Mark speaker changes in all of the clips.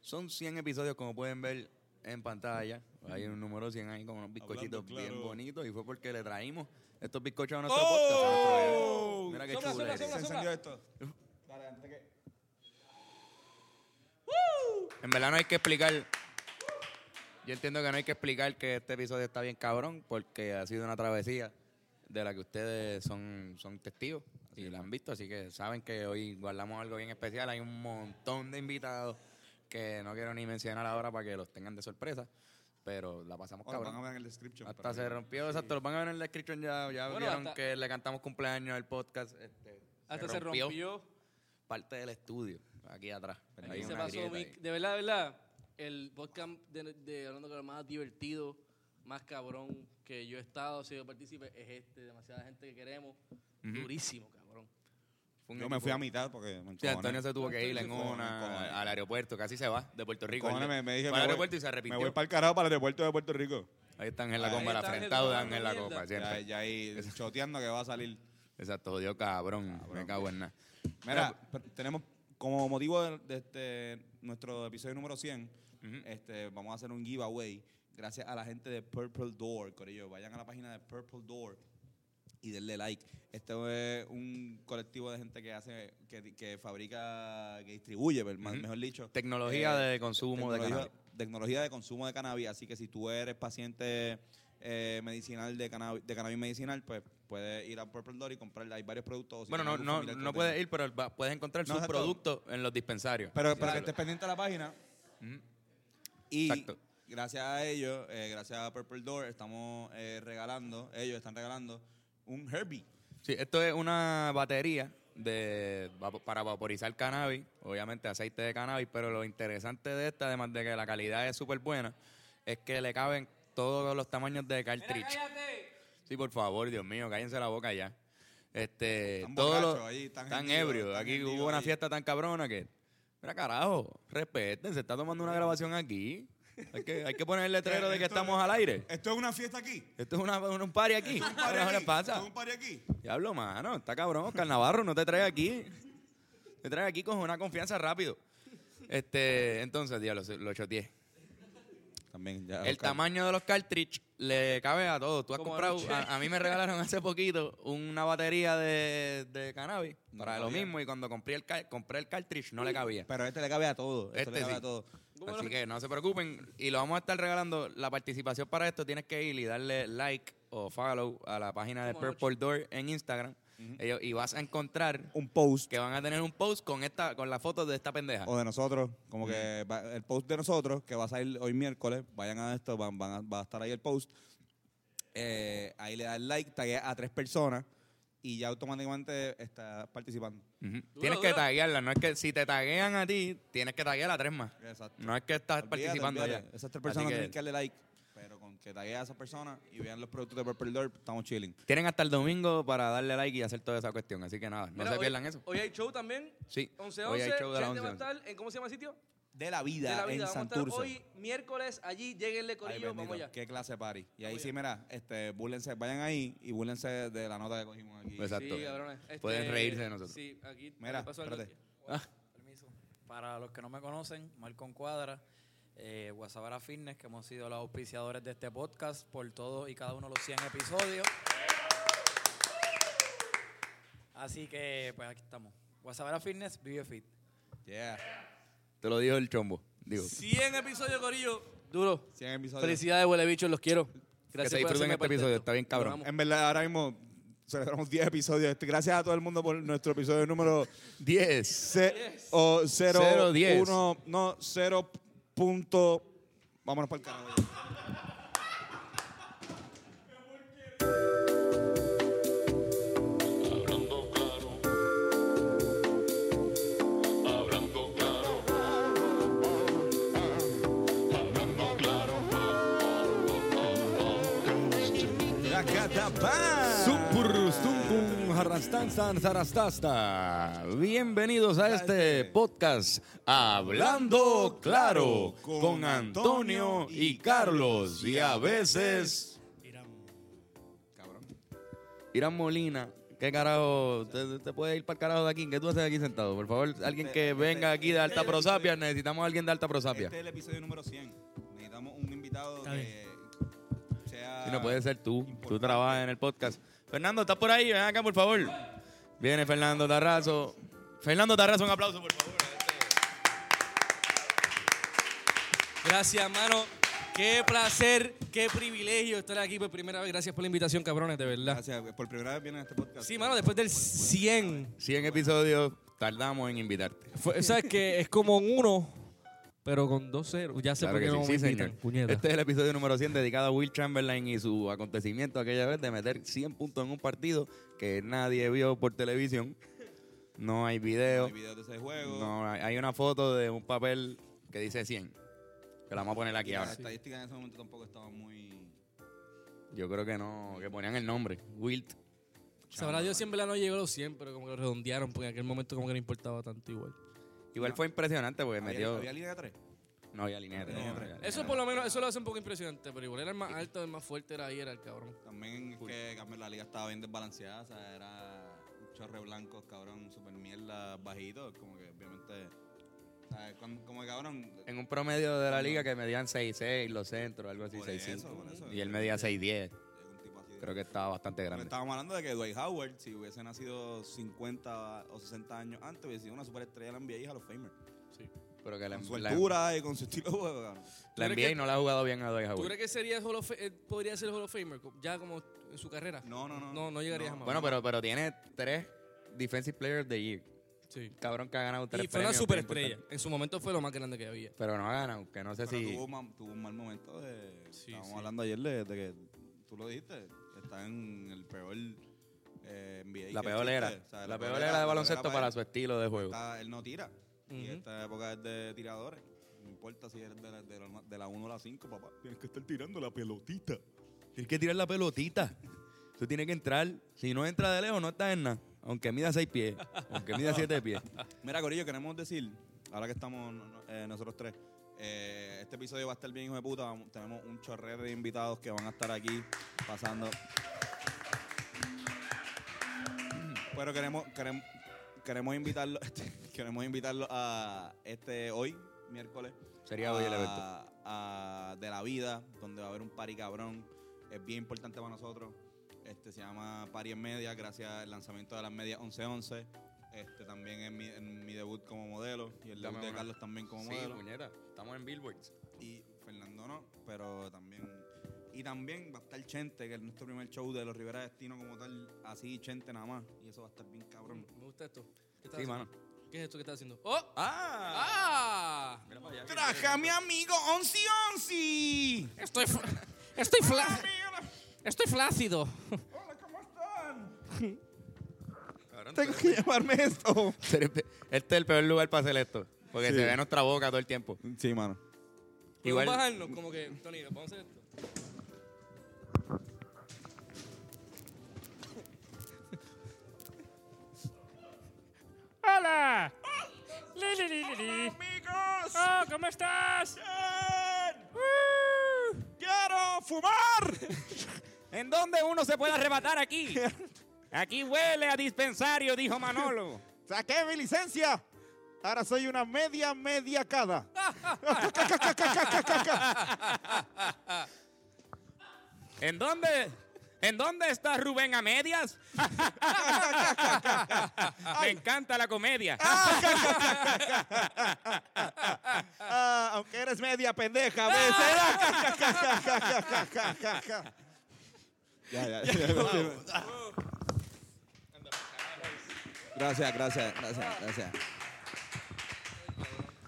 Speaker 1: Son 100 episodios, como pueden ver en pantalla. Hay un número 100 ahí con unos bizcochitos
Speaker 2: Hablando claro.
Speaker 1: bien bonitos y fue porque le traímos estos bizcochos a nuestro
Speaker 2: ¡Oh!
Speaker 1: podcast. Mira qué
Speaker 3: Sopla,
Speaker 1: chulo.
Speaker 3: sopla,
Speaker 2: Se
Speaker 3: sopla.
Speaker 2: encendió esto.
Speaker 3: Dale, antes que-
Speaker 1: En verdad no hay que explicar. Yo entiendo que no hay que explicar que este episodio está bien cabrón porque ha sido una travesía de la que ustedes son, son testigos y la han visto, así que saben que hoy guardamos algo bien especial. Hay un montón de invitados que no quiero ni mencionar ahora para que los tengan de sorpresa, pero la pasamos
Speaker 2: Ahora
Speaker 1: cabrón.
Speaker 2: van a ver en el description.
Speaker 1: Hasta
Speaker 2: para
Speaker 1: se
Speaker 2: que-
Speaker 1: rompió, exacto. Lo van a ver en la descripción ya. Ya
Speaker 3: Bueno,
Speaker 1: vieron
Speaker 3: hasta-
Speaker 1: que le cantamos cumpleaños al podcast. este,
Speaker 3: Hasta se rompió.
Speaker 1: Parte del estudio, aquí atrás.
Speaker 3: Aquí
Speaker 1: Hay
Speaker 3: se
Speaker 1: una
Speaker 3: pasó
Speaker 1: grieta
Speaker 3: mi-
Speaker 1: ahí.
Speaker 3: De verdad, de verdad, el podcast de, de Hablando Claro más divertido, más cabrón que yo he estado, si yo partícipe, es este. Demasiada gente que queremos. Durísimo, cabrón.
Speaker 1: Fue un
Speaker 2: Yo me fui
Speaker 1: equipo-
Speaker 2: a mitad porque me
Speaker 1: Sí, Antonio se tuvo que ir
Speaker 2: Antonio
Speaker 1: en
Speaker 2: se fue, me encojoné.
Speaker 1: una al aeropuerto, casi se va de Puerto Rico.
Speaker 2: Cojones,
Speaker 1: Él
Speaker 2: me, me dije,
Speaker 1: fue
Speaker 2: me
Speaker 1: al
Speaker 2: voy-
Speaker 1: aeropuerto y se
Speaker 2: me
Speaker 1: arrepintió.
Speaker 2: voy para el carajo para el aeropuerto de Puerto Rico.
Speaker 1: Ahí está Ángel la
Speaker 2: Ahí
Speaker 1: Copa, la
Speaker 3: está Ángel
Speaker 1: afrentado de
Speaker 3: tomando
Speaker 1: Ángel la
Speaker 3: mierda.
Speaker 1: Copa,
Speaker 2: Ya,
Speaker 1: siempre.
Speaker 2: ya ahí choteando que va a salir. pues,
Speaker 1: Exacto, jodido cabrón, me cago en nada.
Speaker 2: Mira, pero tenemos como motivo de, de este, nuestro episodio número 100, este, vamos a hacer un giveaway gracias a la gente de Purple Door, corillo. Vayan a la página de Purple Door y denle like. Este es un colectivo de gente que hace, que, que fabrica, que distribuye, per- más- mejor dicho. Eh,
Speaker 1: Tecnología de consumo de
Speaker 2: tecnología-
Speaker 1: cannabis.
Speaker 2: Tecnología de consumo de cannabis, así que si tú eres paciente eh, medicinal de cannabis, de cannabis medicinal, pues puedes ir a Purple Door y comprarle. Hay varios productos. o si
Speaker 1: Bueno, no,
Speaker 2: tienes algún
Speaker 1: no,
Speaker 2: familiar que
Speaker 1: no
Speaker 2: lo
Speaker 1: puedes
Speaker 2: tenga.
Speaker 1: ir, pero va- puedes encontrar
Speaker 2: No,
Speaker 1: sus
Speaker 2: exacto.
Speaker 1: productos en los dispensarios.
Speaker 2: Pero, pero
Speaker 1: Claro.
Speaker 2: que estés pendiente de la página. Y
Speaker 1: Exacto.
Speaker 2: gracias a ellos, eh, gracias a Purple Door, estamos eh, regalando, ellos están regalando un Herbie.
Speaker 1: Sí, esto es una batería de vapo- para vaporizar cannabis, obviamente aceite de cannabis, pero lo interesante de esta, además de que la calidad es súper buena, es que le caben todos los tamaños de cartridge. Sí, por favor, Dios mío, cállense la boca ya. Este,
Speaker 2: Están
Speaker 1: todos
Speaker 2: borrachos
Speaker 1: los-
Speaker 2: ahí, están
Speaker 1: están
Speaker 2: hendidos,
Speaker 1: ebrios.
Speaker 2: están
Speaker 1: aquí
Speaker 2: hendidos
Speaker 1: hubo una
Speaker 2: ahí.
Speaker 1: fiesta tan cabrona que. Mira, carajo, respeten, se está tomando una grabación aquí. Hay que, hay que poner el letrero de que
Speaker 2: Esto-
Speaker 1: estamos al aire.
Speaker 2: ¿Esto es una fiesta aquí?
Speaker 1: Esto es una, un party aquí.
Speaker 2: ¿Esto es un
Speaker 1: ¿Qué
Speaker 2: party
Speaker 1: carajo le
Speaker 2: aquí?
Speaker 1: pasa?
Speaker 2: ¿Esto es un party aquí?
Speaker 1: Diablo, mano, está cabrón. Carnavarro, no te traes aquí. Te traes aquí con una confianza rápido. Este, entonces, diablo, se- lo choteé.
Speaker 2: También, ya.
Speaker 1: El tamaño de los cartridge le cabe a todo. Tú has
Speaker 3: Como
Speaker 1: comprado.
Speaker 3: anoche.
Speaker 1: A, a mí me regalaron hace poquito una batería de, de cannabis
Speaker 2: No
Speaker 1: para lo
Speaker 2: cabía.
Speaker 1: mismo. Y cuando compré el, ca- compré el cartridge, no le cabía.
Speaker 2: Pero este le cabe a todo. Este,
Speaker 1: Este
Speaker 2: le cabe
Speaker 1: sí.
Speaker 2: a todo.
Speaker 3: ¿Cómo
Speaker 1: Así
Speaker 3: lo-
Speaker 1: que no se preocupen. Y lo vamos a estar regalando. La participación para esto tienes que ir y darle like o follow a la página de
Speaker 3: Como anoche.
Speaker 1: Purple Door en Instagram. Ellos- y vas a encontrar
Speaker 2: Un post. Oh.
Speaker 1: que van a tener un post con esta con la foto de esta pendeja.
Speaker 2: O de nosotros, como que va- el post de nosotros, que va a salir hoy miércoles, vayan a esto, van, van a, va a estar ahí el post. Eh, ahí le dan like, taguea a tres personas y ya automáticamente está participando.
Speaker 1: Ujú.
Speaker 3: Duro,
Speaker 1: tienes que
Speaker 3: duro.
Speaker 1: taguearla, no es que si te taguean a ti, tienes que taguear a tres más.
Speaker 2: Exacto.
Speaker 1: No es que estás
Speaker 2: Olvídate,
Speaker 1: participando
Speaker 2: olvídate.
Speaker 1: ya.
Speaker 2: Esas tres
Speaker 1: Así
Speaker 2: personas
Speaker 1: que
Speaker 2: tienen que darle like, pero con que taguea a esas personas y vean los productos de Purple Door, estamos chilling.
Speaker 1: tienen hasta el domingo para darle like y hacer toda esa cuestión, así que nada, no
Speaker 3: Mira,
Speaker 1: se
Speaker 3: hoy-
Speaker 1: pierdan eso.
Speaker 3: Hoy hay show también.
Speaker 1: Sí,
Speaker 3: 11
Speaker 1: hoy hay show de las
Speaker 3: gente va a
Speaker 1: 11.
Speaker 3: estar en- ¿Cómo se llama el sitio?
Speaker 2: De la vida,
Speaker 3: de la vida.
Speaker 2: en
Speaker 3: Vamos a estar
Speaker 2: Santurce.
Speaker 3: hoy miércoles allí. Lléguenle,
Speaker 2: Ay,
Speaker 3: Corillo.
Speaker 2: bendito,
Speaker 3: Vamos allá.
Speaker 2: Qué clase de party. Y ahí sí, mira, este, búrlense, vayan ahí y búrlense de la nota que cogimos aquí.
Speaker 1: Exacto.
Speaker 3: Sí, cabrones. Este,
Speaker 1: Pueden reírse de nosotros.
Speaker 3: Sí, aquí
Speaker 2: Mira,
Speaker 3: aquí pasó algo.
Speaker 2: espérate.
Speaker 1: Ah,
Speaker 4: Permiso. Para los que no me conocen, Marcon Cuadra, eh, Guasabara Fitness, que hemos sido los auspiciadores de este podcast por todos y cada uno de los 100 episodios. Así que, pues aquí estamos. Guasabara Fitness, vive fit.
Speaker 2: Yeah.
Speaker 1: te lo dijo el chombo. Digo,
Speaker 3: 100 episodios, Corillo. Duro.
Speaker 2: 100 episodios.
Speaker 3: Felicidades, huele bicho, los quiero. Gracias
Speaker 1: se
Speaker 3: por
Speaker 1: disfruten
Speaker 3: hacerme
Speaker 1: este
Speaker 3: parte de
Speaker 1: episodio,
Speaker 3: esto.
Speaker 1: está bien cabrón.
Speaker 3: Nos amamos.
Speaker 2: En verdad, ahora mismo celebramos 10 episodios. Este, Gracias a todo el mundo por nuestro episodio número
Speaker 1: 10.
Speaker 2: ce- o
Speaker 1: Cero,
Speaker 2: 0,
Speaker 1: diez.
Speaker 2: 1, no, 0 punto. Vámonos para el canal.
Speaker 5: Hablando claro. Hablando claro. Hablando claro.
Speaker 1: Bienvenidos a este podcast Hablando Claro con Antonio y Carlos y a veces
Speaker 2: Cabrón.
Speaker 1: Irán Molina, que ¿Qué carajo? ¿Te, te puede ir para el carajo de aquí? ¿Qué tú haces aquí sentado? Por favor, alguien que venga aquí de Alta Prosapia. Necesitamos a alguien de Alta Prosapia.
Speaker 2: Este es el episodio número 100. Necesitamos un invitado
Speaker 6: Está
Speaker 2: que sea.
Speaker 1: Si no puede ser tú, tú
Speaker 2: importante.
Speaker 1: trabajas en el podcast. Fernando, ¿estás por ahí? Ven acá, por favor. Viene Fernando Tarrazo. Fernando Tarrazo, un aplauso, por favor.
Speaker 3: Gracias, mano. Qué placer, qué privilegio estar aquí por primera vez. Gracias por la invitación, cabrones, de verdad.
Speaker 2: Gracias, por primera vez vienen a este podcast.
Speaker 3: Sí, mano, después del 100.
Speaker 1: 100 episodios, tardamos en invitarte.
Speaker 3: Fue, ¿Sabes que Es como un 1, pero con dos ceros. Ya sé
Speaker 1: Claro
Speaker 3: por qué
Speaker 1: que
Speaker 3: no
Speaker 1: sí,
Speaker 3: me
Speaker 1: sí,
Speaker 3: invitan,
Speaker 1: señor.
Speaker 3: puñeta.
Speaker 1: Este es el episodio número 100 dedicado a Will Chamberlain y su acontecimiento aquella vez de meter 100 puntos en un partido que nadie vio por televisión. No hay video.
Speaker 2: Hay videos de ese juego.
Speaker 1: No, hay hay una foto de un papel que dice 100. Que la vamos a poner
Speaker 2: Y
Speaker 1: aquí
Speaker 2: las
Speaker 1: ahora.
Speaker 2: estadísticas en ese momento tampoco estaban muy.
Speaker 1: Yo creo que no, que ponían el nombre. Wilt.
Speaker 3: Sabrá Dios, siempre la no llegó a los 100, pero como que lo redondearon, porque en aquel momento como que no importaba tanto igual.
Speaker 1: Igual fue impresionante porque
Speaker 2: ¿Había,
Speaker 1: metió.
Speaker 2: había línea de tres?
Speaker 1: No había línea de tres,
Speaker 2: No,
Speaker 1: no
Speaker 2: hombre.
Speaker 1: había línea
Speaker 3: Eso
Speaker 1: de
Speaker 3: por lo menos, eso lo hace un poco impresionante, pero igual era el más alto, el más fuerte era ahí, era el cabrón.
Speaker 2: También es que Carmen, la liga estaba bien desbalanceada, o sea, era un chorre blanco, cabrón, super mierda, bajito, como que obviamente, ¿sabes? Cuando- como que cabrón,
Speaker 1: tres. En un promedio de la liga que medían 6-6 los centros, algo así,
Speaker 2: Por
Speaker 1: 6-5.
Speaker 2: eso, por eso.
Speaker 1: Y él medía 6-10.
Speaker 2: llega un tipo así de-
Speaker 1: Creo que estaba bastante
Speaker 2: Pero
Speaker 1: grande.
Speaker 2: estábamos hablando de que Dwight Howard, si hubiese nacido 50 o 60 años antes, hubiese sido una superestrella de la NBA y Hall of Famer.
Speaker 1: Pero que la,
Speaker 2: Con su
Speaker 1: la-
Speaker 2: altura y con su estilo de juego, cabrón.
Speaker 1: la
Speaker 3: ¿Tú crees
Speaker 1: NBA
Speaker 3: que-
Speaker 1: no la ha jugado bien a Dwight
Speaker 3: ¿Tú
Speaker 1: Howard.
Speaker 3: crees que sería Hall of Fa- eh, podría ser Hall of Famer co- ya como en su carrera?
Speaker 2: No, no, no.
Speaker 3: No, no llegaría jamás.
Speaker 1: Bueno, pero, pero tiene tres Defensive Player of the Year.
Speaker 3: Sí.
Speaker 1: Cabrón que ha ganado tres
Speaker 3: Y fue una
Speaker 1: premios,
Speaker 3: superestrella.
Speaker 1: bien importante.
Speaker 3: En su momento fue lo más grande que había.
Speaker 1: Pero no ha ganado, que no sé
Speaker 2: Pero
Speaker 1: si...
Speaker 2: tuvo, ma- tuvo un mal momento de...
Speaker 3: Sí,
Speaker 2: estábamos
Speaker 3: sí.
Speaker 2: hablando ayer de, de que, tú lo dijiste, está en el peor eh, NBA.
Speaker 1: La
Speaker 2: que
Speaker 1: peor
Speaker 2: existe.
Speaker 1: era.
Speaker 2: O sea,
Speaker 1: la peor era de baloncesto para
Speaker 2: él.
Speaker 1: su estilo de juego.
Speaker 2: Está- él no tira. Y
Speaker 3: Ujú.
Speaker 2: esta época es de tiradores. No importa si eres de la, de la- de la 1 a la 5, papá. Tienes que estar tirando la pelotita.
Speaker 1: Tienes que tirar la pelotita. Tú tienes que entrar. Si no entra de lejos, no estás en nada. Aunque mida seis pies, aunque mida siete pies.
Speaker 2: Mira, Corillo, queremos decir, ahora que estamos no- no- eh, nosotros tres, eh, este episodio va a estar bien, hijo de puta. Vamos- tenemos un chorrero de invitados que van a estar aquí pasando. Pero queremos, queremos, queremos invitarlo, este, queremos invitarlo a este hoy, miércoles.
Speaker 1: Sería hoy el evento.
Speaker 2: a- a- de la vida, donde va a haber un party cabrón. Es bien importante para nosotros. Este se llama Party en Media, gracias al lanzamiento de las medias 1111. Este también es mi, en mi debut como modelo y el
Speaker 1: Dame
Speaker 2: debut de
Speaker 1: una.
Speaker 2: Carlos también como modelo.
Speaker 1: puñeta. Estamos en Billboard.
Speaker 2: Y Fernando no, pero también. Y también va a estar Chente, que es nuestro primer show de los Rivera Destino como tal, así Chente nada más. Y eso va a estar bien cabrón.
Speaker 3: Mm, Me gusta esto. ¿Qué estás
Speaker 1: Sí,
Speaker 3: haciendo?
Speaker 1: mano.
Speaker 3: ¿Qué es esto que estás haciendo? ¡Oh!
Speaker 1: ¡Ah!
Speaker 3: ¡Ah!
Speaker 2: Traje a mi amigo Onsi Onsi.
Speaker 3: Estoy fl- estoy fla- estoy flácido.
Speaker 2: Hola, ¿cómo están?
Speaker 1: Cabrón,
Speaker 2: Tengo que llamarme esto.
Speaker 1: Este es el peor lugar para hacer esto. Porque
Speaker 2: Sí.
Speaker 1: se ve nuestra boca todo el tiempo.
Speaker 2: Sí, mano.
Speaker 1: Igual-
Speaker 3: Igual bajarnos como que Tony, vamos a hacer esto.
Speaker 7: ¡Hola! Li, li, li, li, li.
Speaker 2: Amigos,
Speaker 7: ¡Oh, cómo estás!
Speaker 2: quiero fumar.
Speaker 6: ¿En dónde uno se puede arrebatar aquí? Aquí huele a dispensario, dijo Manolo.
Speaker 2: Saqué mi licencia. Ahora soy una media, media cada. ah,
Speaker 6: ¿En dónde? ¿En dónde está Rubén a medias? Me encanta la comedia.
Speaker 2: Ah, aunque eres media pendeja a veces. ya, ya, ya. Gracias, gracias, gracias, gracias.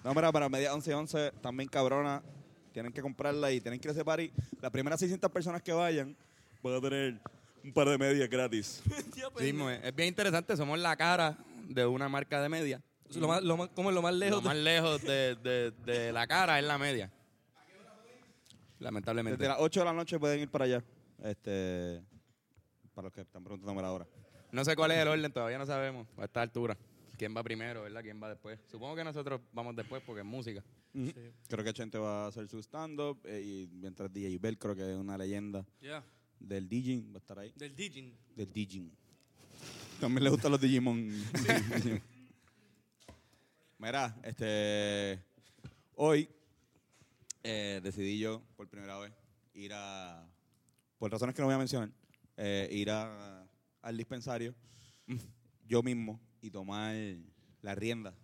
Speaker 2: No, mira, para media 11-11, también cabrona. Tienen que comprarla y tienen que ir a ese party. Las primeras 600 personas que vayan van a tener un par de medias gratis.
Speaker 1: Sí, mo- es bien interesante. Somos la cara de una marca de media.
Speaker 3: Lo más, lo más, ¿Cómo es lo más lejos?
Speaker 1: Lo más lejos de, de- de la cara es la media. Lamentablemente.
Speaker 2: Desde las 8 de la noche pueden ir para allá. Este, para los que están preguntándome la hora.
Speaker 1: No sé cuál es el orden, todavía no sabemos a esta altura. ¿Quién va primero, verdad? ¿Quién va después? Supongo que nosotros vamos después porque es música.
Speaker 2: Creo que Chente va a hacer su stand-up eh, y mientras DJ Bell, creo que es una leyenda
Speaker 3: Ya,
Speaker 2: del DJing, va a estar ahí.
Speaker 3: del DJing.
Speaker 2: Del DJing. También le gustan los Digimon. Mira, este. Hoy eh, decidí yo, por primera vez, ir a. Por razones que no voy a mencionar, eh, ir a- al dispensario yo mismo y tomar la rienda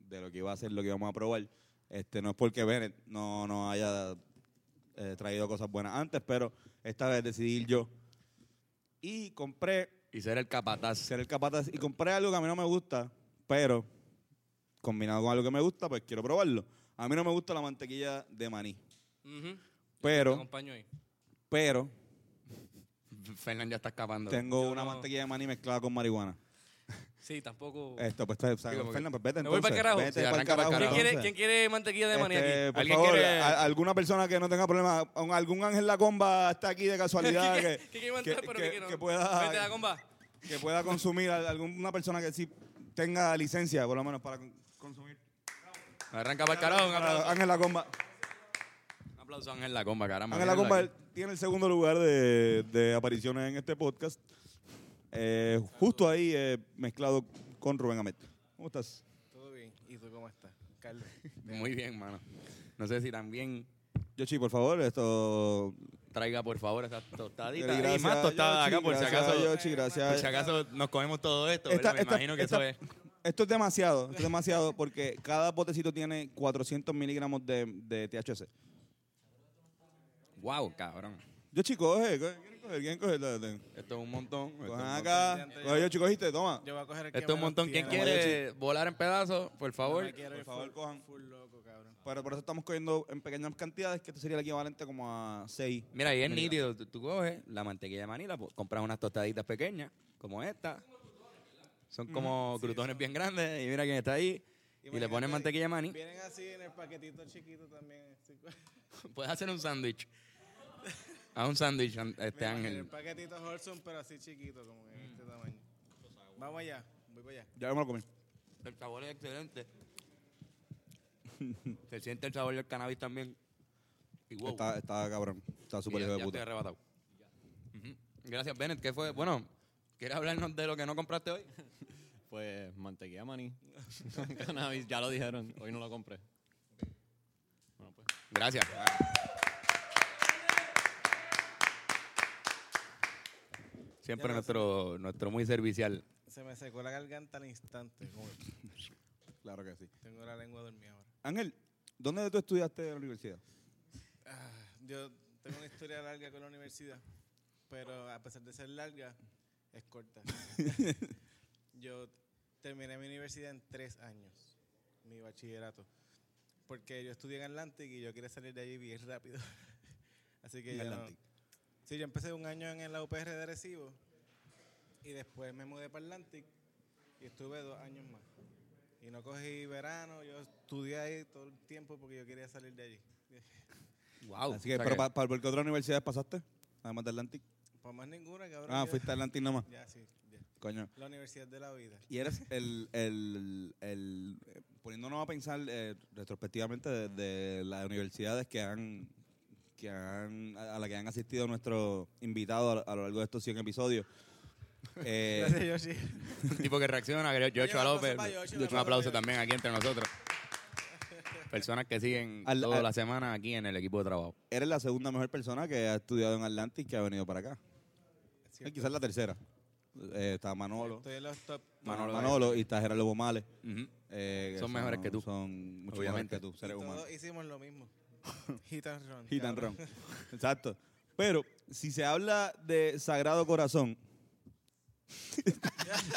Speaker 2: de lo que iba a ser, lo que íbamos a probar. Este, no es porque Bennett no, no haya eh, traído cosas buenas antes, pero esta vez decidí ir yo. Y compré
Speaker 1: Y ser el capataz.
Speaker 2: ser el capataz y compré algo que a mí no me gusta, pero combinado con algo que me gusta, pues quiero probarlo. A mí no me gusta la mantequilla de maní,
Speaker 3: Ujú. Te
Speaker 2: pero
Speaker 3: acompaño ahí.
Speaker 2: pero
Speaker 1: Fernán ya está escapando.
Speaker 2: tengo
Speaker 3: Yo
Speaker 2: una
Speaker 3: no-
Speaker 2: mantequilla de maní mezclada con marihuana.
Speaker 3: Sí, tampoco.
Speaker 2: Esto pues está, o sea,
Speaker 1: Digo, porque-
Speaker 2: Fernan, pues vete
Speaker 3: Me voy
Speaker 2: entonces.
Speaker 3: pa'l carajo.
Speaker 2: Vete
Speaker 1: Sí,
Speaker 2: pa'l
Speaker 1: arranca pa'l
Speaker 2: carajo,
Speaker 1: carajo.
Speaker 3: ¿Quién quiere,
Speaker 2: entonces.
Speaker 3: quién quiere mantequilla de maní
Speaker 2: Este,
Speaker 3: aquí?
Speaker 2: por
Speaker 1: ¿Alguien
Speaker 2: favor,
Speaker 1: quiere-
Speaker 2: a- alguna persona que no tenga problema, un- algún ángel la comba está aquí de casualidad que,
Speaker 3: ¿Quién quiere mantequilla? Pero
Speaker 2: que-
Speaker 3: que no.
Speaker 2: que pueda
Speaker 3: Vete la comba.
Speaker 2: que pueda consumir al- alguna persona que sí tenga licencia por lo menos para con- consumir.
Speaker 1: Arranca para el carajo. Un
Speaker 2: Para
Speaker 1: aplauso.
Speaker 2: Ángel la comba.
Speaker 1: Un aplauso a Ángel La Comba, caramba.
Speaker 2: Ángela
Speaker 1: mírenlo
Speaker 2: Comba
Speaker 1: aquí.
Speaker 2: tiene el segundo lugar de, de apariciones en este podcast. Eh, justo ahí eh, mezclado con Rubén Amet. ¿Cómo estás?
Speaker 3: Todo bien. ¿Y tú cómo estás? Carlos.
Speaker 1: Muy bien, mano. No sé si también
Speaker 2: Yoshi, por favor, esto.
Speaker 1: traiga, por favor, esas tostaditas.
Speaker 2: Gracias
Speaker 1: y más
Speaker 2: a
Speaker 1: tostadas
Speaker 2: Yoshi,
Speaker 1: acá, por si
Speaker 2: gracias a
Speaker 1: acaso.
Speaker 2: Yoshi, gracias.
Speaker 1: Por si acaso nos comemos todo esto,
Speaker 2: Esta-
Speaker 1: ¿verdad? Me
Speaker 2: esta-
Speaker 1: imagino que
Speaker 2: esta-
Speaker 1: eso es.
Speaker 2: Esto es demasiado, esto es demasiado porque cada botecito tiene 400 miligramos de, de THC.
Speaker 1: Wow, cabrón.
Speaker 2: Yoshi, coge, coge, ¿quieren coger? ¿Quieren coger? Dale, dale.
Speaker 1: Esto es un montón. esto es un
Speaker 2: Cojan
Speaker 1: montón.
Speaker 2: acá. Coge, Yoshi, cogiste, toma.
Speaker 8: Yo voy a coger el que
Speaker 1: Esto es un
Speaker 8: menos
Speaker 1: montón. ¿Quién
Speaker 8: tiene.
Speaker 1: quiere volar en pedazos? Por
Speaker 8: No
Speaker 1: favor.
Speaker 8: me quiero
Speaker 2: Por
Speaker 8: ir
Speaker 2: favor,
Speaker 8: full-
Speaker 2: cojan.
Speaker 8: full loco, cabrón.
Speaker 2: Pero por eso estamos cogiendo en pequeñas cantidades, que esto sería el equivalente como a 6.
Speaker 1: Mira, y es nítido. Tú, tú coges la mantequilla de maní, la po- compras unas tostaditas pequeñas, como esta. Son como crutones bien grandes. Y mira quién está ahí. Y le pones
Speaker 8: Imagínate,
Speaker 1: mantequilla de maní.
Speaker 8: Vienen así en el paquetito chiquito también. así.
Speaker 1: Puedes hacer un sándwich. Haz un sándwich, an- este
Speaker 8: Mira, En el
Speaker 1: ángel.
Speaker 8: paquetito Holson, pero así chiquito, como que de este tamaño. Vamos allá, voy para allá.
Speaker 2: Ya me lo comí.
Speaker 1: El sabor es excelente. Se siente el sabor del cannabis también. Y wow.
Speaker 2: Está, está cabrón. Está súper
Speaker 1: Y ya-
Speaker 2: hijo de
Speaker 1: ya estoy
Speaker 2: puta.
Speaker 1: arrebatado. Ujú. Gracias, Bennett. ¿Qué fue? Bueno, ¿quieres hablarnos de lo que no compraste hoy?
Speaker 9: Pues mantequilla maní. Cannabis, ya lo dijeron. Hoy no lo compré. Bueno, pues.
Speaker 1: Gracias. Siempre nuestro, nuestro muy servicial.
Speaker 8: Se me secó la garganta al instante. como que
Speaker 2: Claro que sí.
Speaker 8: tengo la lengua dormida ahora.
Speaker 2: Ángel, ¿dónde tú estudiaste en la universidad?
Speaker 8: Ah, yo tengo una historia larga con la universidad, pero a pesar de ser larga, es corta. yo terminé mi universidad en tres años, mi bachillerato, porque yo estudié en Atlantic y yo quería salir de allí bien rápido. Así que
Speaker 2: En
Speaker 8: yo no-
Speaker 2: Atlantic.
Speaker 8: Sí, yo empecé un año en la UPR de Arecibo y después me mudé para Atlantic y estuve dos años más. Y no cogí verano, yo estudié ahí todo el tiempo porque yo quería salir de allí.
Speaker 1: Wow.
Speaker 2: Así que, pero pa- pa- ¿por qué otras universidades pasaste? Además de Atlantic.
Speaker 8: Pues más ninguna, cabrón.
Speaker 2: Ah,
Speaker 8: ya.
Speaker 2: fuiste a Atlantic nomás.
Speaker 8: Ya, sí. ya.
Speaker 2: Coño.
Speaker 8: La Universidad de la Vida.
Speaker 2: Y eres el, el, el- eh, poniéndonos a pensar eh, retrospectivamente de, de las universidades que han, que han, a a las que han asistido nuestros invitados a, a lo largo de estos 100 episodios. Eh,
Speaker 8: Gracias, Yoshi.
Speaker 1: un tipo que reacciona, que yo- Yocho
Speaker 8: un aplauso
Speaker 1: López.
Speaker 8: para Yocho, un
Speaker 1: pues,
Speaker 8: aplauso
Speaker 1: Un aplauso
Speaker 8: para
Speaker 1: también aquí entre nosotros. Personas que siguen
Speaker 2: Al-
Speaker 1: toda
Speaker 2: al-
Speaker 1: la semana aquí en el equipo de trabajo.
Speaker 2: eres la segunda mejor persona que ha estudiado en Atlantic que ha venido para acá. Eh, quizás la tercera. Eh, está Manolo.
Speaker 8: Estoy en los top.
Speaker 2: Manolo,
Speaker 1: Manolo.
Speaker 2: y está Gerardo Bomales.
Speaker 1: Ujú.
Speaker 2: eh,
Speaker 1: Son mejores que tú.
Speaker 2: Son mucho
Speaker 1: Obviamente.
Speaker 2: mejores que tú,
Speaker 8: Y
Speaker 2: seres humanos.
Speaker 8: Todos hicimos lo mismo. Hit and run.
Speaker 2: Hit and
Speaker 8: cabrón.
Speaker 2: run. Exacto. Pero si se habla de Sagrado Corazón,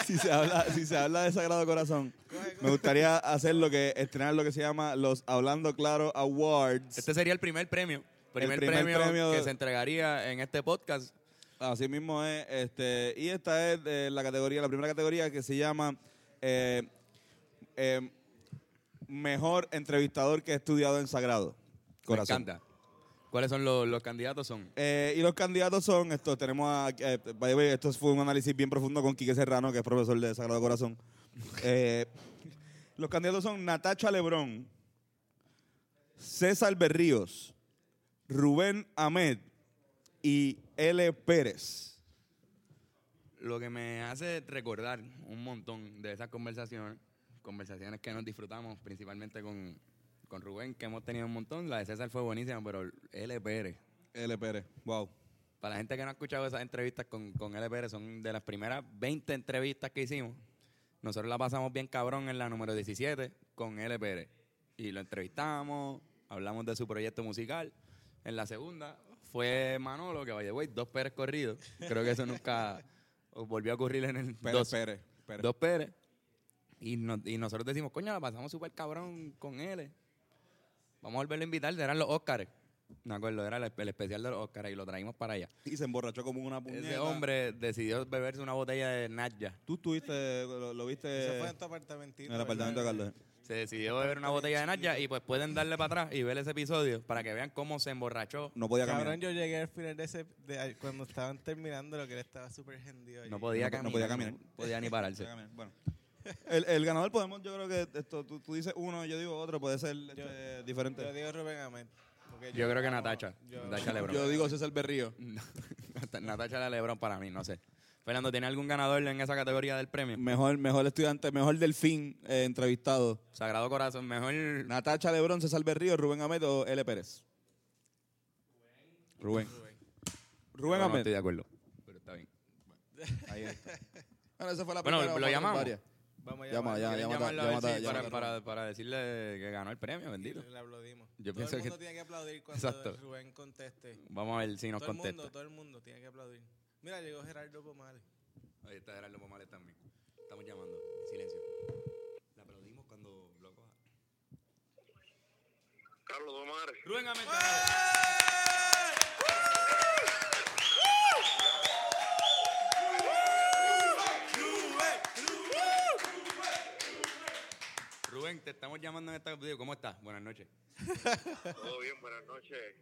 Speaker 2: si, se habla, si se habla de Sagrado Corazón, me gustaría hacer lo que, estrenar lo que se llama los Hablando Claro Awards.
Speaker 1: Este sería el primer premio. Primer,
Speaker 2: primer
Speaker 1: premio,
Speaker 2: premio-
Speaker 1: que se entregaría en este podcast.
Speaker 2: Así mismo es. Este, y esta es eh, la categoría, la primera categoría que se llama eh, eh, Mejor Entrevistador que he estudiado en Sagrado. Corazón.
Speaker 1: Me encanta. ¿Cuáles son los, los candidatos? Son
Speaker 2: Eh, y los candidatos son estos. Tenemos a. eh, by the way, esto fue un análisis bien profundo con Quique Serrano, que es profesor de Sagrado Corazón. Eh, los candidatos son Natacha Lebrón, César Berríos, Rubén Ahmed y L. Pérez.
Speaker 1: lo que me hace recordar un montón de esas conversaciones, conversaciones que nos disfrutamos principalmente con, con Rubén, que hemos tenido un montón. La de César fue buenísima, pero L. Pérez.
Speaker 2: L. Pérez, wow.
Speaker 1: Para la gente que no ha escuchado esas entrevistas con, con L. Pérez, son de las primeras 20 entrevistas que hicimos. Nosotros la pasamos bien cabrón en la número 17 con L. Pérez. Y lo entrevistamos, hablamos de su proyecto musical. En la segunda fue Manolo, que vaya, güey, dos Pérez corridos. Creo que eso nunca volvió a ocurrir en el
Speaker 2: Pérez,
Speaker 1: dos-
Speaker 2: Pérez, Pérez.
Speaker 1: Dos Pérez. Y, no- y nosotros decimos, coño, la pasamos súper cabrón con él. Vamos a volverlo a invitar. Eran los Óscares. Me acuerdo, era el, el especial de los Óscares y lo traímos para allá.
Speaker 2: Y se emborrachó como una puñeta.
Speaker 1: Ese hombre decidió beberse una botella de Natja.
Speaker 2: Tú estuviste, lo, lo
Speaker 8: Eso
Speaker 2: viste
Speaker 8: fue en tu apartamentito.
Speaker 2: en el apartamento de
Speaker 8: ¿verdad?
Speaker 2: Carlos.
Speaker 1: Se decidió beber una botella de Natja y pues pueden darle para atrás y ver ese episodio para que vean cómo se emborrachó.
Speaker 2: No podía caminar.
Speaker 8: Cabrón, yo llegué al final de ese. de- cuando estaban terminando, lo que él estaba súper hendido. allí.
Speaker 1: No podía
Speaker 2: No-
Speaker 1: caminar.
Speaker 2: no podía caminar.
Speaker 1: no podía ni pararse.
Speaker 2: Bueno. El, el ganador podemos, yo creo que esto, tú, tú dices uno, yo digo otro, puede ser este, diferente.
Speaker 8: Yo digo Rubén Ahmed. porque
Speaker 1: Yo creo que
Speaker 8: no-
Speaker 1: Natacha.
Speaker 8: yo-
Speaker 1: Natacha Lebron.
Speaker 2: digo César Berrío.
Speaker 1: Nat- Natacha la Lebron para mí, no sé. Fernando, ¿tiene algún ganador en esa categoría del premio?
Speaker 2: Mejor, mejor estudiante, mejor delfín eh, entrevistado.
Speaker 1: Sagrado Corazón, mejor...
Speaker 2: Natacha Lebrón, César Berrío, Rubén Ahmed o L. Pérez. Rubén. Rubén
Speaker 1: No, no
Speaker 2: Ahmed.
Speaker 1: estoy de acuerdo. Pero está bien.
Speaker 2: Ahí está. Bueno, esa fue la
Speaker 1: Bueno,
Speaker 2: primera,
Speaker 1: lo
Speaker 2: vamos a hacer
Speaker 1: llamamos.
Speaker 2: varias.
Speaker 8: Vamos a
Speaker 2: Llama,
Speaker 8: llamar.
Speaker 2: ya,
Speaker 1: ¿Quieren
Speaker 2: llama,
Speaker 1: llamarlo a ver
Speaker 2: llama,
Speaker 1: si-
Speaker 2: llama.
Speaker 1: para, para, para decirle que ganó el premio, bendito.
Speaker 8: Le aplaudimos.
Speaker 1: Yo
Speaker 8: todo
Speaker 1: pienso
Speaker 8: el
Speaker 1: que-
Speaker 8: mundo tiene que aplaudir cuando
Speaker 1: Exacto.
Speaker 8: Rubén conteste.
Speaker 1: Vamos a ver si nos
Speaker 8: todo el
Speaker 1: contesta.
Speaker 8: mundo, todo el mundo tiene que aplaudir. Mira, llegó Gerardo Pomales.
Speaker 1: Ahí está Gerardo Pomales también. Estamos llamando. Silencio. La aplaudimos cuando lo coja.
Speaker 5: Carlos Domares.
Speaker 1: Rubén Ahmed.
Speaker 8: ¡Ah!
Speaker 1: Rubén, te estamos llamando en esta... digo, ¿Cómo estás? Buenas noches.
Speaker 5: Todo bien, buenas noches.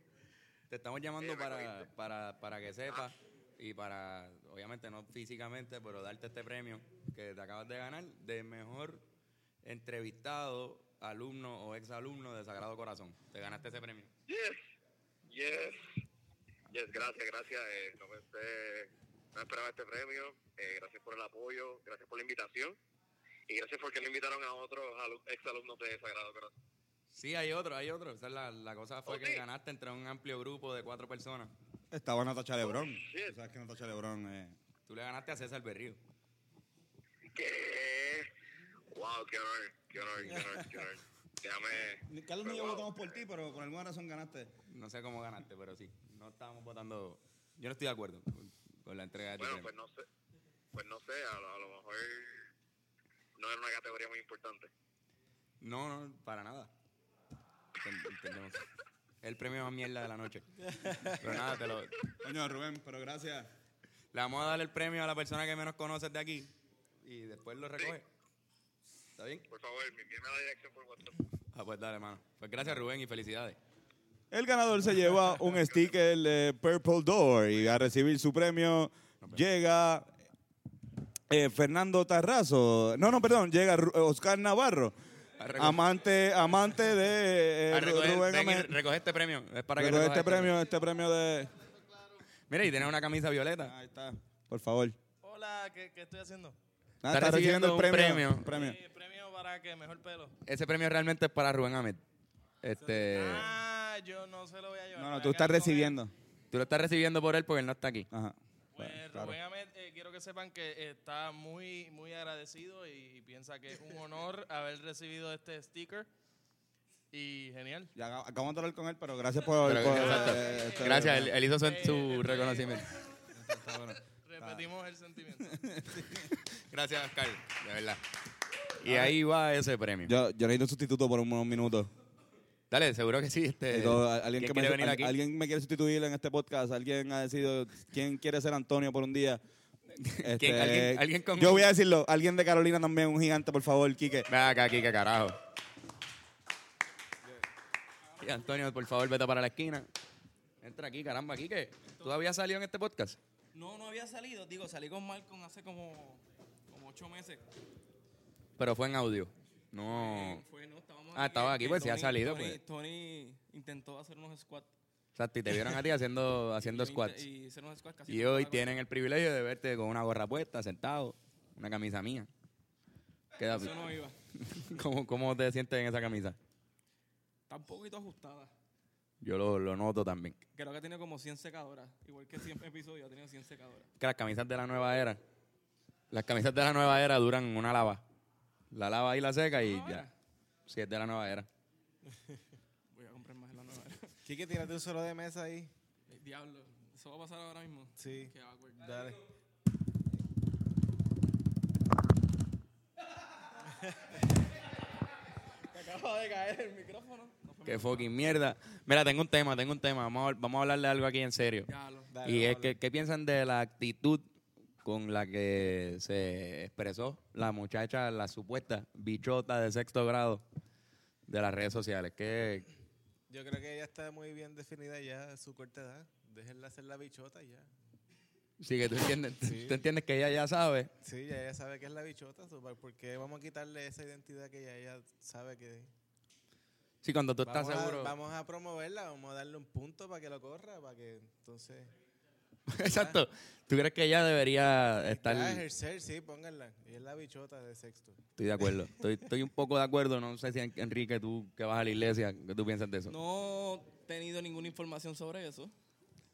Speaker 1: Te estamos llamando
Speaker 5: Eh, me
Speaker 1: para, para, para que
Speaker 5: Ah.
Speaker 1: sepas y para, obviamente no físicamente, pero darte este premio que te acabas de ganar de mejor entrevistado, alumno o exalumno de Sagrado Corazón. Te ganaste ese premio.
Speaker 5: Yes, yes, yes, gracias, gracias. eh, no, pensé- no esperaba este premio. eh, gracias por el apoyo, gracias por la invitación y gracias porque lo invitaron a otros alu- exalumnos de Sagrado Corazón.
Speaker 1: Sí, hay otro, hay otro. Esa es la, la cosa fue
Speaker 5: Oh,
Speaker 1: que
Speaker 5: sí.
Speaker 1: ganaste entre un amplio grupo de cuatro personas.
Speaker 2: Estaba Natacha Lebrón.
Speaker 5: Oh, shit.
Speaker 2: Tú sabes que Natacha Lebrón eh,
Speaker 1: Tú le ganaste a César Berrío.
Speaker 5: ¿Qué? Wow, qué honor, qué honor, qué honor, qué honor. Déjame.
Speaker 2: Carlos
Speaker 5: pero
Speaker 2: ni yo
Speaker 5: wow,
Speaker 2: votamos por ti, pero con alguna razón ganaste.
Speaker 1: No sé cómo ganaste, pero sí. No estábamos votando... Yo no estoy de acuerdo con, con la entrega de tu
Speaker 5: Bueno,
Speaker 1: premio.
Speaker 5: pues no sé, pues no sé, a lo, a lo mejor no era una categoría muy importante.
Speaker 1: No, no, para nada. Ent- entendemos. El premio más mierda de la noche. Pero nada, te lo,
Speaker 2: Coño, Rubén, pero gracias.
Speaker 1: le vamos a dar el premio a la persona que menos conoces de aquí y después lo recoge. ¿Está bien?
Speaker 5: Por favor, envíeme la dirección por WhatsApp.
Speaker 1: Ah, pues dale, hermano. Pues gracias, Rubén, y felicidades.
Speaker 2: El ganador se lleva un sticker de Purple Door y a recibir su premio llega eh, Fernando Tarrazo. No, no, perdón, llega Ru- Oscar Navarro.
Speaker 1: A recoger-
Speaker 2: Amante, amante de eh,
Speaker 1: A
Speaker 2: Ru-
Speaker 1: recoger-
Speaker 2: Rubén
Speaker 1: ven y
Speaker 2: Ahmed.
Speaker 1: Ah, recoge este premio. Es para
Speaker 2: Recoge
Speaker 1: que recoja
Speaker 2: este premio, este premio de.
Speaker 1: Mira, y tienes una camisa violeta.
Speaker 2: Ahí está. Por favor.
Speaker 8: Hola, ¿qué, qué estoy haciendo?
Speaker 2: Ah,
Speaker 1: Está recibiendo un premio.
Speaker 2: un premio.
Speaker 8: Eh, premio para que mejor pelo.
Speaker 1: Ese premio realmente es para Rubén Ahmed. Este,
Speaker 8: Ah, yo no se lo voy a llevar.
Speaker 2: No, no,
Speaker 8: me
Speaker 2: tú
Speaker 8: la
Speaker 2: estás
Speaker 8: quedo con él.
Speaker 2: recibiendo.
Speaker 1: tú lo estás recibiendo por él porque él no está aquí.
Speaker 2: Ajá.
Speaker 10: Pues
Speaker 2: Claro.
Speaker 10: Rubén Ahmed, eh, quiero que sepan que eh, está muy, muy agradecido y piensa que es un honor haber recibido este sticker. Y genial.
Speaker 2: Ya acab- acabamos de hablar con él, pero gracias por.
Speaker 1: Pero-
Speaker 2: por-
Speaker 1: exacto.
Speaker 2: eh, este-
Speaker 1: Gracias, él, él hizo su, su
Speaker 10: Eh,
Speaker 1: reconocimiento.
Speaker 2: Está bueno.
Speaker 10: Repetimos el sentimiento.
Speaker 1: Gracias, Oscar, de verdad. Y ahí va ese premio.
Speaker 2: Yo, Ah, yo necesito un sustituto por unos minutos.
Speaker 1: Dale, seguro que sí. Este,
Speaker 2: Entonces, al- alguien, que
Speaker 1: ¿quién
Speaker 2: me,
Speaker 1: quiere venir
Speaker 2: al-
Speaker 1: aquí?
Speaker 2: alguien me quiere sustituir en este podcast. Alguien ha decidido quién quiere ser Antonio por un día. Este,
Speaker 1: ¿Alguien- alguien con-
Speaker 2: Yo voy a decirlo. Alguien de Carolina también, un gigante, por favor, Quique.
Speaker 1: Ven acá, aquí, que carajo. Y Antonio, por favor, vete para la esquina. Entra aquí, caramba, aquí que tú habías salido en este podcast.
Speaker 10: No, no había salido. Digo, salí con Malcolm hace como, como ocho meses.
Speaker 1: Pero fue en audio. No.
Speaker 10: Fue, no, estábamos
Speaker 1: Ah, estaba aquí,
Speaker 10: que
Speaker 1: pues, sí ha salido,
Speaker 10: Tony,
Speaker 1: pues.
Speaker 10: Tony intentó hacer unos squats.
Speaker 1: Exacto, y te vieron a ti haciendo, haciendo
Speaker 11: Y-
Speaker 1: squats.
Speaker 11: y hacer unos squats casi
Speaker 1: Y
Speaker 11: con
Speaker 1: hoy
Speaker 11: una
Speaker 1: tienen el privilegio de verte con una gorra puesta, sentado, una camisa mía. Queda-
Speaker 11: Eso no iba.
Speaker 1: ¿Cómo, ¿Cómo te sientes en esa camisa?
Speaker 11: Está un poquito ajustada.
Speaker 1: Yo lo, lo noto también.
Speaker 11: Creo que ha tenido como 100 secadoras. Igual que 100 episodios, ha tenido 100 secadoras.
Speaker 1: que las camisas de la nueva era, las camisas de la nueva era duran una lava. La lava y la seca
Speaker 11: Ah,
Speaker 1: y ya. Si es de la nueva era.
Speaker 11: Voy a comprar más en la nueva era.
Speaker 8: Quique, tírate un solo de mesa ahí.
Speaker 11: Eh, Diablo, eso va a pasar ahora mismo.
Speaker 8: Sí.
Speaker 11: Qué awkward.
Speaker 8: Dale.
Speaker 11: Me acaba de caer el micrófono. No fue
Speaker 1: Qué
Speaker 11: mi-
Speaker 1: fucking mierda. Mira, tengo un tema, tengo un tema. Vamos a, vamos a hablar de algo aquí en serio.
Speaker 11: Dale,
Speaker 1: y
Speaker 11: dale.
Speaker 1: es que, ¿qué piensan de la actitud con la que se expresó la muchacha, la supuesta bichota de sexto grado de las redes sociales? ¿Qué,
Speaker 8: Yo creo que ella está muy bien definida ya a su corta edad. Déjenla hacer la bichota y ya.
Speaker 1: sí, que tú entiendes,
Speaker 8: Sí.
Speaker 1: tú entiendes que ella ya sabe.
Speaker 8: Sí, ya ella sabe que es la bichota, so, ¿por qué vamos a quitarle esa identidad que ya ella sabe que...
Speaker 1: Sí, cuando tú estás
Speaker 8: Vamos a-
Speaker 1: seguro.
Speaker 8: vamos a promoverla, vamos a darle un punto para que lo corra, para que entonces...
Speaker 1: Exacto. ¿Tú crees que ella debería estar.?
Speaker 8: Ah, ejercer, sí, pónganla. Ella es la bichota de sexto.
Speaker 1: Estoy de acuerdo. Estoy, estoy un poco de acuerdo. No sé si, en- Enrique, tú que vas a la iglesia, ¿qué tú piensas de eso?
Speaker 11: No he tenido ninguna información sobre eso.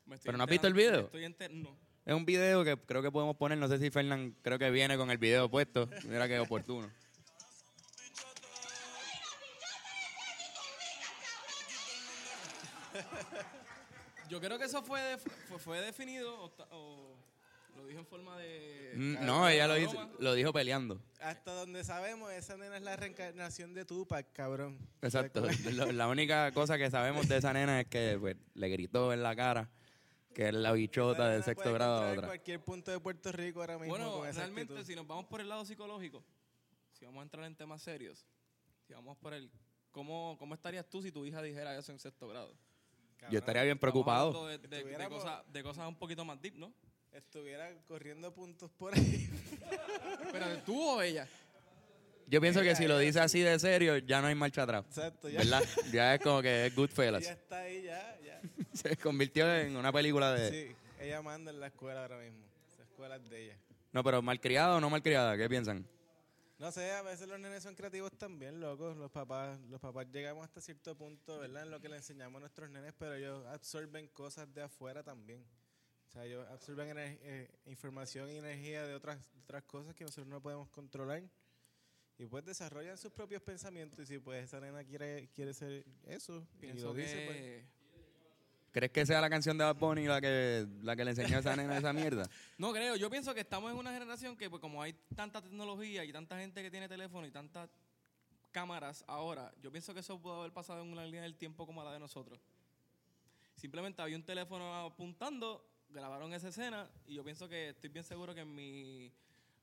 Speaker 11: Me estoy
Speaker 1: ¿Pero no has visto
Speaker 11: enterando-
Speaker 1: el video?
Speaker 11: me Estoy enter- no.
Speaker 1: Es un video que creo que podemos poner. No sé si Fernán creo que viene con el video puesto. Mira qué oportuno.
Speaker 11: Yo creo que eso fue, def- fue, fue definido o, ta- o lo dijo en forma de...
Speaker 1: Mm, No, ella lo,
Speaker 11: de
Speaker 1: hizo-
Speaker 11: broma.
Speaker 1: lo dijo peleando.
Speaker 8: Hasta donde sabemos, esa nena es la reencarnación de Tupac, cabrón.
Speaker 1: Exacto. Lo- la única cosa que sabemos de esa nena es que pues, le gritó en la cara que es la bichota de sexto
Speaker 8: Puede
Speaker 1: grado a
Speaker 8: encontrar
Speaker 1: otra.
Speaker 8: cualquier punto de Puerto Rico ahora mismo
Speaker 11: Bueno,
Speaker 8: con esa
Speaker 11: realmente,
Speaker 8: actitud.
Speaker 11: si nos vamos por el lado psicológico, si vamos a entrar en temas serios, si vamos por el... ¿Cómo, cómo estarías tú si tu hija dijera eso en sexto grado?
Speaker 1: Yo estaría bien
Speaker 11: Estamos
Speaker 1: preocupado.
Speaker 11: hablando De, de- de
Speaker 8: Estuviéramos-
Speaker 11: cosas, de cosas un poquito más deep, ¿no?
Speaker 8: Estuviera corriendo puntos por ahí.
Speaker 11: Pero tú o ella.
Speaker 1: Yo pienso que si lo dice así de serio, ya no hay marcha atrás.
Speaker 8: Exacto, ya.
Speaker 1: ¿Verdad? Ya es como que es Goodfellas.
Speaker 8: Ya está ahí, ya, ya.
Speaker 1: Se convirtió en una película de...
Speaker 8: Sí, ella manda en la escuela ahora mismo. Esa escuela es de ella.
Speaker 1: No, pero malcriada o no malcriada, ¿qué piensan?
Speaker 8: No sé, a veces los nenes son creativos también, locos. Los papás, los papás llegamos hasta cierto punto, ¿verdad? En lo que le enseñamos a nuestros nenes, pero ellos absorben cosas de afuera también. O sea, ellos absorben ener- eh, información y energía de otras, de otras cosas que nosotros no podemos controlar. Y pues desarrollan sus propios pensamientos. Y si pues esa nena quiere, quiere ser eso, y
Speaker 11: Pienso
Speaker 8: lo dice,
Speaker 11: que...
Speaker 8: pues.
Speaker 1: ¿Crees que sea la canción de Bad Bunny la que, la que le enseñó a esa nena esa mierda?
Speaker 11: No creo, yo pienso que estamos en una generación que pues como hay tanta tecnología y tanta gente que tiene teléfono y tantas cámaras ahora, yo pienso que eso pudo haber pasado en una línea del tiempo como la de nosotros. Simplemente había un teléfono apuntando, grabaron esa escena y yo pienso que estoy bien seguro que en mi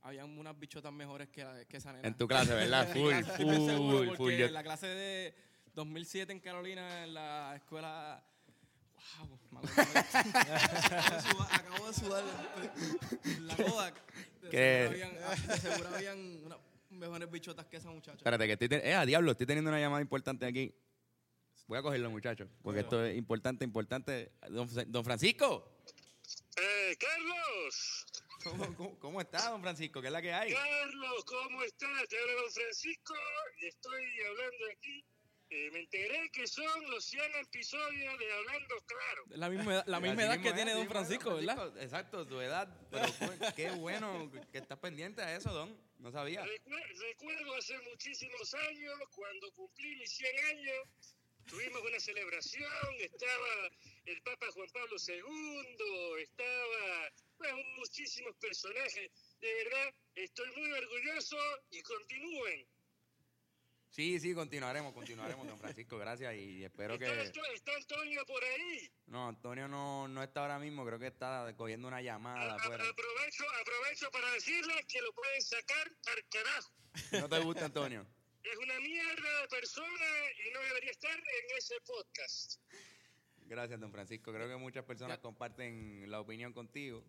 Speaker 11: habían unas bichotas mejores que, la- que esa nena.
Speaker 1: En tu clase, ¿verdad?
Speaker 11: En mi
Speaker 1: Full,
Speaker 11: clase, estoy bien seguro,
Speaker 1: full,
Speaker 11: porque
Speaker 1: full. Yo-
Speaker 11: en la clase de 2007 en Carolina, en la escuela... Wow, me acuerdo de- acabo de sudar- acabo de sudar. La Kodak. De
Speaker 1: ¿Qué?
Speaker 11: seguro habían- ah, de seguro habían unas mejores bichotas que esa muchacha.
Speaker 1: Espérate, que estoy... ten- Eh, a diablo, estoy teniendo una llamada importante aquí. Voy a cogerlo, muchachos, porque esto es importante, importante. Don, Fra- don Francisco.
Speaker 5: ¡Eh, Carlos!
Speaker 1: ¿Cómo, cómo, cómo está, don Francisco? ¿Qué es la que hay?
Speaker 5: Carlos, ¿cómo estás? Te habla don Francisco y estoy hablando aquí. Eh, me enteré que son los 100 episodios de Hablando Claro.
Speaker 11: La misma edad, la
Speaker 1: Así
Speaker 11: misma edad
Speaker 1: mismo
Speaker 11: que
Speaker 1: es,
Speaker 11: tiene
Speaker 1: así
Speaker 11: don
Speaker 1: mismo es,
Speaker 11: Francisco, ¿verdad?
Speaker 1: Exacto, tu edad. Pero pues, qué bueno que estás pendiente a eso, don. No sabía.
Speaker 5: Recue- recuerdo hace muchísimos años, cuando cumplí mis 100 años, tuvimos una celebración, estaba el Papa Juan Pablo II, estaba bueno, muchísimos personajes. De verdad, estoy muy orgulloso y continúen.
Speaker 1: Sí, sí, continuaremos, continuaremos, don Francisco. Gracias y espero
Speaker 5: Está,
Speaker 1: que...
Speaker 5: Anto- está Antonio por ahí.
Speaker 1: No, Antonio no, no está ahora mismo, creo que está cogiendo una llamada afuera.
Speaker 5: Aprovecho, aprovecho para decirles que lo pueden sacar al carajo.
Speaker 1: ¿No te gusta, Antonio?
Speaker 5: Es una mierda de persona y no debería estar en ese podcast.
Speaker 1: Gracias, don Francisco. Creo que muchas personas comparten la opinión contigo.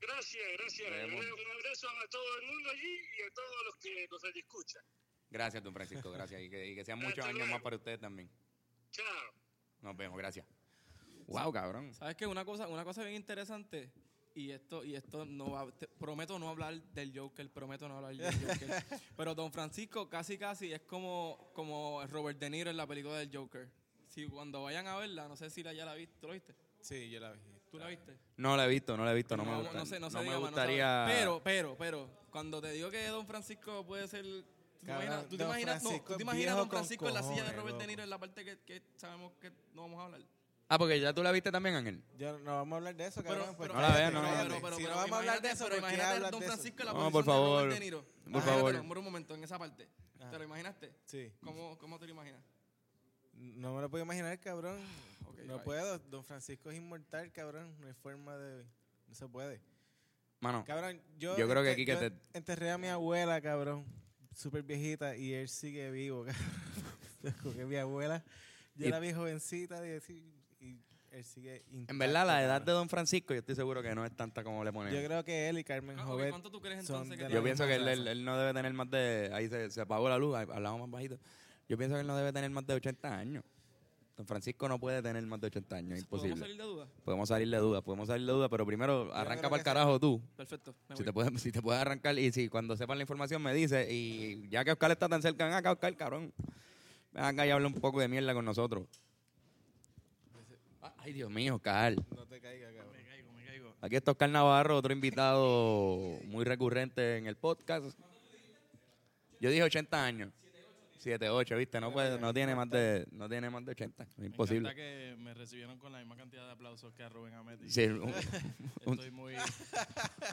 Speaker 5: Gracias, gracias.
Speaker 1: Vemos.
Speaker 5: Un abrazo a todo el mundo allí y a todos los que nos escuchan.
Speaker 1: Gracias, don Francisco, gracias. Y que, y que sean muchos
Speaker 5: Hasta
Speaker 1: años más
Speaker 5: luego.
Speaker 1: para ustedes también.
Speaker 5: Chao.
Speaker 1: Nos vemos, gracias. Wow, cabrón.
Speaker 11: ¿Sabes qué? Una cosa, una cosa bien interesante, y esto, y esto no va- te- prometo no hablar del Joker, prometo no hablar del Joker. Pero Don Francisco casi casi es como, como Robert De Niro en la película del Joker. Si cuando vayan a verla, no sé si la ya la viste, ¿tú la viste?
Speaker 8: Sí, yo la vi.
Speaker 11: ¿Tú la viste?
Speaker 1: No la he visto, no la he visto, no, me
Speaker 11: No,
Speaker 1: gusta.
Speaker 11: no sé, no sé,
Speaker 1: me
Speaker 11: digamos, no
Speaker 1: gustaría.
Speaker 11: sabe. pero, pero, pero, cuando te digo que Don Francisco puede ser. ¿Tú te
Speaker 8: Cabrón,
Speaker 11: imaginas, tú te
Speaker 8: Don
Speaker 11: imaginas, no,
Speaker 8: Francisco
Speaker 11: ¿tú te
Speaker 8: es
Speaker 11: imaginas a
Speaker 8: viejo
Speaker 11: Don
Speaker 8: con
Speaker 11: Francisco en la silla de
Speaker 8: cojones,
Speaker 11: Robert De
Speaker 8: loco.
Speaker 11: Niro en la parte que, que sabemos que no vamos a hablar?
Speaker 1: Ah, porque ya tú la viste también, Ángel.
Speaker 8: Yo, pues, no vamos a hablar de eso,
Speaker 11: Pero-
Speaker 8: cabrón. pues,
Speaker 1: no la veas,
Speaker 8: cállate,
Speaker 1: no, no, no.
Speaker 8: cállate.
Speaker 1: Pero- pero-
Speaker 8: Si no
Speaker 11: pero
Speaker 8: vamos a hablar de
Speaker 11: imagínate-
Speaker 8: eso,
Speaker 11: pero
Speaker 8: ¿por qué
Speaker 11: imagínate a
Speaker 8: hablas
Speaker 11: Don
Speaker 8: de
Speaker 11: Francisco
Speaker 8: eso?
Speaker 11: en la
Speaker 1: No,
Speaker 11: posición
Speaker 1: por
Speaker 11: de Robert
Speaker 1: favor.
Speaker 11: De Niro.
Speaker 1: Por
Speaker 11: Imagínatelo,
Speaker 1: favor.
Speaker 11: por un momento, en esa parte. ¿Te lo imaginaste?
Speaker 8: Ah. Sí.
Speaker 11: ¿Cómo, cómo te lo imaginas?
Speaker 8: No me lo puedo imaginar, cabrón.
Speaker 11: Ok,
Speaker 8: no
Speaker 11: bye.
Speaker 8: puedo. Don Francisco es inmortal, cabrón. No hay forma de... No se puede.
Speaker 1: Mano,
Speaker 8: Cabrón, yo...
Speaker 1: yo creo que
Speaker 8: ente-
Speaker 1: aquí que
Speaker 8: yo
Speaker 1: te-
Speaker 8: Enterré a mi abuela, cabrón. Súper viejita. Y él sigue vivo, cabrón. que mi abuela... Yo
Speaker 1: Y-
Speaker 8: la vi jovencita y, así, y él sigue intacto,
Speaker 1: En verdad, la edad
Speaker 8: cabrón.
Speaker 1: de Don Francisco, yo estoy seguro que no es tanta como le ponen.
Speaker 8: Yo creo que él y Carmen Jovet Ah, ¿Cuánto tú crees entonces que
Speaker 1: Yo pienso que él, él- él no debe tener más de. Ahí se, se apagó la luz, ahí hablamos más bajito. Yo pienso que él no debe tener más de 80 años. Don Francisco no puede tener más de 80 años, imposible.
Speaker 11: salir de duda?
Speaker 1: Podemos salir de duda, podemos salir de duda, pero primero arranca
Speaker 11: creo
Speaker 1: para el
Speaker 11: que sí.
Speaker 1: carajo tú.
Speaker 11: Perfecto, me
Speaker 1: Si
Speaker 11: voy.
Speaker 1: te, puedes, si te puedes arrancar y si cuando sepan la información me dices, y ya que Oscar está tan cerca, ven acá, Oscar, cabrón. Ven acá y habla un poco de mierda con nosotros. Ay, Dios mío, Oscar.
Speaker 8: No te caigas, cabrón. Me caigo, me caigo.
Speaker 1: Aquí está Oscar Navarro, otro invitado muy recurrente en el podcast. Yo dije 80 años. 7, 8, ¿viste? No, puede, no, tiene más de, no tiene más de 80. Es
Speaker 10: Me
Speaker 1: imposible.
Speaker 10: encanta que me recibieron con la misma cantidad de aplausos que a Rubén Ameti.
Speaker 1: Sí, un- un-
Speaker 10: Estoy muy,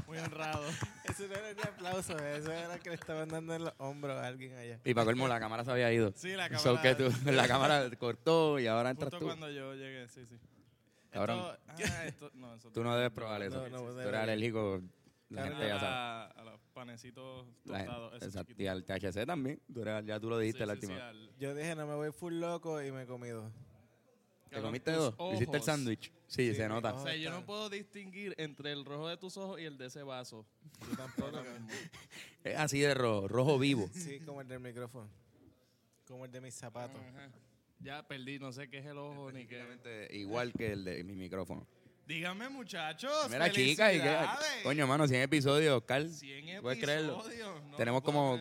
Speaker 10: muy honrado.
Speaker 8: Eso no era ni aplauso, eh. eso era que le estaban dando en los hombros a alguien allá.
Speaker 1: Y para colmo, la cámara se había ido.
Speaker 10: Sí, la
Speaker 1: So que
Speaker 10: cámara-
Speaker 1: tú- la cámara cortó y ahora entras
Speaker 10: Justo
Speaker 1: tú.
Speaker 10: cuando yo llegué, sí, sí.
Speaker 1: Cabrón.
Speaker 10: Esto- ah, esto- no, eso
Speaker 1: Tú no debes probar eso.
Speaker 10: No, no,
Speaker 1: tú
Speaker 10: no,
Speaker 1: eres
Speaker 10: no.
Speaker 1: alérgico. La
Speaker 10: Claro,
Speaker 1: gente ya sabe.
Speaker 10: a, a los panecitos
Speaker 1: La gente-
Speaker 10: tostados. esos
Speaker 1: exacto,
Speaker 10: chiquitos.
Speaker 1: y al THC también. Tú eres- ya tú lo dijiste
Speaker 10: Sí,
Speaker 1: la
Speaker 10: sí, sí,
Speaker 1: última vez.
Speaker 10: al-
Speaker 8: Yo dije, no me voy full loco y me comí dos.
Speaker 1: ¿Te comiste dos? ¿Hiciste el sándwich? Sí, se nota.
Speaker 10: O sea, yo no puedo distinguir entre el rojo de tus ojos y el de ese vaso. Yo tampoco.
Speaker 1: Es así de rojo, rojo vivo.
Speaker 8: Sí, como el del micrófono. Como el de mis zapatos.
Speaker 10: ya perdí, no sé qué es el ojo ni qué.
Speaker 1: Igual que el de mi micrófono.
Speaker 10: Díganme, muchachos.
Speaker 1: Mira, chica, y que,
Speaker 10: felicidades.
Speaker 1: coño, mano, 100 episodios, Oscar.
Speaker 10: 100
Speaker 1: ¿Puedes creerlo?
Speaker 10: episodios, no
Speaker 1: Tenemos como,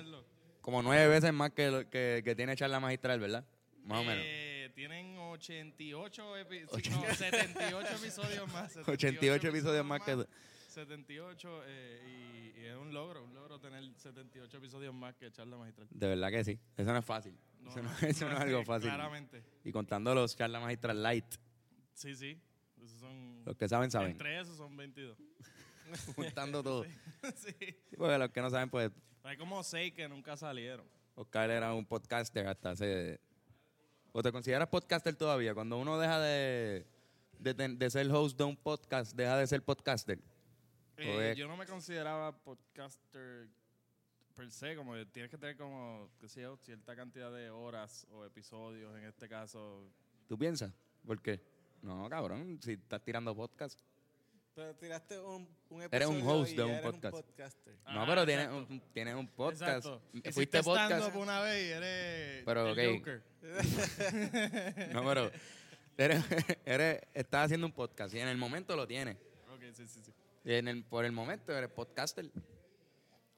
Speaker 1: como nueve veces más que, lo- que, que tiene charla magistral, ¿verdad? Más o menos.
Speaker 10: Eh, tienen 88 episodios. No, 78 episodios más. 78
Speaker 1: 88 episodios más que.
Speaker 10: 78 eh, y, y es un logro, un logro tener 78 episodios más que charla magistral.
Speaker 1: De verdad que sí. Eso no es fácil.
Speaker 10: No,
Speaker 1: eso no,
Speaker 10: no,
Speaker 1: eso no
Speaker 10: no,
Speaker 1: es algo fácil.
Speaker 10: claramente.
Speaker 1: Y contando los charla magistral light.
Speaker 10: Sí, sí. Esos son-
Speaker 1: Los que saben, saben.
Speaker 10: Entre esos son 22.
Speaker 1: Juntando todo.
Speaker 10: sí.
Speaker 1: Sí, porque los que no saben, pues
Speaker 10: Pero hay como 6 que nunca salieron.
Speaker 1: Oscar era un podcaster hasta hace... ¿O te consideras podcaster todavía? Cuando uno deja de, de, ten- de ser host de un podcast, deja de ser podcaster. ¿O
Speaker 10: Eh,
Speaker 1: es-
Speaker 10: yo no me consideraba podcaster per se, como que tienes que tener como, qué sé yo, cierta cantidad de horas o episodios en este caso.
Speaker 1: ¿Tú piensas? ¿Por qué? No, cabrón, si estás tirando podcast.
Speaker 8: Pero tiraste un, un episodio.
Speaker 1: Eres un host
Speaker 8: y
Speaker 1: de
Speaker 8: ya
Speaker 1: un
Speaker 8: eres
Speaker 1: podcast.
Speaker 8: podcaster.
Speaker 1: no,
Speaker 10: Ah,
Speaker 1: pero tienes un, tienes un podcast.
Speaker 10: Exacto.
Speaker 1: Eh,
Speaker 10: Hiciste
Speaker 1: Fuiste podcast.
Speaker 10: stand-up una vez y eres
Speaker 1: Pero,
Speaker 10: el
Speaker 1: ok.
Speaker 10: Joker.
Speaker 1: no, pero eres, eres- estás haciendo un podcast y en el momento lo tienes.
Speaker 10: Ok, sí, sí, sí.
Speaker 1: Y en el- por el momento eres podcaster.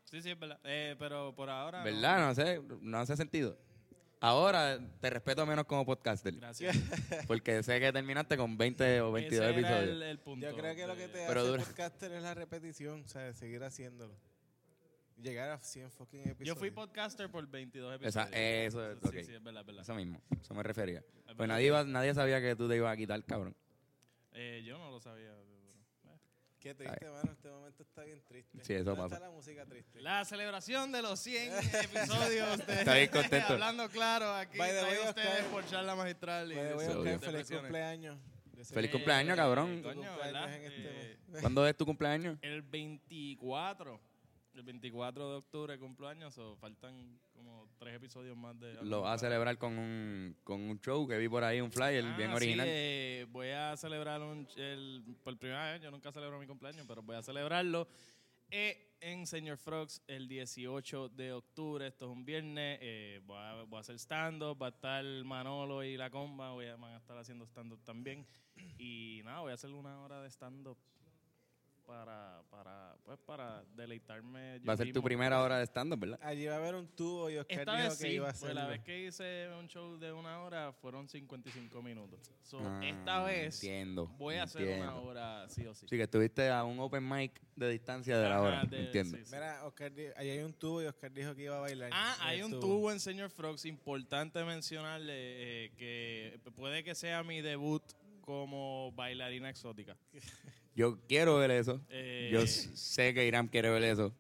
Speaker 10: Sí, sí, es verdad. Eh, pero por ahora... no.
Speaker 1: ¿Verdad? No sé, no hace sentido. Ahora te respeto menos como podcaster.
Speaker 10: Gracias.
Speaker 1: Porque sé que terminaste con 20 o 22
Speaker 10: Ese era
Speaker 1: episodios.
Speaker 10: el- el punto.
Speaker 8: Yo creo que lo que te
Speaker 1: Pero
Speaker 8: hace
Speaker 1: dura.
Speaker 8: podcaster es la repetición, o sea, de seguir haciéndolo. Llegar a 100 fucking episodios.
Speaker 10: Yo fui podcaster por 22
Speaker 1: Esa- eh,
Speaker 10: episodios.
Speaker 1: eso, es-
Speaker 10: Sí,
Speaker 1: ok.
Speaker 10: sí, es verdad, es verdad.
Speaker 1: Eso mismo, eso me refería. Pues
Speaker 10: verdad.
Speaker 1: nadie, iba- nadie sabía que tú te ibas a quitar, cabrón.
Speaker 10: Eh, yo no lo sabía. pero, eh.
Speaker 8: Qué triste, mano. Este momento está bien triste.
Speaker 1: Sí, eso
Speaker 8: ¿Dónde
Speaker 1: pasa.
Speaker 8: está la música triste?
Speaker 10: La celebración de los 100 episodios de
Speaker 1: Está bien contento.
Speaker 10: Hablando Claro aquí
Speaker 8: By the
Speaker 10: traído
Speaker 8: way,
Speaker 10: a ustedes
Speaker 8: Oscar.
Speaker 10: por charla magistral. Y
Speaker 8: By the way,
Speaker 10: sus
Speaker 8: Oscar, feliz
Speaker 10: interpretaciones.
Speaker 8: cumpleaños. Yo sé
Speaker 1: Feliz
Speaker 8: que-
Speaker 1: cumpleaños,
Speaker 8: eh,
Speaker 1: cabrón.
Speaker 8: tu
Speaker 10: Coño,
Speaker 8: cumpleaños
Speaker 10: ¿verdad?
Speaker 8: en este
Speaker 10: Eh,
Speaker 8: mes.
Speaker 1: ¿Cuándo es tu cumpleaños?
Speaker 10: El 24. El 24 de octubre cumpleaños. O faltan como tres episodios más de...
Speaker 1: Lo vas a celebrar con un, con un show que vi por ahí, un flyer
Speaker 10: Ah,
Speaker 1: bien
Speaker 10: sí,
Speaker 1: original.
Speaker 10: eh, voy a celebrar un, el, por primera vez, yo nunca celebro mi cumpleaños, pero voy a celebrarlo eh, en Señor Frogs el 18 de octubre. Esto es un viernes. eh, voy, a, voy a hacer stand-up. Va a estar Manolo y la comba. Voy a, van a estar haciendo stand-up también. Y nada, voy a hacer una hora de stand-up para, para, pues, para deleitarme. yo
Speaker 1: Va a ser tu
Speaker 10: mismo. pues.
Speaker 1: primera hora de stand-up, ¿verdad?
Speaker 8: Allí va a haber un tubo y Oscar
Speaker 10: Esta
Speaker 8: dijo
Speaker 10: vez
Speaker 8: que
Speaker 10: sí,
Speaker 8: iba a
Speaker 10: pues, la
Speaker 8: hacerlo.
Speaker 10: vez que hice un show de una hora fueron 55 minutos. So,
Speaker 1: Ah,
Speaker 10: esta vez
Speaker 1: entiendo,
Speaker 10: voy a hacer una
Speaker 1: entiendo.
Speaker 10: hora sí o sí.
Speaker 1: Sí, que estuviste a un open mic de distancia de la
Speaker 10: Ajá,
Speaker 1: hora.
Speaker 10: de-
Speaker 1: entiendo.
Speaker 10: sí, sí.
Speaker 8: Mira, Oscar, di- ahí hay un tubo y Oscar dijo que iba a bailar.
Speaker 10: Ah,
Speaker 8: en el
Speaker 10: hay un tubo en Señor Frogs. Importante mencionarle eh, que puede que sea mi debut como bailarina exótica.
Speaker 1: Yo quiero ver eso.
Speaker 10: Eh,
Speaker 1: Yo s- sé que Irán quiere ver eso.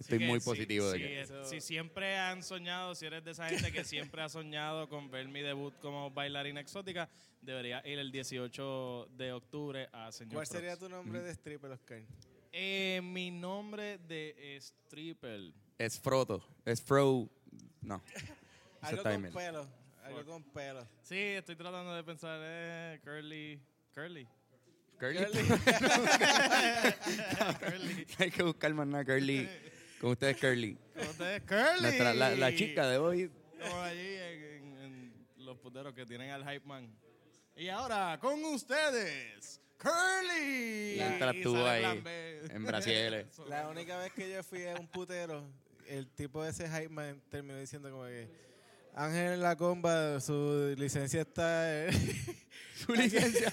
Speaker 1: Estoy
Speaker 10: que
Speaker 1: muy
Speaker 10: si-
Speaker 1: positivo
Speaker 10: si,
Speaker 1: de que.
Speaker 10: eh, si siempre han soñado, si eres de esa gente que siempre ha soñado con ver mi debut como bailarina exótica, debería ir el 18 de octubre a Señor
Speaker 8: ¿Cuál
Speaker 10: Frogs.
Speaker 8: sería tu nombre de stripper, Oscar?
Speaker 10: Eh, mi nombre de stripper.
Speaker 1: Es Frodo. Es Fro. No. Eso
Speaker 8: Algo
Speaker 1: está
Speaker 8: con
Speaker 1: bien.
Speaker 8: pelo. Algo
Speaker 10: Fuck.
Speaker 8: con pelo.
Speaker 10: Sí, estoy tratando de pensar, eh, curly, curly.
Speaker 1: Curly.
Speaker 10: Curly.
Speaker 1: Hay que buscar más nada, Curly. Con ustedes, Curly.
Speaker 10: Con ustedes, Curly.
Speaker 1: Nuestra- la, la chica de hoy.
Speaker 10: Como allí en, en- en los puteros que tienen al hype man. Y ahora, con ustedes, Curly.
Speaker 1: Mientras
Speaker 10: Y
Speaker 1: tú
Speaker 10: sale
Speaker 1: ahí,
Speaker 10: Plan B.
Speaker 1: en brasieres.
Speaker 8: La única vez que yo fui a un putero, el tipo de ese hype man terminó diciendo como que Ángel en la comba, su licencia está... eh.
Speaker 1: su licencia.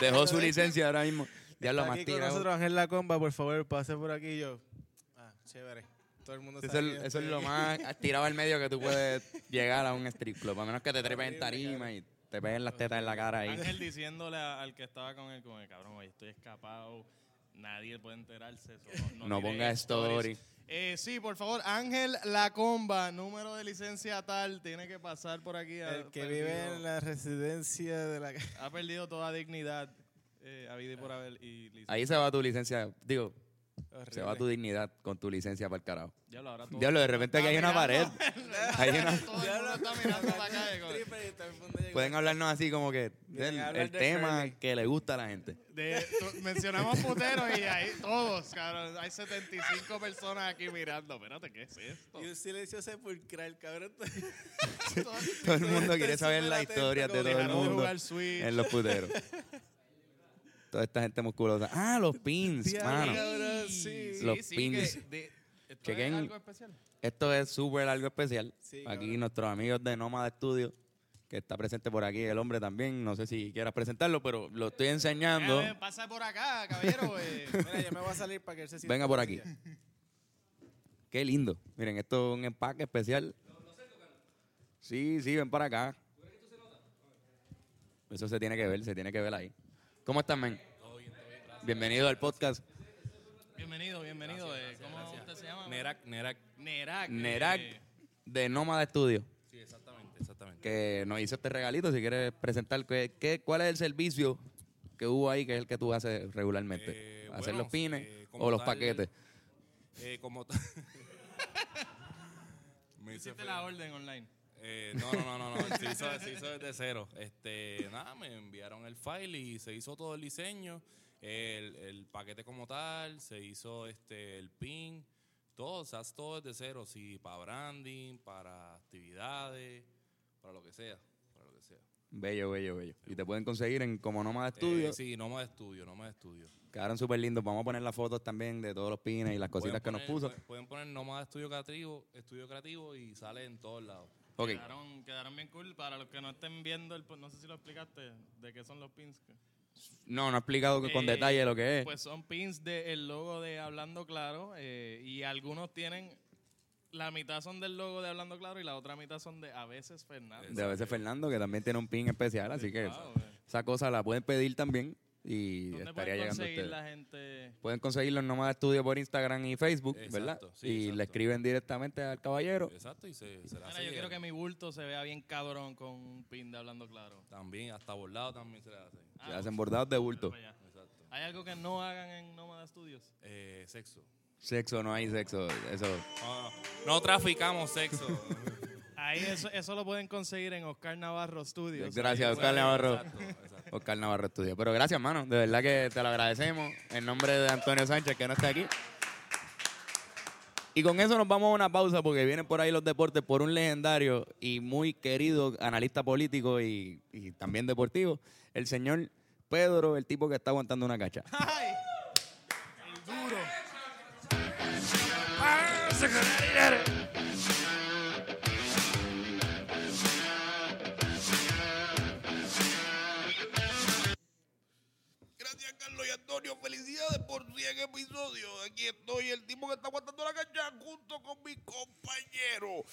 Speaker 1: Dejó su licencia ahora mismo. Ya lo
Speaker 8: Está
Speaker 1: más
Speaker 8: aquí con nosotros Ángel la comba, por favor, pase por aquí Y yo. Ah, chévere. Todo el mundo
Speaker 1: Eso,
Speaker 8: sabe
Speaker 1: es-
Speaker 8: quién
Speaker 1: eso es
Speaker 8: soy.
Speaker 1: lo más tirado al medio que tú puedes llegar a un strip club. A menos que te trepes en tarima y te peguen las tetas en la cara ahí.
Speaker 10: Ángel diciéndole a- al que estaba con él, como que cabrón, hoy estoy escapado, nadie puede enterarse. so no,
Speaker 1: No
Speaker 10: tiré
Speaker 1: ponga
Speaker 10: stories".
Speaker 1: story.
Speaker 10: Eh, sí, por favor, Ángel La Comba, número de licencia tal, tiene que pasar por aquí. ha
Speaker 8: El que
Speaker 10: perdido-
Speaker 8: vive en la residencia de la...
Speaker 10: Ha perdido toda dignidad, eh, habida y por haber. Y licencia.
Speaker 1: Ahí se va tu licencia. Digo, se
Speaker 10: Horrible.
Speaker 1: va tu dignidad con tu licencia para el carajo.
Speaker 10: Diablo, ahora todo-
Speaker 1: Diablo, de repente aquí hay una pared.
Speaker 10: mirando.
Speaker 1: Hay una-
Speaker 10: Todo el mundo está mirando para acá. eh, como-
Speaker 1: Pueden hablarnos así como que del,
Speaker 10: Vienen a hablar
Speaker 1: el
Speaker 10: de
Speaker 1: tema que le gusta a la gente.
Speaker 10: De- tú- mencionamos puteros y ahí todos, cabrón. Hay 75 personas aquí mirando. Espérate, ¿qué es esto?
Speaker 8: Y un silencio sepulcral, cabrón.
Speaker 1: Todo el mundo quiere saber las historias de todo el
Speaker 10: Dejaron de
Speaker 1: mundo
Speaker 10: jugar Switch.
Speaker 1: en los puteros. Toda esta gente musculosa. Ah, los pins, mano.
Speaker 10: cabrón, sí.
Speaker 1: Los
Speaker 10: Sí, sí,
Speaker 1: pins.
Speaker 10: que de- ¿esto
Speaker 1: Chequen.
Speaker 10: es algo especial?
Speaker 1: Esto es súper algo especial.
Speaker 10: Sí,
Speaker 1: aquí nuestros amigos de Nómada Studio, que está presente por aquí, el hombre también. No sé si quieras presentarlo, pero lo estoy enseñando.
Speaker 10: Eh, pasa por acá, caballero. eh.
Speaker 8: Mira, yo me voy a salir para que él se sienta.
Speaker 1: Venga por aquí. Qué lindo. Miren, esto es un empaque especial. Sí, sí, ven para acá. Eso se tiene que ver, se tiene que ver ahí. ¿Cómo están, men? Bienvenido al podcast.
Speaker 10: Bienvenido, bienvenido. eh, ¿Cómo usted se llama?
Speaker 12: Nerak, Nerak.
Speaker 10: Nerak. eh,
Speaker 1: Nerak de Nómada Studio,
Speaker 12: Sí, exactamente, exactamente.
Speaker 1: que nos hizo este regalito. Si quieres presentar, ¿qué, qué, cuál es el servicio que hubo ahí, que es el que tú haces regularmente?
Speaker 12: Eh,
Speaker 1: ¿Hacer
Speaker 12: bueno,
Speaker 1: los pines
Speaker 12: eh, como
Speaker 1: o los
Speaker 12: tal,
Speaker 1: paquetes?
Speaker 12: Eh, como tal. Me hice
Speaker 10: Hiciste
Speaker 12: fe-
Speaker 10: la orden online.
Speaker 12: Eh, no, no, no, no, no. Se hizo, se hizo desde cero. Este, nada, me enviaron el file y se hizo todo el diseño, el, el paquete como tal, se hizo este el pin, todo, o sea, es todo desde cero, sí, para branding, para actividades, para lo que sea, para lo que sea.
Speaker 1: Bello, bello, bello. Y te pueden conseguir en como Nómada
Speaker 12: Eh,
Speaker 1: Studio.
Speaker 12: sí, Noma de Estudio, Noma de Estudio.
Speaker 1: Quedaron súper lindos. Vamos a poner las fotos también de todos los pines y las cositas que nos
Speaker 12: Pueden
Speaker 1: puso.
Speaker 12: poner- Pueden poner Nómada Estudio Creativo, Estudio Creativo y sale en todos lados.
Speaker 1: Ok.
Speaker 10: Quedaron, quedaron bien cool. Para los que no estén viendo, el, po- no sé si lo explicaste, de qué son los pins.
Speaker 1: No, no ha explicado que- con
Speaker 10: Eh,
Speaker 1: detalle lo que es.
Speaker 10: Pues son pins del logo de Hablando Claro eh, y algunos tienen, la mitad son del logo de Hablando Claro y la otra mitad son de A veces Fernández.
Speaker 1: de a veces Fernando, que también tiene un pin especial, así
Speaker 12: Ah,
Speaker 1: que esa,
Speaker 10: Wow,
Speaker 1: esa cosa la pueden pedir también y
Speaker 10: ¿Dónde
Speaker 1: estaría
Speaker 10: pueden
Speaker 1: llegando a
Speaker 10: conseguir
Speaker 1: ustedes.
Speaker 10: la gente?
Speaker 1: Pueden conseguirlo en Nomada Studio por Instagram y Facebook,
Speaker 12: Exacto,
Speaker 1: ¿verdad?
Speaker 12: sí,
Speaker 1: y le escriben directamente al caballero.
Speaker 12: Exacto, y se, se la
Speaker 10: Mira,
Speaker 12: hace
Speaker 10: yo quiero
Speaker 12: llegar.
Speaker 10: que mi bulto se vea bien cabrón con un pin de Hablando Claro.
Speaker 12: También, hasta bordado también se le hace.
Speaker 1: Se hacen bordados de bulto.
Speaker 12: Exacto.
Speaker 10: ¿Hay algo que no hagan en Nómada Studios?
Speaker 12: Eh, sexo.
Speaker 1: Sexo, no hay sexo. Eso.
Speaker 12: No, no traficamos sexo.
Speaker 10: Ahí eso, eso lo pueden conseguir en Oscar Navarro Studios.
Speaker 1: Gracias,
Speaker 10: Ahí
Speaker 1: Oscar
Speaker 10: pueden-
Speaker 1: Navarro.
Speaker 10: Exacto, exacto.
Speaker 1: Oscar Navarro Estudio. Pero gracias, mano. De verdad que te lo agradecemos. En nombre de Antonio Sánchez, que no está aquí. Y con eso nos vamos a una pausa porque vienen por ahí los deportes por un legendario y muy querido analista político y, y también deportivo, el señor Pedro, el tipo que está aguantando una cacha.
Speaker 13: Duro.
Speaker 14: Carlos y Antonio, felicidades por 100 episodios. Aquí estoy, el tipo que está aguantando la cancha junto con mi compañero.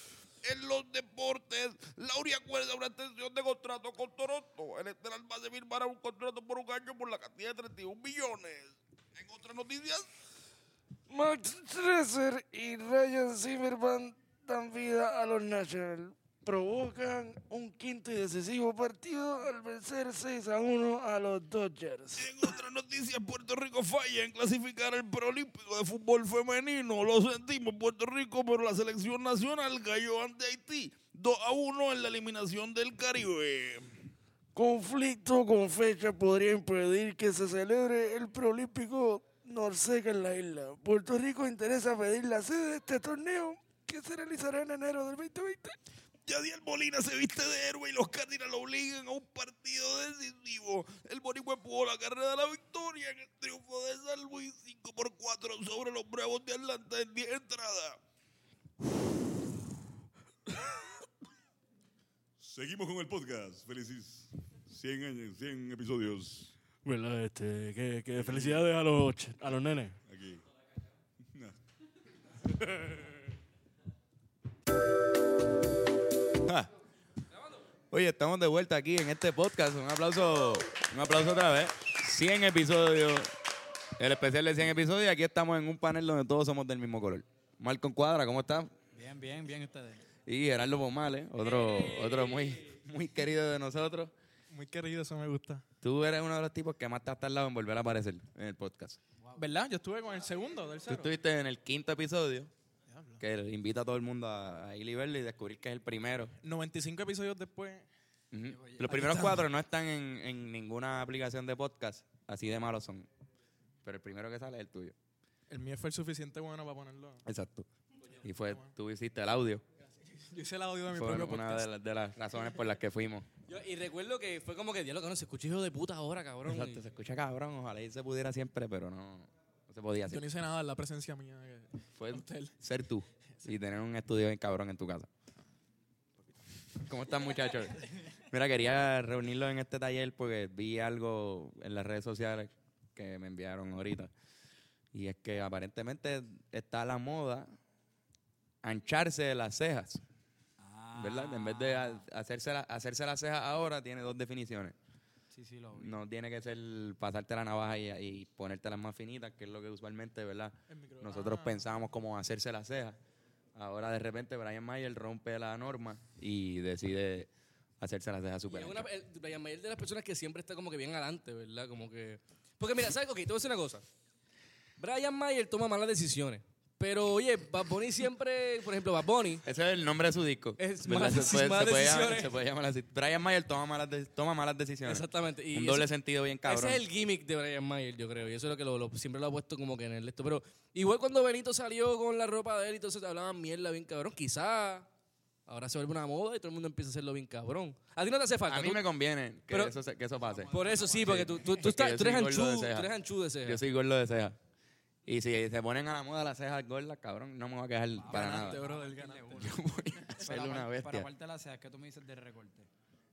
Speaker 14: En los deportes, Lauri acuerda una extensión de contrato con Toronto. El Estelar va a firmar un contrato por un año por la cantidad de 31 millones. En otras noticias,
Speaker 15: Max Scherzer y Ryan Zimmerman dan vida a los Nationals. Provocan un quinto y decisivo partido al vencer 6 a 1 a los Dodgers.
Speaker 14: noticias, Puerto Rico falla en clasificar al preolímpico de fútbol femenino. Lo sentimos, Puerto Rico, pero la selección nacional cayó ante Haití 2 a 1 en la eliminación del Caribe.
Speaker 15: Conflicto con fecha podría impedir que se celebre el preolímpico Norseca en la isla. Puerto Rico interesa pedir la sede de este torneo que se realizará en enero del 2020.
Speaker 14: Yadiel Molina se viste de héroe y los Cardinals lo obligan a un partido decisivo. El Boricua empujó la carrera de la victoria en el triunfo de San Luis 5 por 4 sobre los Bravos de Atlanta en 10 entradas.
Speaker 2: Seguimos con el podcast. Felices 100 años, 100 episodios.
Speaker 16: ¿Verdad? Este, que, que felicidades a los, ch- a los nenes.
Speaker 2: Aquí. No.
Speaker 1: Ja. Oye, estamos de vuelta aquí en este podcast. Un aplauso, un aplauso otra vez. 100 episodios. El especial de 100 episodios. Y aquí estamos en un panel donde todos somos del mismo color. Malcolm Cuadra, ¿cómo estás?
Speaker 4: Bien, bien, bien ustedes.
Speaker 1: Y Gerardo Bomales, otro, otro muy, muy querido de nosotros.
Speaker 17: Muy querido, eso me gusta.
Speaker 1: Tú eres uno de los tipos que más te has tardado en volver a aparecer en el podcast.
Speaker 17: ¿Verdad? Yo estuve con el segundo,
Speaker 1: Tú
Speaker 17: tercero.
Speaker 1: estuviste en el quinto episodio, que invita a todo el mundo a, a ir y verlo y descubrir que es el primero.
Speaker 17: 95 episodios después.
Speaker 1: Ujú.
Speaker 17: Aquí
Speaker 1: Los primeros
Speaker 17: estamos.
Speaker 1: cuatro no están en, en ninguna aplicación de podcast, así de malos son. Pero el primero que sale es el tuyo.
Speaker 17: El mío fue el suficiente bueno para ponerlo.
Speaker 1: Exacto. Y fue, tú hiciste el audio.
Speaker 17: Yo hice el audio de mi
Speaker 1: Fue
Speaker 17: propio
Speaker 1: una
Speaker 17: podcast.
Speaker 1: de, las- de las razones por las que fuimos.
Speaker 3: Yo- y recuerdo que fue como que, diablo, que no se escucha hijo de puta ahora, cabrón.
Speaker 1: Exacto, se escucha cabrón, ojalá y se pudiera siempre, pero no, no se podía
Speaker 17: Yo
Speaker 1: hacer.
Speaker 17: no hice nada en la presencia mía. que-
Speaker 1: Fue
Speaker 17: con usted.
Speaker 1: ser tú y tener un estudio bien cabrón en tu casa. ¿Cómo están, muchachos? Mira, quería reunirlos en este taller porque vi algo en las redes sociales que me enviaron ahorita. Y es que aparentemente está la moda ancharse las cejas. ¿Verdad? En vez de ha- hacerse, la- hacerse las cejas ahora, tiene dos definiciones.
Speaker 4: Sí, sí, lo vi.
Speaker 1: Pues, No tiene que ser pasarte la navaja y, y ponértelas más finitas, que es lo que usualmente, ¿verdad? Nosotros
Speaker 3: ah.
Speaker 1: pensábamos como hacerse las cejas. Ahora de repente Brian Mayer rompe la norma y decide hacerse las cejas
Speaker 3: Y
Speaker 1: super
Speaker 3: es una, el, Brian Mayer de las personas que siempre está como que bien adelante, ¿verdad? Como que. Porque mira, ¿sabes? Ok, te voy a decir una cosa. Brian Mayer toma malas decisiones. Pero oye, Bad Bunny siempre, por ejemplo, Bad Bunny.
Speaker 1: Ese es el nombre de su disco.
Speaker 3: Es
Speaker 1: ¿verdad?
Speaker 3: malas-
Speaker 1: se, puede,
Speaker 3: malas
Speaker 1: se puede llamar,
Speaker 3: decisiones.
Speaker 1: se puede llamar así. Brian Mayer toma malas, de- toma malas decisiones.
Speaker 3: Exactamente. Y
Speaker 1: Un
Speaker 3: eso-
Speaker 1: doble sentido bien cabrón.
Speaker 3: Ese es el gimmick de Brian Mayer, yo creo. Y eso es lo que lo- lo- siempre lo ha puesto como que en el esto. Pero igual cuando Benito salió con la ropa de él y entonces te hablaban mierda bien cabrón, quizá ahora se vuelve una moda y todo el mundo empieza a hacerlo bien cabrón. A ti no te hace falta.
Speaker 1: A mí
Speaker 3: tú-
Speaker 1: me conviene que,
Speaker 3: Pero-
Speaker 1: eso, se- que eso pase.
Speaker 3: Por eso sí, porque tú, tú, tú,
Speaker 1: Porque
Speaker 3: estás-
Speaker 1: yo
Speaker 3: tú eres
Speaker 1: soy gordo de
Speaker 3: anchú, tú
Speaker 1: ceja.
Speaker 3: eres anchú de ceja.
Speaker 1: Yo soy gordo de ceja. Y si se ponen a la moda las cejas gordas, cabrón, no me voy a quejar
Speaker 3: Ah,
Speaker 1: para
Speaker 4: Ganaste,
Speaker 1: nada.
Speaker 4: brother, ganaste.
Speaker 1: hacerle
Speaker 4: Pero
Speaker 1: una
Speaker 4: aparte-
Speaker 1: bestia.
Speaker 4: Pero aparte de la ceja, ¿qué tú me dices del recorte?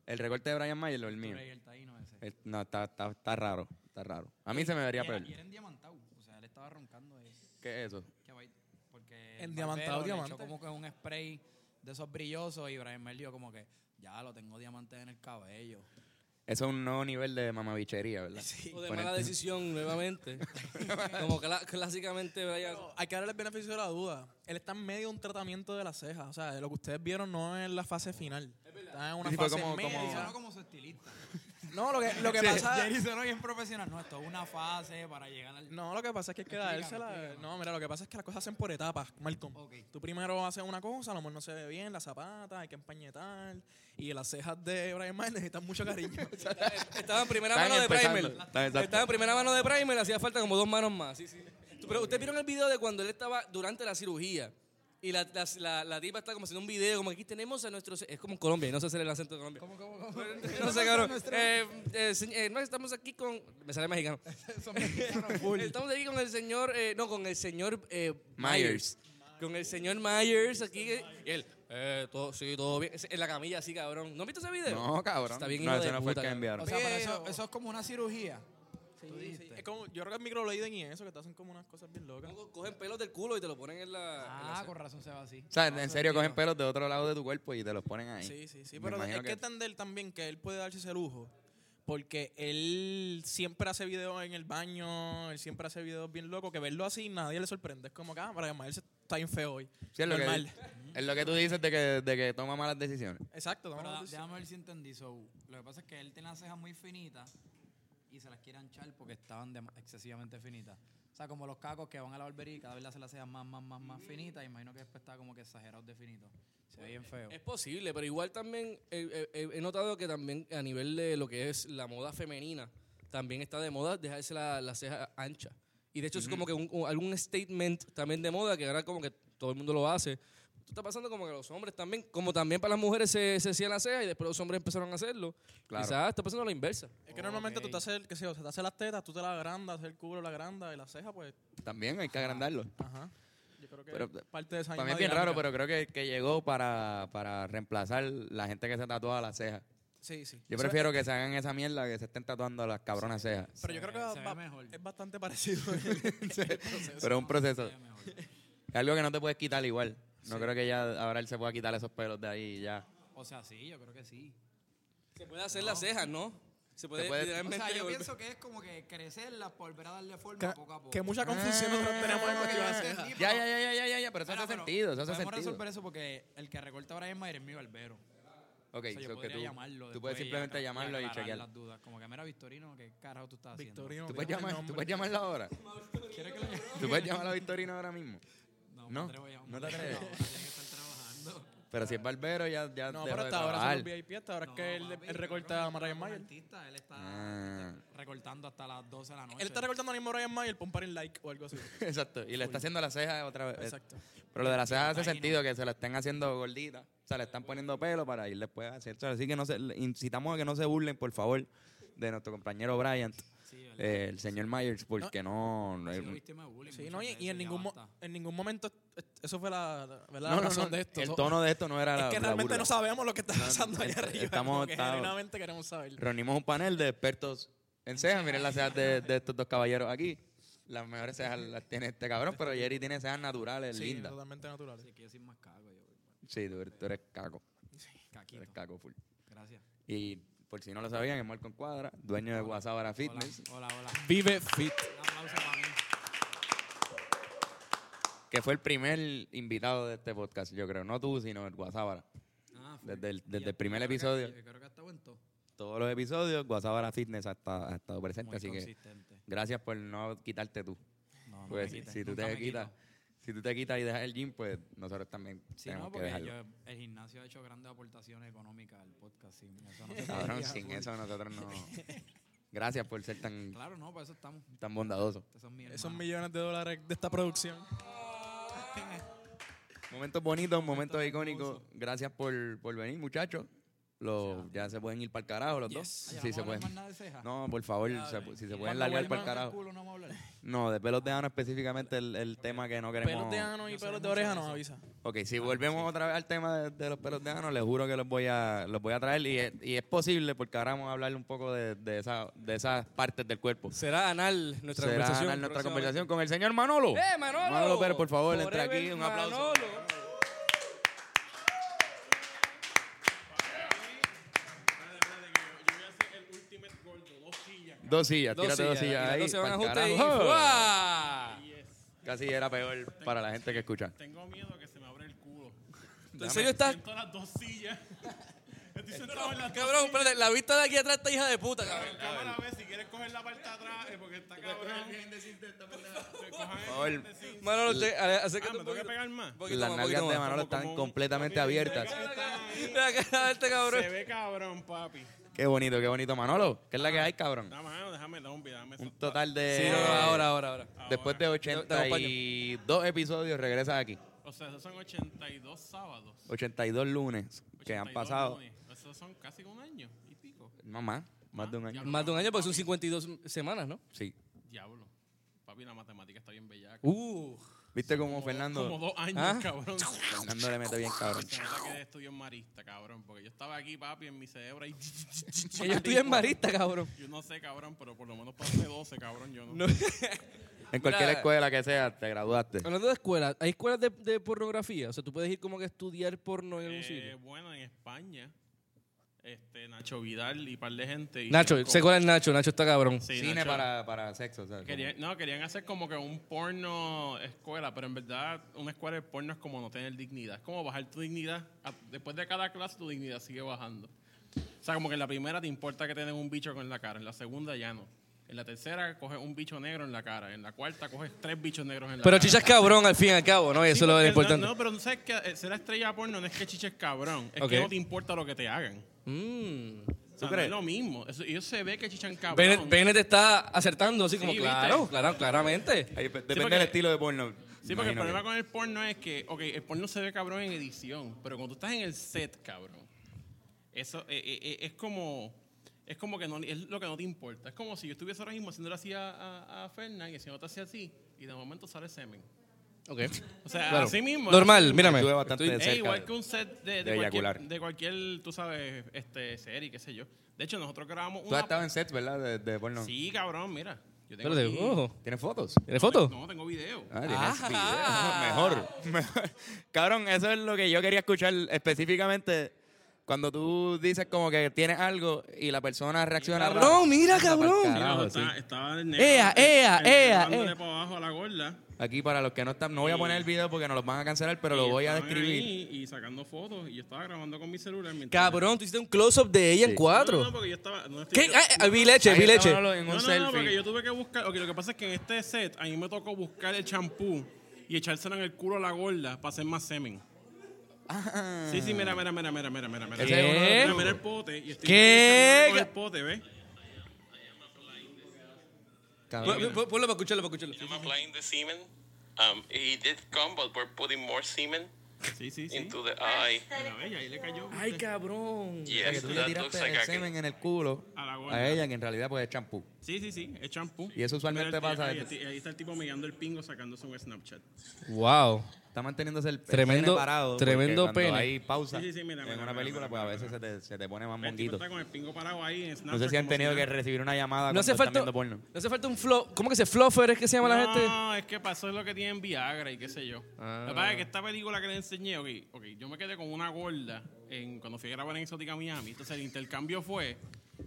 Speaker 1: El recorte de Brian Mayer o el mío.
Speaker 4: Pero y el taíno ese.
Speaker 1: El- no, está, está, está raro. Está raro. A mí se me vería
Speaker 4: Y era-
Speaker 1: peor.
Speaker 4: Y era endiamantado. O sea, él estaba roncando ahí.
Speaker 1: ¿Qué es eso?
Speaker 4: Que va- Porque el
Speaker 17: Endiamantado,
Speaker 4: barbero le
Speaker 17: diamante.
Speaker 4: echó como que un spray de esos brillosos y Brian Mayer dijo como que ya lo tengo diamante en el cabello.
Speaker 1: Eso es un nuevo nivel de mamabichería, ¿verdad?
Speaker 3: O de
Speaker 1: Ponerte-
Speaker 3: mala decisión nuevamente. como
Speaker 4: Ah,
Speaker 3: cla- clásicamente Brian.
Speaker 17: Hay que darle el beneficio de la duda. Él está en medio de un tratamiento de la ceja. O sea, lo que ustedes vieron no es la fase final. Está en una
Speaker 1: Sí, fue
Speaker 17: fase
Speaker 1: como-
Speaker 17: media.
Speaker 1: como-
Speaker 4: Sonó como su estilista. No, lo que, lo que
Speaker 17: Sí.
Speaker 4: pasa.
Speaker 17: Jerry
Speaker 4: sonó bien profesional. No, esto es una fase para llegar al.
Speaker 17: No, lo que pasa es que hay que
Speaker 4: Explícame,
Speaker 17: dársela. No, mira, lo que pasa es que las cosas se hacen por etapas, Malcolm. Tú primero haces una cosa, a lo mejor no se ve bien, la zapata, hay que empañetar. Y las cejas de Brian Mayer necesitan mucho cariño.
Speaker 3: Estaba en primera mano de Primer. Estaba en primera mano de Primer, hacía falta como dos manos más. Sí, sí. Pero ustedes vieron el video de cuando él estaba durante la cirugía. Y la, la, la- la tipa está como haciendo un video, como aquí tenemos a nuestros... Es como en Colombia, y no sé hacer el acento de Colombia. No sé, cabrón. Eh, eh, señ- eh, no, estamos aquí con... Me sale mexicano. estamos aquí con el señor... eh, no, con el señor eh,
Speaker 1: Myers.
Speaker 3: Myers. Con el señor Myers aquí. eh, Y él, eh, todo, sí, todo bien. En la camilla así, cabrón. ¿No has visto ese video?
Speaker 1: No, cabrón.
Speaker 3: Está bien
Speaker 1: No,
Speaker 3: hijo
Speaker 1: ese
Speaker 3: de
Speaker 1: no fue el
Speaker 3: puta,
Speaker 1: que
Speaker 3: cabrón.
Speaker 1: enviaron.
Speaker 4: O sea, pero eso, eso es como una cirugía.
Speaker 17: Sí, sí. Es como, yo creo que el microblading y eso, que te hacen como unas cosas bien locas.
Speaker 3: Cogen pelos del culo y te lo ponen en la...
Speaker 4: Ah, con razón se va así. Ah,
Speaker 1: O sea, en serio, cogen pelos de otro lado de tu cuerpo y te los ponen ahí.
Speaker 17: Sí, sí, sí.
Speaker 1: Me
Speaker 17: Pero es
Speaker 1: imagino
Speaker 17: que, entender también que él puede darse ese lujo. Porque él siempre hace videos en el baño, él siempre hace videos bien locos, que verlo así nadie le sorprende. Es como cámara, además él se- está bien feo hoy.
Speaker 1: Sí, es, lo que,
Speaker 17: Normal.
Speaker 1: es lo que tú dices de que, de que toma malas decisiones.
Speaker 17: Exacto, toma
Speaker 4: Pero
Speaker 17: la
Speaker 4: da-
Speaker 17: noticia.
Speaker 4: déjame ver si entendí. So, lo que pasa es que él tiene las cejas muy finitas y se las quiere anchar porque estaban dem- excesivamente finitas. O sea, como los cacos que van a la barbería y cada vez le hacen las cejas más, más, más, más finitas. Imagino que después está como que exagerado de finito. Se ve bien feo.
Speaker 3: Es posible, pero igual también eh, eh, he notado que también a nivel de lo que es la moda femenina, también está de moda dejarse la, la ceja ancha. Y de hecho es
Speaker 1: Ujú.
Speaker 3: como que un- un- algún statement también de moda que ahora como que todo el mundo lo hace. Esto está pasando como que los hombres también, como también para las mujeres se, se hacían la ceja y después los hombres empezaron a hacerlo.
Speaker 1: Claro.
Speaker 3: Quizás está pasando la inversa.
Speaker 17: Es que normalmente tú te haces, el- qué sé yo, se te hace las tetas, tú te las agrandas, el culo, la agranda y la ceja, pues.
Speaker 1: También hay que agrandarlo.
Speaker 17: Ajá. Yo creo que
Speaker 1: Pero,
Speaker 17: parte de esa
Speaker 1: para mí es
Speaker 17: misma
Speaker 1: bien
Speaker 17: dinámica.
Speaker 1: raro, pero creo que, que llegó para, para reemplazar la gente que se tatuaba las cejas.
Speaker 17: Sí, sí.
Speaker 1: Yo
Speaker 17: Eso
Speaker 1: prefiero
Speaker 17: es-
Speaker 1: que se hagan esa mierda que se estén tatuando las cabronas cejas.
Speaker 17: Pero yo creo que va- es bastante parecido.
Speaker 1: Pero es un proceso. Es algo que no te puedes quitar igual. No creo que ya ahora él se pueda quitar esos pelos de ahí y ya.
Speaker 4: O sea, Ah, sí, yo creo que sí.
Speaker 3: Se puede hacer las cejas, ¿no? Se puede,
Speaker 1: Se puede-
Speaker 4: O
Speaker 3: literalmente
Speaker 4: sea, yo
Speaker 3: volver-
Speaker 4: pienso que es como que crecerlas por volver a darle forma
Speaker 17: Que-
Speaker 4: poco a poco.
Speaker 17: que mucha
Speaker 3: Ah.
Speaker 17: confusión nosotros tenemos en cuestión de cejas.
Speaker 1: Ya, ya, ya, ya, ya, ya, pero eso
Speaker 4: Espera,
Speaker 1: hace sentido, eso hace
Speaker 4: podemos
Speaker 1: sentido.
Speaker 4: resolver eso porque el que recorta a Brian Mayer es mi barbero.
Speaker 1: Ok,
Speaker 4: yo
Speaker 1: so que
Speaker 4: podría
Speaker 1: tú-
Speaker 4: llamarlo
Speaker 1: tú
Speaker 4: después
Speaker 1: puedes
Speaker 4: y
Speaker 1: simplemente
Speaker 4: acla-
Speaker 1: llamarlo y
Speaker 4: aclarar
Speaker 1: chequear.
Speaker 4: las dudas. Como que, mira, Victorino, ¿qué carajo tú estás haciendo?
Speaker 17: Victorino,
Speaker 1: ¿Tú puedes, llamar, ¿Tú puedes llamarlo ahora?
Speaker 4: ¿Quieres que lo llame?
Speaker 1: ¿Tú puedes llamar a Victorino ahora mismo?
Speaker 4: No, me
Speaker 1: no,
Speaker 4: atrevo a llamar.
Speaker 1: ¿No te atreves.
Speaker 4: No, tiene que estar trabajando.
Speaker 1: Pero si es barbero, ya, ya
Speaker 17: No,
Speaker 1: dejó
Speaker 17: pero
Speaker 1: de
Speaker 17: hasta ahora son
Speaker 1: trabajar.
Speaker 17: los VIP, hasta ahora es que él, él recorta
Speaker 4: cabrón,
Speaker 17: a Mariah
Speaker 4: como
Speaker 17: Mayer.
Speaker 4: artista, él está
Speaker 1: Ah.
Speaker 4: recortando hasta las 12 de la noche.
Speaker 17: Él está recortando a mismo Brian Mayer, pon par en like o algo así.
Speaker 1: Exacto, y le está haciendo las cejas otra vez.
Speaker 17: Exacto.
Speaker 1: Pero lo de las cejas hace sentido que se la estén haciendo gordita. O sea, le están poniendo pelo para ir después a hacer. Así que no se, le incitamos a que no se burlen, por favor, de nuestro compañero Bryant, eh, el señor Myers, porque no. no, hay-
Speaker 17: Sí, no, y, y en, ningún mo- en ningún momento es- eso fue la, la- ¿verdad?
Speaker 1: No,
Speaker 17: la
Speaker 1: no,
Speaker 17: razón
Speaker 1: no,
Speaker 17: de esto.
Speaker 1: el
Speaker 17: So-
Speaker 1: tono de esto no era
Speaker 17: Es
Speaker 1: la-
Speaker 17: que
Speaker 1: la
Speaker 17: realmente
Speaker 1: burla.
Speaker 17: no sabemos lo que está
Speaker 1: No,
Speaker 17: pasando allá
Speaker 1: est-
Speaker 17: arriba.
Speaker 1: estamos-
Speaker 17: como que
Speaker 1: estamos-
Speaker 17: genuinamente queremos saber.
Speaker 1: Reunimos un panel de expertos en cejas. Miren las cejas de, de estos dos caballeros aquí. Las mejores cejas las tiene este cabrón, pero Jerry tiene cejas naturales,
Speaker 17: Sí,
Speaker 1: lindas.
Speaker 17: totalmente natural.
Speaker 4: Sí, que yo soy más cago. Yo.
Speaker 1: Sí, tú eres, tú eres caco. Tú
Speaker 4: Caquito.
Speaker 1: eres caco full.
Speaker 4: Gracias.
Speaker 1: Y por si no lo sabían, es Marco Cuadra, dueño de Guasabara Fitness.
Speaker 4: Hola, hola.
Speaker 1: Vive Fit.
Speaker 4: Un aplauso para mí.
Speaker 1: Que fue el primer invitado de este podcast, yo creo. No tú, sino el Guasabara.
Speaker 4: Ah, full.
Speaker 1: Desde el,
Speaker 4: Y
Speaker 1: desde
Speaker 4: yo
Speaker 1: el primer
Speaker 4: creo que-
Speaker 1: episodio,
Speaker 4: yo creo que hasta aguantó.
Speaker 1: todos los episodios, Guasabara Fitness ha estado, ha estado presente.
Speaker 4: Muy
Speaker 1: así
Speaker 4: consistente.
Speaker 1: que gracias por no quitarte tú.
Speaker 4: No, no
Speaker 1: Porque
Speaker 4: me
Speaker 1: si,
Speaker 4: quité,
Speaker 1: si tú
Speaker 4: nunca
Speaker 1: te
Speaker 4: me
Speaker 1: quitas, si tú te quitas y dejas el gym, pues nosotros también
Speaker 4: Sí,
Speaker 1: tenemos
Speaker 4: no,
Speaker 1: que
Speaker 4: porque
Speaker 1: dejarlo.
Speaker 4: yo- el gimnasio ha hecho grandes aportaciones económicas al podcast. sí, eso no se
Speaker 1: Cabrón,
Speaker 4: podría,
Speaker 1: sin
Speaker 4: full.
Speaker 1: eso nosotros no. Gracias por ser tan,
Speaker 4: pues. Claro, no, para eso estamos.
Speaker 1: tan bondadoso.
Speaker 4: Ustedes son mi
Speaker 17: Esos millones de dólares de esta producción.
Speaker 1: Momentos bonitos, momentos icónicos. Gracias por, por venir, muchachos. Los, ya se pueden ir para el carajo los dos.
Speaker 4: ah. Ay,
Speaker 1: si
Speaker 4: ¿no vamos a
Speaker 1: se
Speaker 4: hablar
Speaker 1: pueden.
Speaker 4: más nada de ceja?
Speaker 1: No, por favor, se pu- si se pueden largar para el carajo.
Speaker 4: culo, no vamos a hablar.
Speaker 1: No, de pelos de ano específicamente el, el tema que no queremos.
Speaker 17: Pelos de ano y pelos de oreja nos avisa.
Speaker 1: Ok,
Speaker 3: Ah,
Speaker 1: si volvemos otra vez al tema de, de los pelos de ano, les juro que los voy a, los voy a traer y es, y es posible porque ahora vamos a hablar un poco de, de, esa- de esas partes del cuerpo.
Speaker 3: Será anal nuestra
Speaker 1: Será
Speaker 3: conversación.
Speaker 1: anal nuestra
Speaker 3: próximamente.
Speaker 1: conversación con el señor Manolo.
Speaker 3: ¡Eh, Manolo!
Speaker 1: Manolo Pérez, por favor, entre
Speaker 3: Forever
Speaker 1: aquí, un aplauso.
Speaker 3: Manolo.
Speaker 1: Dos sillas,
Speaker 3: Dos
Speaker 1: tírate dos
Speaker 3: sillas,
Speaker 1: sillas
Speaker 3: y las
Speaker 1: ahí.
Speaker 3: dos se van a
Speaker 1: pa'l
Speaker 3: ajustar y
Speaker 1: carajo.
Speaker 3: ¡fua!
Speaker 1: Casi era peor para la gente que escucha.
Speaker 7: Tengo miedo que se me abra el culo.
Speaker 1: ¿En serio estás?
Speaker 7: Siento las dos sillas.
Speaker 3: Cabrón, espérate, la vista de aquí atrás está hija de puta, cabrón.
Speaker 18: Cámara, a ver si quieres coger la parte de atrás, eh, porque está cabrón. Bien decirte esta verdad. Se cojan el
Speaker 1: favor.
Speaker 18: bien decirte.
Speaker 3: Manolo, te- ale- acércate
Speaker 18: Ah,
Speaker 3: un
Speaker 18: me tengo que
Speaker 3: poquito.
Speaker 18: pegar más.
Speaker 1: Las nalgas de Manolo están completamente abiertas.
Speaker 3: La cara de este cabrón.
Speaker 18: Se ve cabrón, papi.
Speaker 1: Qué bonito, qué bonito, Manolo. ¿Qué es la que hay, cabrón?
Speaker 18: Ah, Dame, mano, déjame, dame, déjame.
Speaker 1: Un total de.
Speaker 18: Sí, no, no, ahora, ahora, ahora.
Speaker 1: Después de 82 episodios, regresas aquí.
Speaker 18: O sea, esos son 82 sábados.
Speaker 1: 82 lunes que han
Speaker 18: 82
Speaker 1: pasado.
Speaker 18: lunes. Esos son casi un año y pico. Ah,
Speaker 1: No más, más de un año.
Speaker 3: Más de un año, porque son 52 semanas, ¿no?
Speaker 1: Sí.
Speaker 18: Diablo. Papi, la matemática está bien bellaca.
Speaker 3: Uh.
Speaker 1: ¿Viste cómo Fernando?
Speaker 18: Como dos años,
Speaker 1: ¿Ah?
Speaker 18: cabrón.
Speaker 1: Fernando le mete bien, cabrón.
Speaker 18: Se nota que estudió en marista, cabrón. Porque yo estaba aquí, papi, en mi cerebro ahí.
Speaker 3: Yo estudié en marista, cabrón.
Speaker 18: Yo no sé, cabrón, pero por lo menos pasé 12, cabrón. Yo no.
Speaker 1: En cualquier
Speaker 3: Mira.
Speaker 1: escuela que sea, te graduaste.
Speaker 3: Hablando de escuelas, ¿hay escuelas de, de pornografía? O sea, tú puedes ir como que a estudiar porno en algún
Speaker 18: Eh,
Speaker 3: sitio.
Speaker 18: bueno, en España, este, Nacho Vidal y par de gente.
Speaker 3: Nacho,
Speaker 18: hicieron
Speaker 3: sé
Speaker 18: como-
Speaker 3: cuál es Nacho. Nacho está cabrón.
Speaker 18: Sí, Cine Nacho. para-
Speaker 1: sexo, ¿sabes?
Speaker 18: Querían- no, querían hacer como que un porno escuela, pero en verdad una escuela de porno es como no tener dignidad. Es como bajar tu dignidad. A- Después de cada clase tu dignidad sigue bajando. O sea, como que en la primera te importa que tengas un bicho con la cara, en la segunda ya no. En la tercera coges un bicho negro en la cara, en la cuarta coges tres bichos negros en la
Speaker 3: Pero
Speaker 18: cara.
Speaker 3: chichas cabrón al fin y al cabo, ¿no? Y eso es lo
Speaker 18: porque
Speaker 3: importante.
Speaker 18: No, no, pero no sabes que eh, ser la estrella de porno no es que chiches cabrón, es
Speaker 3: Ok.
Speaker 18: que no te importa lo que te hagan.
Speaker 3: Mm.
Speaker 18: O sea, no
Speaker 3: crees?
Speaker 18: es lo mismo. Eso- ellos se ve que chichan cabrón.
Speaker 3: Bennett, Bennett está acertando así como,
Speaker 18: Sí, ¿viste?
Speaker 3: claro, claro, claramente.
Speaker 1: depende del estilo de porno.
Speaker 18: Sí, porque el problema con el porno es que, ok, el porno se ve cabrón en edición, pero cuando tú estás en el set, cabrón, eso eh, eh, eh, es como, es como que no, es lo que no te importa. Es como si yo estuviese ahora mismo haciéndole así a, a, a Fernan y haciéndote así así, y de momento sale semen.
Speaker 3: Ok.
Speaker 18: O sea,
Speaker 3: Claro.
Speaker 18: así mismo.
Speaker 3: Normal, mírame.
Speaker 1: Estuve bastante
Speaker 3: Estoy-
Speaker 18: Es
Speaker 1: de cerca
Speaker 18: igual que un set de, de
Speaker 1: de
Speaker 18: cualquier,
Speaker 1: eyacular.
Speaker 18: de cualquier, tú sabes, este, serie, qué sé yo. De hecho, nosotros grabamos
Speaker 1: Tú has
Speaker 18: una...
Speaker 1: estado en sets, ¿verdad? De, de porno.
Speaker 18: Sí, cabrón, mira. Yo tengo
Speaker 1: Espérate,
Speaker 18: aquí-
Speaker 1: ojo. ¿Tienes fotos?
Speaker 18: No,
Speaker 1: ¿Tienes fotos?
Speaker 18: No, tengo video.
Speaker 1: Ah, tienes video. Mejor. Mejor. Cabrón, eso es lo que yo quería escuchar específicamente. Cuando tú dices como que tienes algo y la persona reacciona
Speaker 3: Cabrón, mira, cabrón.
Speaker 1: Carajo, sí.
Speaker 18: Está- Estaba el
Speaker 1: Ea, ea,
Speaker 18: el negro
Speaker 1: ea,
Speaker 18: dándole
Speaker 1: ea.
Speaker 18: para abajo a la gorda.
Speaker 1: Aquí para los que no están, no voy a poner el video porque nos los van a cancelar, pero lo voy a
Speaker 18: Estaban
Speaker 1: describir.
Speaker 18: ahí Y sacando fotos. Y yo estaba grabando con mi celular. mientras-
Speaker 3: Cabrón, tú hiciste un close-up de ella en
Speaker 18: No, no,
Speaker 3: cuatro.
Speaker 18: porque yo estaba. no, estoy-
Speaker 3: ¿Qué?
Speaker 18: yo-
Speaker 3: Ah, ah, vi leche,
Speaker 18: Ahí
Speaker 3: vi
Speaker 18: estaba
Speaker 3: leche.
Speaker 18: Manolo en un no, no, no, porque yo tuve que buscar. ok, lo que pasa es que en este set a mí me tocó buscar el champú y echárselo en el culo a la gorda para hacer más semen. Sí, sí, mira, mira, mira, mira, mira, mira. mira.
Speaker 3: Ese es uno de los
Speaker 18: Mira,
Speaker 3: trucos.
Speaker 18: mira el pote. Y estoy
Speaker 3: ¿Qué?
Speaker 18: con el pote, ¿ves?
Speaker 3: Pon- pon- Ponlo para escucharlo, para escucharlo.
Speaker 19: I'm applying the semen. Um, he did come, but we're putting more semen into the eye.
Speaker 3: Ay, cabrón.
Speaker 19: Yes,
Speaker 1: que tú le
Speaker 19: that looks
Speaker 1: tiraste
Speaker 19: like
Speaker 1: el
Speaker 19: a-
Speaker 1: semen en el culo
Speaker 18: A la gorda.
Speaker 1: a ella, que en realidad pues es champú.
Speaker 18: Sí, sí, sí, es champú.
Speaker 1: Y eso usualmente
Speaker 18: Mira,
Speaker 1: pasa-
Speaker 18: Ahí, ahí está el tipo mirando el pingo sacándose un Snapchat.
Speaker 3: Wow.
Speaker 1: Está manteniéndose el
Speaker 3: Tremendo-
Speaker 1: pene parado. porque
Speaker 3: tremendo
Speaker 1: cuando
Speaker 3: pene.
Speaker 1: hay pausa
Speaker 18: Sí, sí, sí, mira,
Speaker 1: en
Speaker 18: mira,
Speaker 1: una
Speaker 18: mira,
Speaker 1: película,
Speaker 18: mira,
Speaker 1: pues a veces se te, se te pone más
Speaker 18: El tipo
Speaker 1: monguito.
Speaker 18: está con el pingo parado ahí en Snapchat.
Speaker 1: No sé si han
Speaker 18: como
Speaker 1: tenido que
Speaker 18: nada.
Speaker 1: recibir una llamada
Speaker 3: No
Speaker 1: cuando
Speaker 3: hace
Speaker 1: están
Speaker 3: falta-
Speaker 1: viendo porno.
Speaker 3: No hace falta un flow. ¿Cómo que se fluffer es que se llama la gente?
Speaker 18: No, es que pasó lo que tienen Viagra y qué sé yo.
Speaker 3: Ah.
Speaker 18: Lo que pasa es que esta película que le enseñé, ok, ok, yo me quedé con una gorda en, cuando fui a grabar en Exótica Miami. Entonces el intercambio fue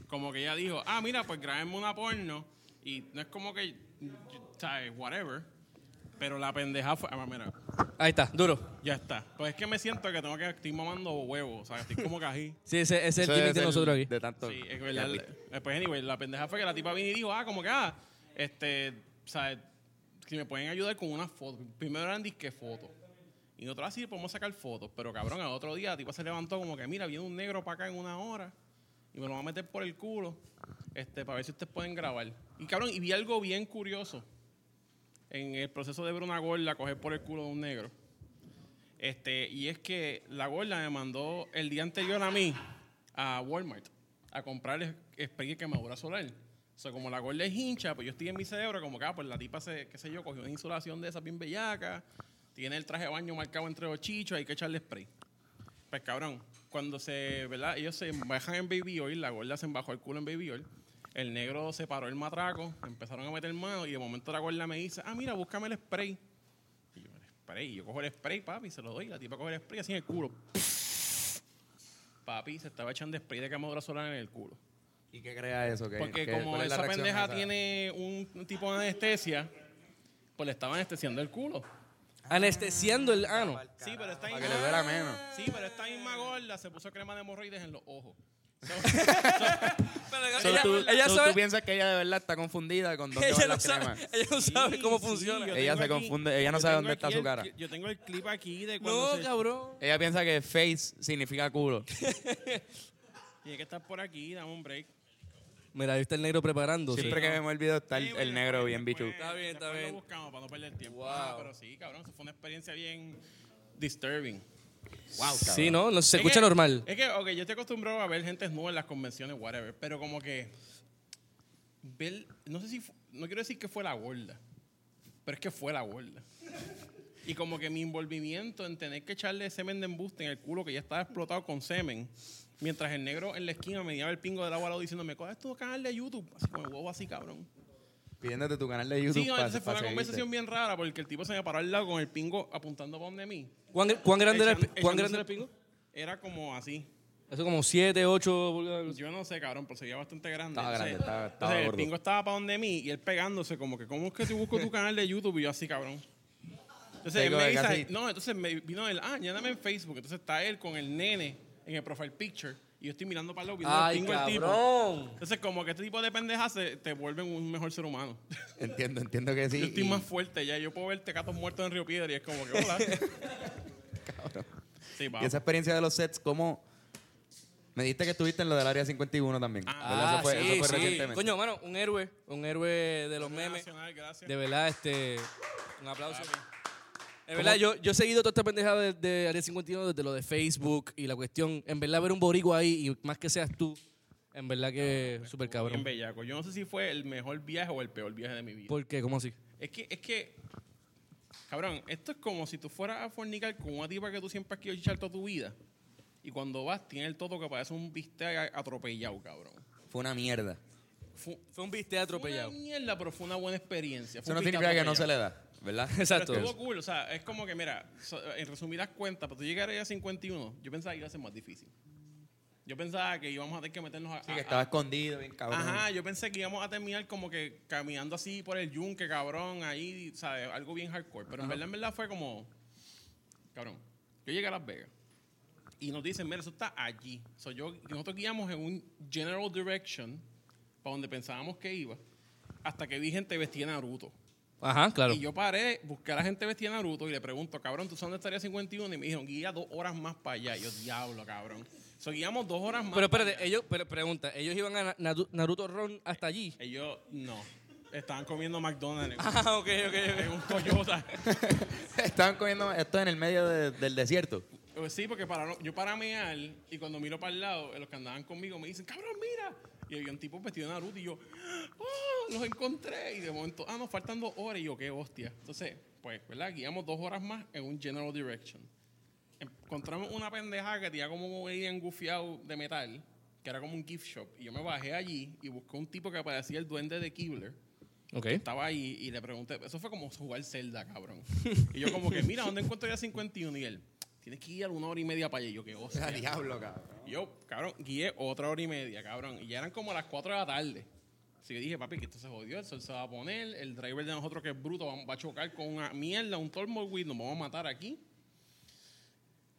Speaker 18: como que ella dijo, ah, mira, pues grabemos una porno. Y no es como que, ¿sabes? Whatever. Pero la pendeja fue, ah, mira,
Speaker 3: Ahí está, duro.
Speaker 18: ya está. Pues es que me siento que tengo que, estoy mamando huevos, o sea, estoy como cají.
Speaker 3: Sí, ese, ese es el gimmick de nosotros aquí.
Speaker 1: De tanto.
Speaker 18: Sí, es verdad. Eh, Pues, anyway, la pendeja fue que la tipa vino y dijo, ah, como que, ah, este, ¿sabes? Si me pueden ayudar con una foto. Primero eran disque fotos. Y nosotros así podemos sacar fotos. Pero cabrón, al otro día la tipa se levantó como que, mira, viene un negro para acá en una hora y me lo va a meter por el culo este, para ver si ustedes pueden grabar. Y cabrón, y vi algo bien curioso en el proceso de ver una gorda coger por el culo de un negro. Este, y es que la gorda me mandó el día anterior a mí a Walmart a comprar es- spray de quemadura solar. O sea, como la gorda es hincha, pues yo estoy en mi cerebro como que, ah, pues la tipa, se, qué sé yo, cogió una insolación de esas bien bellaca, tiene el traje de baño marcado entre los chichos, hay que echarle spray. Pues cabrón, cuando se, ¿verdad? Ellos se bajan en Baby Oil, la gorda se embajó el culo en Baby Oil, el negro se paró el matraco, empezaron a meter mano y de momento la gorda me dice, ah, mira, búscame el spray. Y yo, el spray, yo cojo el spray, papi, se lo doy, la tipa coge el spray así en el culo. Papi, se estaba echando spray de quemadura solar en el culo.
Speaker 1: ¿Y qué crea eso? ¿Qué-
Speaker 18: Porque
Speaker 1: qué-
Speaker 18: como
Speaker 1: cuál es la
Speaker 18: esa
Speaker 1: reacción
Speaker 18: pendeja
Speaker 1: esa?
Speaker 18: tiene un tipo de anestesia, pues le estaba anestesiando el culo.
Speaker 3: Anestesiando el ano.
Speaker 18: Sí, pero está Ah,
Speaker 3: Para que le duela menos.
Speaker 18: Sí, pero esta misma gorda se puso crema de hemorroides en los ojos.
Speaker 1: So, tú, so, tú piensas que ella de verdad está confundida con dónde
Speaker 18: Ella
Speaker 1: van
Speaker 18: no
Speaker 1: las
Speaker 18: sabe-
Speaker 1: cremas.
Speaker 18: ella no sabe cómo funciona. yo
Speaker 1: Ella
Speaker 18: tengo
Speaker 1: se
Speaker 18: aquí-
Speaker 1: confunde, ella no
Speaker 18: yo
Speaker 1: sabe
Speaker 18: tengo
Speaker 1: dónde
Speaker 18: aquí
Speaker 1: está su
Speaker 18: el-
Speaker 1: cara.
Speaker 18: Yo tengo el clip aquí de cuando se-
Speaker 1: Ella piensa que face significa culo.
Speaker 18: Tiene que estar por aquí, dame un break.
Speaker 3: Mira, ahí está el negro preparándose.
Speaker 1: Siempre que vemos el video está el, el negro bien bichu.
Speaker 18: Está bien, está bien. Pues, lo buscamos para no perder tiempo. Ah, pero sí, cabrón, eso fue una experiencia bien disturbing. Wow,
Speaker 3: Sí, ¿no? No se
Speaker 18: Es
Speaker 3: escucha
Speaker 18: que-
Speaker 3: normal.
Speaker 18: Es que, ok, yo estoy acostumbrado a ver gente nueva en las convenciones, whatever, pero como que ver, no sé si, fu- no quiero decir que fue la gorda, pero es que fue la gorda. Y como que mi envolvimiento en tener que echarle semen de embuste en el culo que ya estaba explotado con semen, mientras el negro en la esquina me daba el pingo del agua al lado diciéndome, ¿cuál es tu canal de YouTube? Así con el huevo así, cabrón.
Speaker 1: Pidiéndote tu canal de YouTube.
Speaker 18: Sí, no,
Speaker 1: pa-
Speaker 18: entonces fue
Speaker 1: pa
Speaker 18: una
Speaker 1: seguirte.
Speaker 18: conversación bien rara porque el tipo se me paró al lado con el pingo apuntando para donde mí.
Speaker 3: ¿Cuán, cuán grande era el, pi-
Speaker 18: Echan-
Speaker 3: cuán
Speaker 18: echándose
Speaker 3: grande era el pingo?
Speaker 18: Era como así.
Speaker 3: Eso como 7, 8 pulgadas.
Speaker 18: Yo no sé, cabrón, pero seguía bastante grande.
Speaker 3: Estaba
Speaker 18: Entonces-
Speaker 3: grande, estaba- estaba
Speaker 18: entonces
Speaker 3: gordo.
Speaker 18: El pingo estaba para donde mí y él pegándose como que, ¿cómo es que tú busco tu canal de YouTube? Y yo así, cabrón. Entonces
Speaker 12: Sí,
Speaker 18: él
Speaker 12: como
Speaker 18: me
Speaker 12: que
Speaker 18: dice,
Speaker 12: casi-
Speaker 18: no, entonces me vino él, ah, añádame en Facebook. Entonces está él con el nene en el profile picture y yo estoy mirando para el lado viendo
Speaker 3: Ay,
Speaker 18: el pingo al
Speaker 3: cabrón.
Speaker 18: tipo. Entonces como que este tipo de pendejas se- te vuelven un mejor ser humano.
Speaker 1: Entiendo, entiendo que sí.
Speaker 18: Yo estoy
Speaker 1: y-
Speaker 18: más fuerte ya. Yo puedo ver tecatos muertos en Río Piedra y es como que, hola.
Speaker 1: Cabrón.
Speaker 18: Sí, va.
Speaker 1: Y esa experiencia de los sets, ¿cómo? Me dijiste que estuviste en lo del área 51 también. ¿verdad?
Speaker 3: Ah,
Speaker 1: eso fue,
Speaker 3: sí,
Speaker 1: eso fue
Speaker 3: sí.
Speaker 1: recientemente.
Speaker 3: Coño, mano, un héroe, un héroe de los memes. De verdad, este, un aplauso. En verdad, yo, yo he seguido toda esta pendejada de, de Área 51 desde lo de Facebook y la cuestión. En verdad, ver un boricua ahí y más que seas tú, en verdad que súper
Speaker 18: Bien
Speaker 3: cabrón.
Speaker 18: bellaco. Yo no sé si fue el mejor viaje o el peor viaje de mi vida.
Speaker 3: ¿Por qué? ¿Cómo así?
Speaker 18: Es que, es que, cabrón, esto es como si tú fueras a fornicar con una tipa que tú siempre has querido chichar toda tu vida. Y cuando vas, tiene el toto que parece un bistec atropellado, cabrón.
Speaker 1: Fue una mierda.
Speaker 18: Fue,
Speaker 3: un bistec
Speaker 18: atropellado. Fue una mierda, pero fue una buena experiencia. Fue
Speaker 1: Eso no
Speaker 18: un bistec
Speaker 1: significa que no se
Speaker 18: atropellado.
Speaker 1: le da, ¿verdad?
Speaker 18: Pero estuvo cool. O sea, es como que, mira, so- en resumidas cuentas, para tú llegar a 51, yo pensaba que iba a ser más difícil. Yo pensaba que íbamos a tener que meternos a.
Speaker 1: Sí, que
Speaker 18: a-
Speaker 1: estaba
Speaker 18: a-
Speaker 1: escondido, bien cabrón.
Speaker 18: Ajá, yo pensé que íbamos a terminar como que caminando así por el yunque, cabrón, ahí, ¿sabes? Algo bien hardcore. Pero en
Speaker 12: Ajá.
Speaker 18: verdad, en verdad fue como. Cabrón, yo llegué a Las Vegas y nos dicen, mira, eso está allí. So, yo, nosotros guiamos en un general direction para donde pensábamos que iba, hasta que vi gente vestida de Naruto.
Speaker 3: Ajá, claro.
Speaker 18: Y yo paré, busqué a la gente vestida de Naruto y le pregunto, cabrón, ¿tú sabes dónde estaría 51? Y me dijeron, guía dos horas más para allá. Y yo, diablo, cabrón. So, guiamos dos horas más.
Speaker 3: Pero
Speaker 18: para
Speaker 3: espérate, ellos, pero pregunta, ¿ellos iban a Na- Natu- Naruto Ron hasta allí?
Speaker 18: Ellos, no. Estaban comiendo McDonald's.
Speaker 3: Ah, ok, ok, ok.
Speaker 18: En un Toyota.
Speaker 1: Estaban comiendo esto en el medio de- del desierto.
Speaker 18: Pues sí, porque pararon- yo para mear y cuando miro para el lado, eh, los que andaban conmigo me dicen, cabrón, mira. Y había un tipo vestido de Naruto y yo, ¡ah! Los encontré. Y de momento, ah, nos faltan dos horas. Y yo, qué hostia. Entonces, pues, ¿verdad? Guiamos dos horas más en un general direction. Encontramos una pendeja que tenía como un alien gufiado de metal, que era como un gift shop. Y yo me bajé allí y busqué un tipo que parecía el duende de Kibler.
Speaker 3: Ok.
Speaker 18: Estaba ahí y le pregunté, eso fue como jugar Zelda, cabrón. Y yo como que, mira, ¿dónde encuentro ya 51? Y él, tienes que ir a una hora y media para allá. Y yo, qué hostia.
Speaker 1: Ah, diablo, cabrón.
Speaker 18: Y yo, cabrón, guié otra hora y media, cabrón. Y ya eran como las 4 de la tarde. Así que dije, papi, que esto se jodió, el sol se va a poner, el driver de nosotros que es bruto va, va a chocar con una mierda, un turbowheel, nos vamos a matar aquí.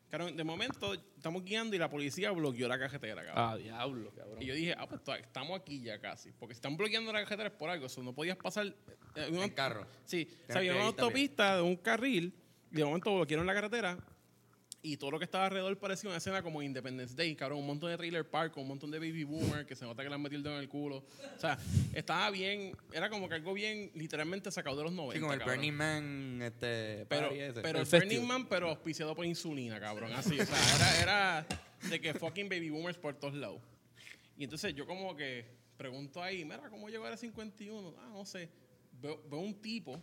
Speaker 18: Cabrón, de momento estamos guiando y la policía bloqueó la carretera, cabrón.
Speaker 3: Ah, diablo, cabrón.
Speaker 18: Y yo dije, ah, pues to- estamos aquí ya casi. Porque si están bloqueando la carretera es por algo. Eso no podías pasar. eh, en
Speaker 1: carro.
Speaker 18: Sí. O
Speaker 1: Tienes
Speaker 18: sea, había
Speaker 1: que
Speaker 18: una
Speaker 1: ir también.
Speaker 18: autopista de un carril. Y de momento bloquearon la carretera. Y todo lo que estaba alrededor parecía una escena como Independence Day, cabrón. Un montón de trailer park, con un montón de baby boomer que se nota que le han metido el dedo en el culo. O sea, estaba bien. Era como que algo bien literalmente sacado de los 90.
Speaker 1: Sí, como el
Speaker 18: cabrón.
Speaker 1: Burning Man, este.
Speaker 18: Pero,
Speaker 1: party ese.
Speaker 18: pero el Burning Man, pero auspiciado por insulina, cabrón. Así, o sea, era, era de que fucking baby boomers por todos lados. Y entonces yo como que pregunto ahí, mira, ¿cómo llegó a la 51? Ah, no sé. Veo, veo un tipo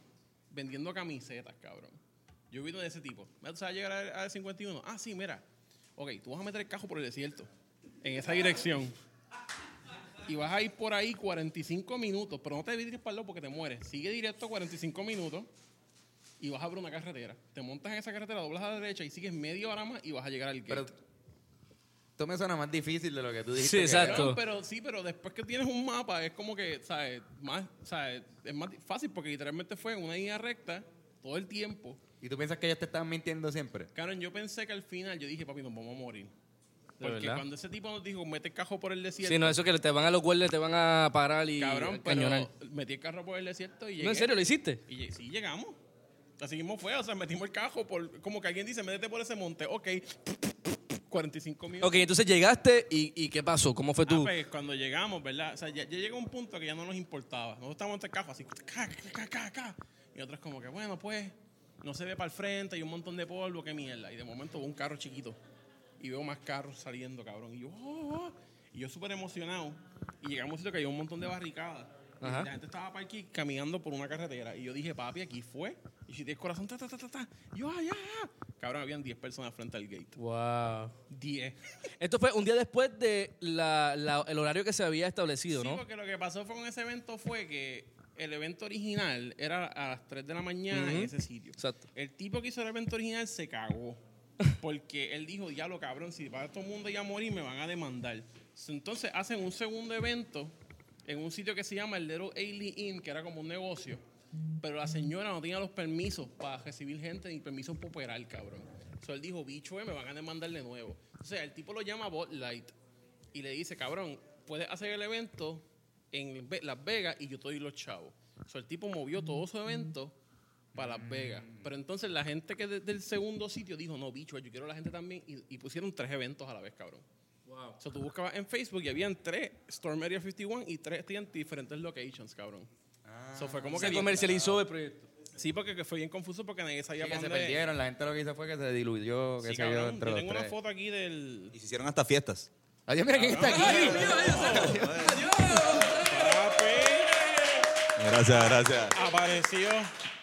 Speaker 18: vendiendo camisetas, cabrón. Yo vi uno de ese tipo. Mira, ¿tú sabes llegar a la 51? Ah, sí, mira. Ok, tú vas a meter el cajo por el desierto. En esa dirección. Y vas a ir por ahí 45 minutos. Pero no te vidries para el lado porque te mueres. Sigue directo 45 minutos y vas a abrir una carretera. Te montas en esa carretera, doblas a la derecha y sigues media hora más y vas a llegar al gate.
Speaker 1: Esto me suena más difícil de lo que tú dijiste.
Speaker 3: Sí,
Speaker 1: que era.
Speaker 18: Cabrón, pero sí, pero después que tienes un mapa es como que, ¿sabes? Más, ¿sabes? Es más di- fácil porque literalmente fue una línea recta todo el tiempo
Speaker 1: ¿Y tú piensas que ellos te estaban mintiendo siempre?
Speaker 18: Cabrón, yo pensé que al final, yo dije, papi, nos vamos a morir. Porque
Speaker 3: verdad?
Speaker 18: cuando ese tipo nos dijo, mete el cajo por el desierto.
Speaker 3: Sí, no, eso que te van a los guardias, te van a parar y
Speaker 18: Cabrón, pero
Speaker 3: cañonar.
Speaker 18: metí el carro por el desierto y
Speaker 3: No,
Speaker 18: llegué.
Speaker 3: ¿en serio lo hiciste?
Speaker 18: Y lle- sí, llegamos. Así mismo fue, o sea, metimos el cajo por... Como que alguien dice, métete por ese monte. Ok, 45 minutos.
Speaker 3: Ok, entonces llegaste y, y ¿qué pasó? ¿Cómo fue
Speaker 18: Ah,
Speaker 3: tu...?
Speaker 18: pues, cuando llegamos, ¿verdad? O sea, ya, ya llegó un punto que ya no nos importaba. Nosotros estábamos en el cajo así, ca, ca, ca, ca. Y otros como que, bueno, pues, no se ve para el frente, hay un montón de polvo, qué mierda. Y de momento veo un carro chiquito. Y veo más carros saliendo, cabrón. Y yo, oh, oh. Y yo súper emocionado. Y llegamos a un sitio que había un montón de barricadas. Y
Speaker 3: Ajá.
Speaker 18: la gente estaba para aquí caminando por una carretera. Y yo dije, papi, aquí fue. Y si tienes corazón, ta, ta, ta, ta, ta. Y yo, "Ah, ay, ay, ay. Cabrón, habían 10 personas frente al gate.
Speaker 3: Wow.
Speaker 18: 10.
Speaker 3: Esto fue un día después de la, la- el horario que se había establecido,
Speaker 18: Sí,
Speaker 3: ¿no?
Speaker 18: porque lo que pasó fue con ese evento fue que el evento original era a las 3 de la mañana en
Speaker 3: Ujú.
Speaker 18: ese sitio.
Speaker 3: Exacto.
Speaker 18: El tipo que hizo el evento original se cagó. Porque él dijo, diablo, cabrón, si va todo el mundo ya a morir, me van a demandar. So, Entonces hacen un segundo evento en un sitio que se llama el Little Ailey Inn, que era como un negocio. Pero la señora no tenía los permisos para recibir gente ni permisos para operar, cabrón. So, él dijo, bicho, eh, me van a demandar de nuevo. O sea, el tipo lo llama Bot Light y le dice, cabrón, puedes hacer el evento en Ve- Las Vegas y yo te doy los chavos. O sea, el tipo movió todo su evento para Las Vegas. Pero entonces la gente que de- del segundo sitio dijo, no, bicho, yo quiero la gente también. Y, y pusieron tres eventos a la vez, cabrón.
Speaker 3: Wow.
Speaker 18: O sea, tú buscabas en Facebook y habían tres Storm Area 51 y tres en diferentes locations, cabrón. So, fue
Speaker 1: Ah.
Speaker 18: como
Speaker 3: Se
Speaker 18: que
Speaker 3: comercializó el proyecto.
Speaker 18: Sí, porque que fue bien confuso porque nadie sabía
Speaker 1: Sí, que
Speaker 18: para
Speaker 1: se
Speaker 18: dónde-
Speaker 1: perdieron. La gente lo que hizo fue que se diluyó, que
Speaker 18: Sí,
Speaker 1: se dio
Speaker 18: cabrón,
Speaker 1: entre
Speaker 18: yo
Speaker 1: los
Speaker 18: tengo una
Speaker 1: tres.
Speaker 18: foto aquí Ah, del...
Speaker 2: Y se hicieron hasta fiestas.
Speaker 1: Adiós, mira quién está aquí.
Speaker 2: Gracias, gracias.
Speaker 18: Apareció.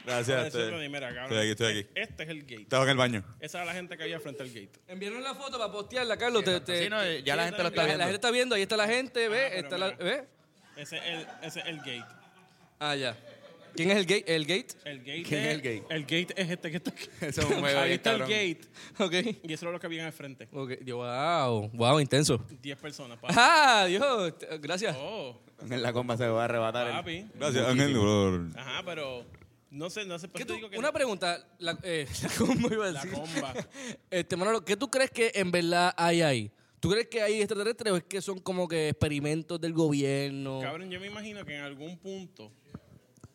Speaker 2: Gracias,
Speaker 18: Apareció
Speaker 2: estoy-
Speaker 18: Tony, mira, cabrón.
Speaker 2: estoy aquí, estoy aquí.
Speaker 18: Este es el gate.
Speaker 2: Estaba en el baño.
Speaker 18: Esa era la gente que había frente al gate.
Speaker 3: Enviaron la foto para postearla, Carlos. te- te-
Speaker 18: Sí, no,
Speaker 3: te-
Speaker 18: ya la gente lo está viendo. Ah,
Speaker 3: La gente está viendo, ahí está la gente, ve, está la- ve.
Speaker 18: Ese es el, ese es el gate.
Speaker 3: Ah, ya. ¿Quién es el gate? ¿El gate?
Speaker 18: El gate
Speaker 3: ¿Quién es el
Speaker 18: gate? El gate es este que está aquí.
Speaker 3: Eso es un juego
Speaker 18: Ahí
Speaker 3: bien
Speaker 18: está el
Speaker 3: cabrón.
Speaker 18: gate.
Speaker 3: Ok.
Speaker 18: Y eso era lo que había en el frente.
Speaker 3: Ok, yo, wow, wow, intenso.
Speaker 18: 10 personas. papi.
Speaker 3: Ah, Dios, t- gracias.
Speaker 18: Oh,
Speaker 1: En la comba se va a arrebatar. el-
Speaker 18: papi.
Speaker 2: Gracias, Ángel. brother.
Speaker 18: Ajá, pero no sé, no sé. ¿Qué digo que
Speaker 3: Una pregunta, la, eh, la comba iba a decir.
Speaker 18: comba.
Speaker 3: Este, Manolo, ¿qué tú crees que en verdad hay ahí? ¿Tú crees que hay extraterrestres o es que son como que experimentos del gobierno?
Speaker 18: Cabrón, yo me imagino que en algún punto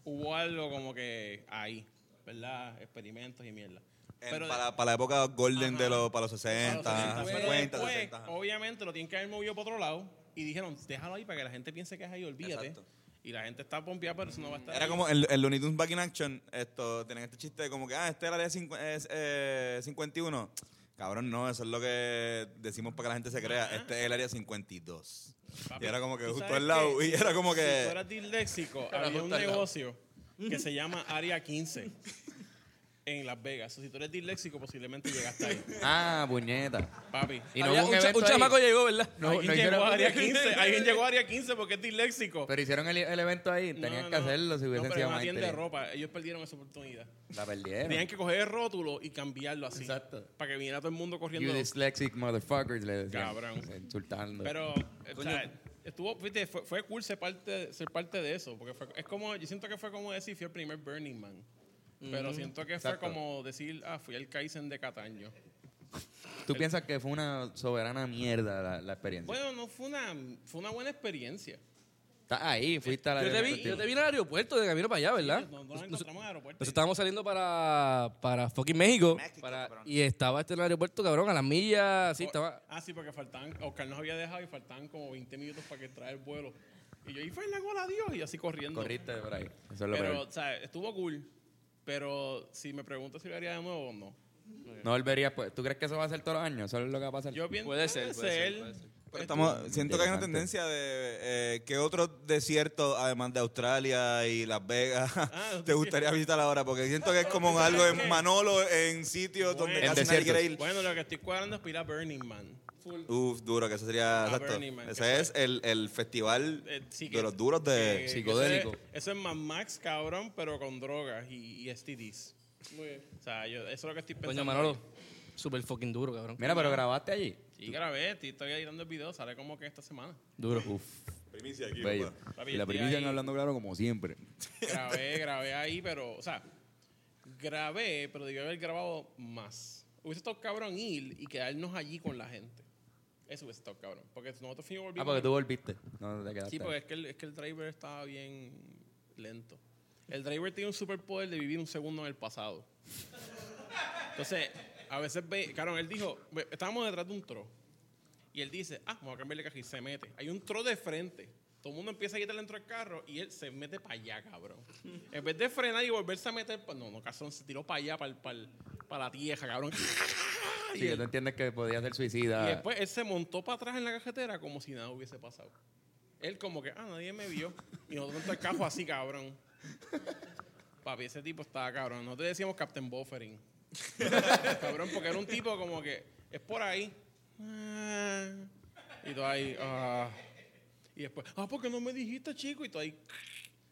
Speaker 18: hubo algo como que ahí, ¿verdad? Experimentos y mierda. Pero
Speaker 2: Para, para la época golden de los, para los 60,
Speaker 18: Pues,
Speaker 2: 50,
Speaker 18: después,
Speaker 2: 60. ajá.
Speaker 18: Obviamente lo tienen que haber movido para otro lado y dijeron, déjalo ahí para que la gente piense que es ahí, olvídate. Y la gente está pompeada, pero eso no va a estar
Speaker 2: Era
Speaker 18: ahí.
Speaker 2: como el, el Looney Tunes Back in Action, esto, tienen este chiste de como que, ah, este es el área cincu- es, eh, 51. Cabrón, no, eso es lo que decimos para que la gente se crea. Este es el área 52.
Speaker 18: Papi,
Speaker 2: y era como que
Speaker 18: ¿tú
Speaker 2: justo
Speaker 18: sabes
Speaker 2: al lado,
Speaker 18: qué?
Speaker 2: y era como
Speaker 18: Si tú
Speaker 2: que...
Speaker 18: eras disléxico,
Speaker 2: Era
Speaker 18: había un
Speaker 2: justo al lado.
Speaker 18: negocio que se llama Área 15 en Las Vegas. O si tú eres disléxico, posiblemente llegaste ahí.
Speaker 1: Ah, puñeta.
Speaker 18: Papi.
Speaker 1: Y no
Speaker 18: Había
Speaker 1: hubo un,
Speaker 18: un cha-
Speaker 1: evento
Speaker 18: un
Speaker 1: ahí.
Speaker 18: chamaco
Speaker 3: llegó, ¿verdad?
Speaker 1: No,
Speaker 18: alguien,
Speaker 1: no hicieron-
Speaker 18: llegó a área 15, alguien llegó a Área 15 porque es disléxico.
Speaker 1: Pero hicieron el, el evento ahí. Tenían que hacerlo si
Speaker 18: No,
Speaker 1: hubiesen
Speaker 18: pero
Speaker 1: sido
Speaker 18: era una
Speaker 1: más
Speaker 18: tienda de
Speaker 1: inteligentes.
Speaker 18: ropa. Ellos perdieron esa oportunidad.
Speaker 1: La
Speaker 18: Tenían
Speaker 1: perdieron.
Speaker 18: que coger el rótulo y cambiarlo así. Para que viniera todo el mundo corriendo.
Speaker 1: You dyslexic motherfuckers, le decían.
Speaker 18: Cabrón.
Speaker 1: Insultando.
Speaker 18: Pero, o
Speaker 1: Coño.
Speaker 18: sea, estuvo, fíjate, fue, fue cool ser parte, ser parte de eso. Porque fue- es como, yo siento que fue como decir, fui el primer Burning Man. Pero
Speaker 1: Ujú.
Speaker 18: siento que
Speaker 1: Exacto.
Speaker 18: fue como decir, ah, fui el Kaizen de Cataño.
Speaker 1: ¿Tú piensas que fue una soberana mierda la, la experiencia?
Speaker 18: Bueno, no fue una, fue una buena experiencia.
Speaker 1: Estás ahí, fuiste a la
Speaker 3: Yo te, vi, yo te vi en el aeropuerto de camino para allá, ¿verdad?
Speaker 18: Nos, nos
Speaker 3: Nos-
Speaker 18: encontramos en el aeropuerto.
Speaker 3: Nosotros estábamos saliendo para, para fucking México. para- y estaba este en el aeropuerto, cabrón, a las millas, así estaba.
Speaker 18: Ah, sí, porque faltaban, Oscar nos había dejado y faltaban como 20 minutos para que trae el vuelo. Y yo, y fue la gola, Dios, y así corriendo.
Speaker 1: Corriste por ahí. Eso es lo
Speaker 18: pero,
Speaker 1: peor.
Speaker 18: o sea, estuvo cool. Pero si me preguntas si lo haría de nuevo, no.
Speaker 1: No volverías. pues, ¿Tú crees que eso va a ser todos los años? ¿Eso es lo que va a pasar?
Speaker 18: Yo pienso- Puede ser, puede puede ser, ser. puede ser.
Speaker 2: Pero estamos, siento que hay una tendencia de eh, que otros desiertos, además de Australia y Las Vegas,
Speaker 18: Ah,
Speaker 2: te gustaría visitar ahora, porque siento que es como algo en Manolo, en sitios donde
Speaker 18: Bueno,
Speaker 2: casi nadie quiere ir.
Speaker 18: Bueno, lo que estoy cuadrando es para ir a Burning Man.
Speaker 2: Uf, duro, que eso sería.
Speaker 18: Ah,
Speaker 2: exacto.
Speaker 18: Burning Man,
Speaker 2: Ese es el, el festival
Speaker 18: Eh, sí, que-
Speaker 2: de los duros
Speaker 18: que-
Speaker 2: de
Speaker 18: que Eso es, eso es Mad Max, cabrón, pero con drogas y, y STDs. Muy bien. O sea, yo, eso es lo que estoy pensando.
Speaker 3: Coño, Manolo, súper fucking duro, cabrón.
Speaker 1: Mira, pero grabaste allí.
Speaker 18: Sí, grabé, estoy estoy editando el video, sale como que esta semana.
Speaker 1: Duro. Uf.
Speaker 18: Primicia aquí,
Speaker 1: Bello.
Speaker 18: papá.
Speaker 1: Y la primicia en hablando claro como siempre.
Speaker 18: Grabé, grabé ahí, pero, o sea, grabé, pero debí haber grabado más. Hubiese estado cabrón ir y quedarnos allí con la gente. Eso hubiese estado cabrón. Porque nosotros fuimos
Speaker 1: Ah,
Speaker 18: volviendo.
Speaker 1: porque tú volviste. No te quedaste.
Speaker 18: Sí, porque es que, el, es que el driver estaba bien lento. El driver tiene un superpoder de vivir un segundo en el pasado. Entonces, a veces ve, claro, él dijo, ve- estábamos detrás de un tro. Y él dice, ah, vamos a cambiarle caja y se mete. Hay un tro de frente. Todo el mundo empieza a quitarle dentro del carro y él se mete para allá, cabrón. En vez de frenar y volverse a meter, pa- no, no, cabrón, se tiró para allá, para la tierra, cabrón.
Speaker 1: Sí,
Speaker 18: Y
Speaker 1: que
Speaker 18: él-
Speaker 1: tú entiendes que podía ser suicida.
Speaker 18: y después él se montó para atrás en la cajetera como si nada hubiese pasado. Él como que, ah, nadie me vio. Y nosotros en todo el cajo así, cabrón. Papi, ese tipo estaba cabrón. Nosotros decíamos Captain Buffering. cabrón, porque era un tipo como que, es por ahí. Ah. Y tú ahí, ah. Y después, ah, porque no me dijiste, chico. Y tú ahí.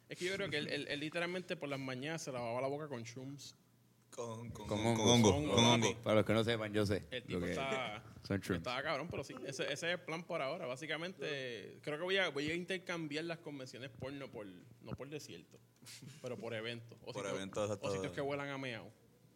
Speaker 18: Es que yo creo que él, él- él literalmente por las mañanas se lavaba la boca con chums.
Speaker 2: Con, con,
Speaker 1: Con hongo. Para los que no sepan, yo sé.
Speaker 18: El
Speaker 1: lo
Speaker 18: tipo
Speaker 1: que-
Speaker 18: está,
Speaker 1: Son shrooms.
Speaker 18: estaba cabrón, pero sí, ese, ese es el plan por ahora. Básicamente, creo que voy a, voy a intercambiar las convenciones porno por, no por desierto, pero por eventos. O
Speaker 2: Por
Speaker 18: sitios-
Speaker 2: eventos, exacto.
Speaker 18: O sitios que vuelan a meao.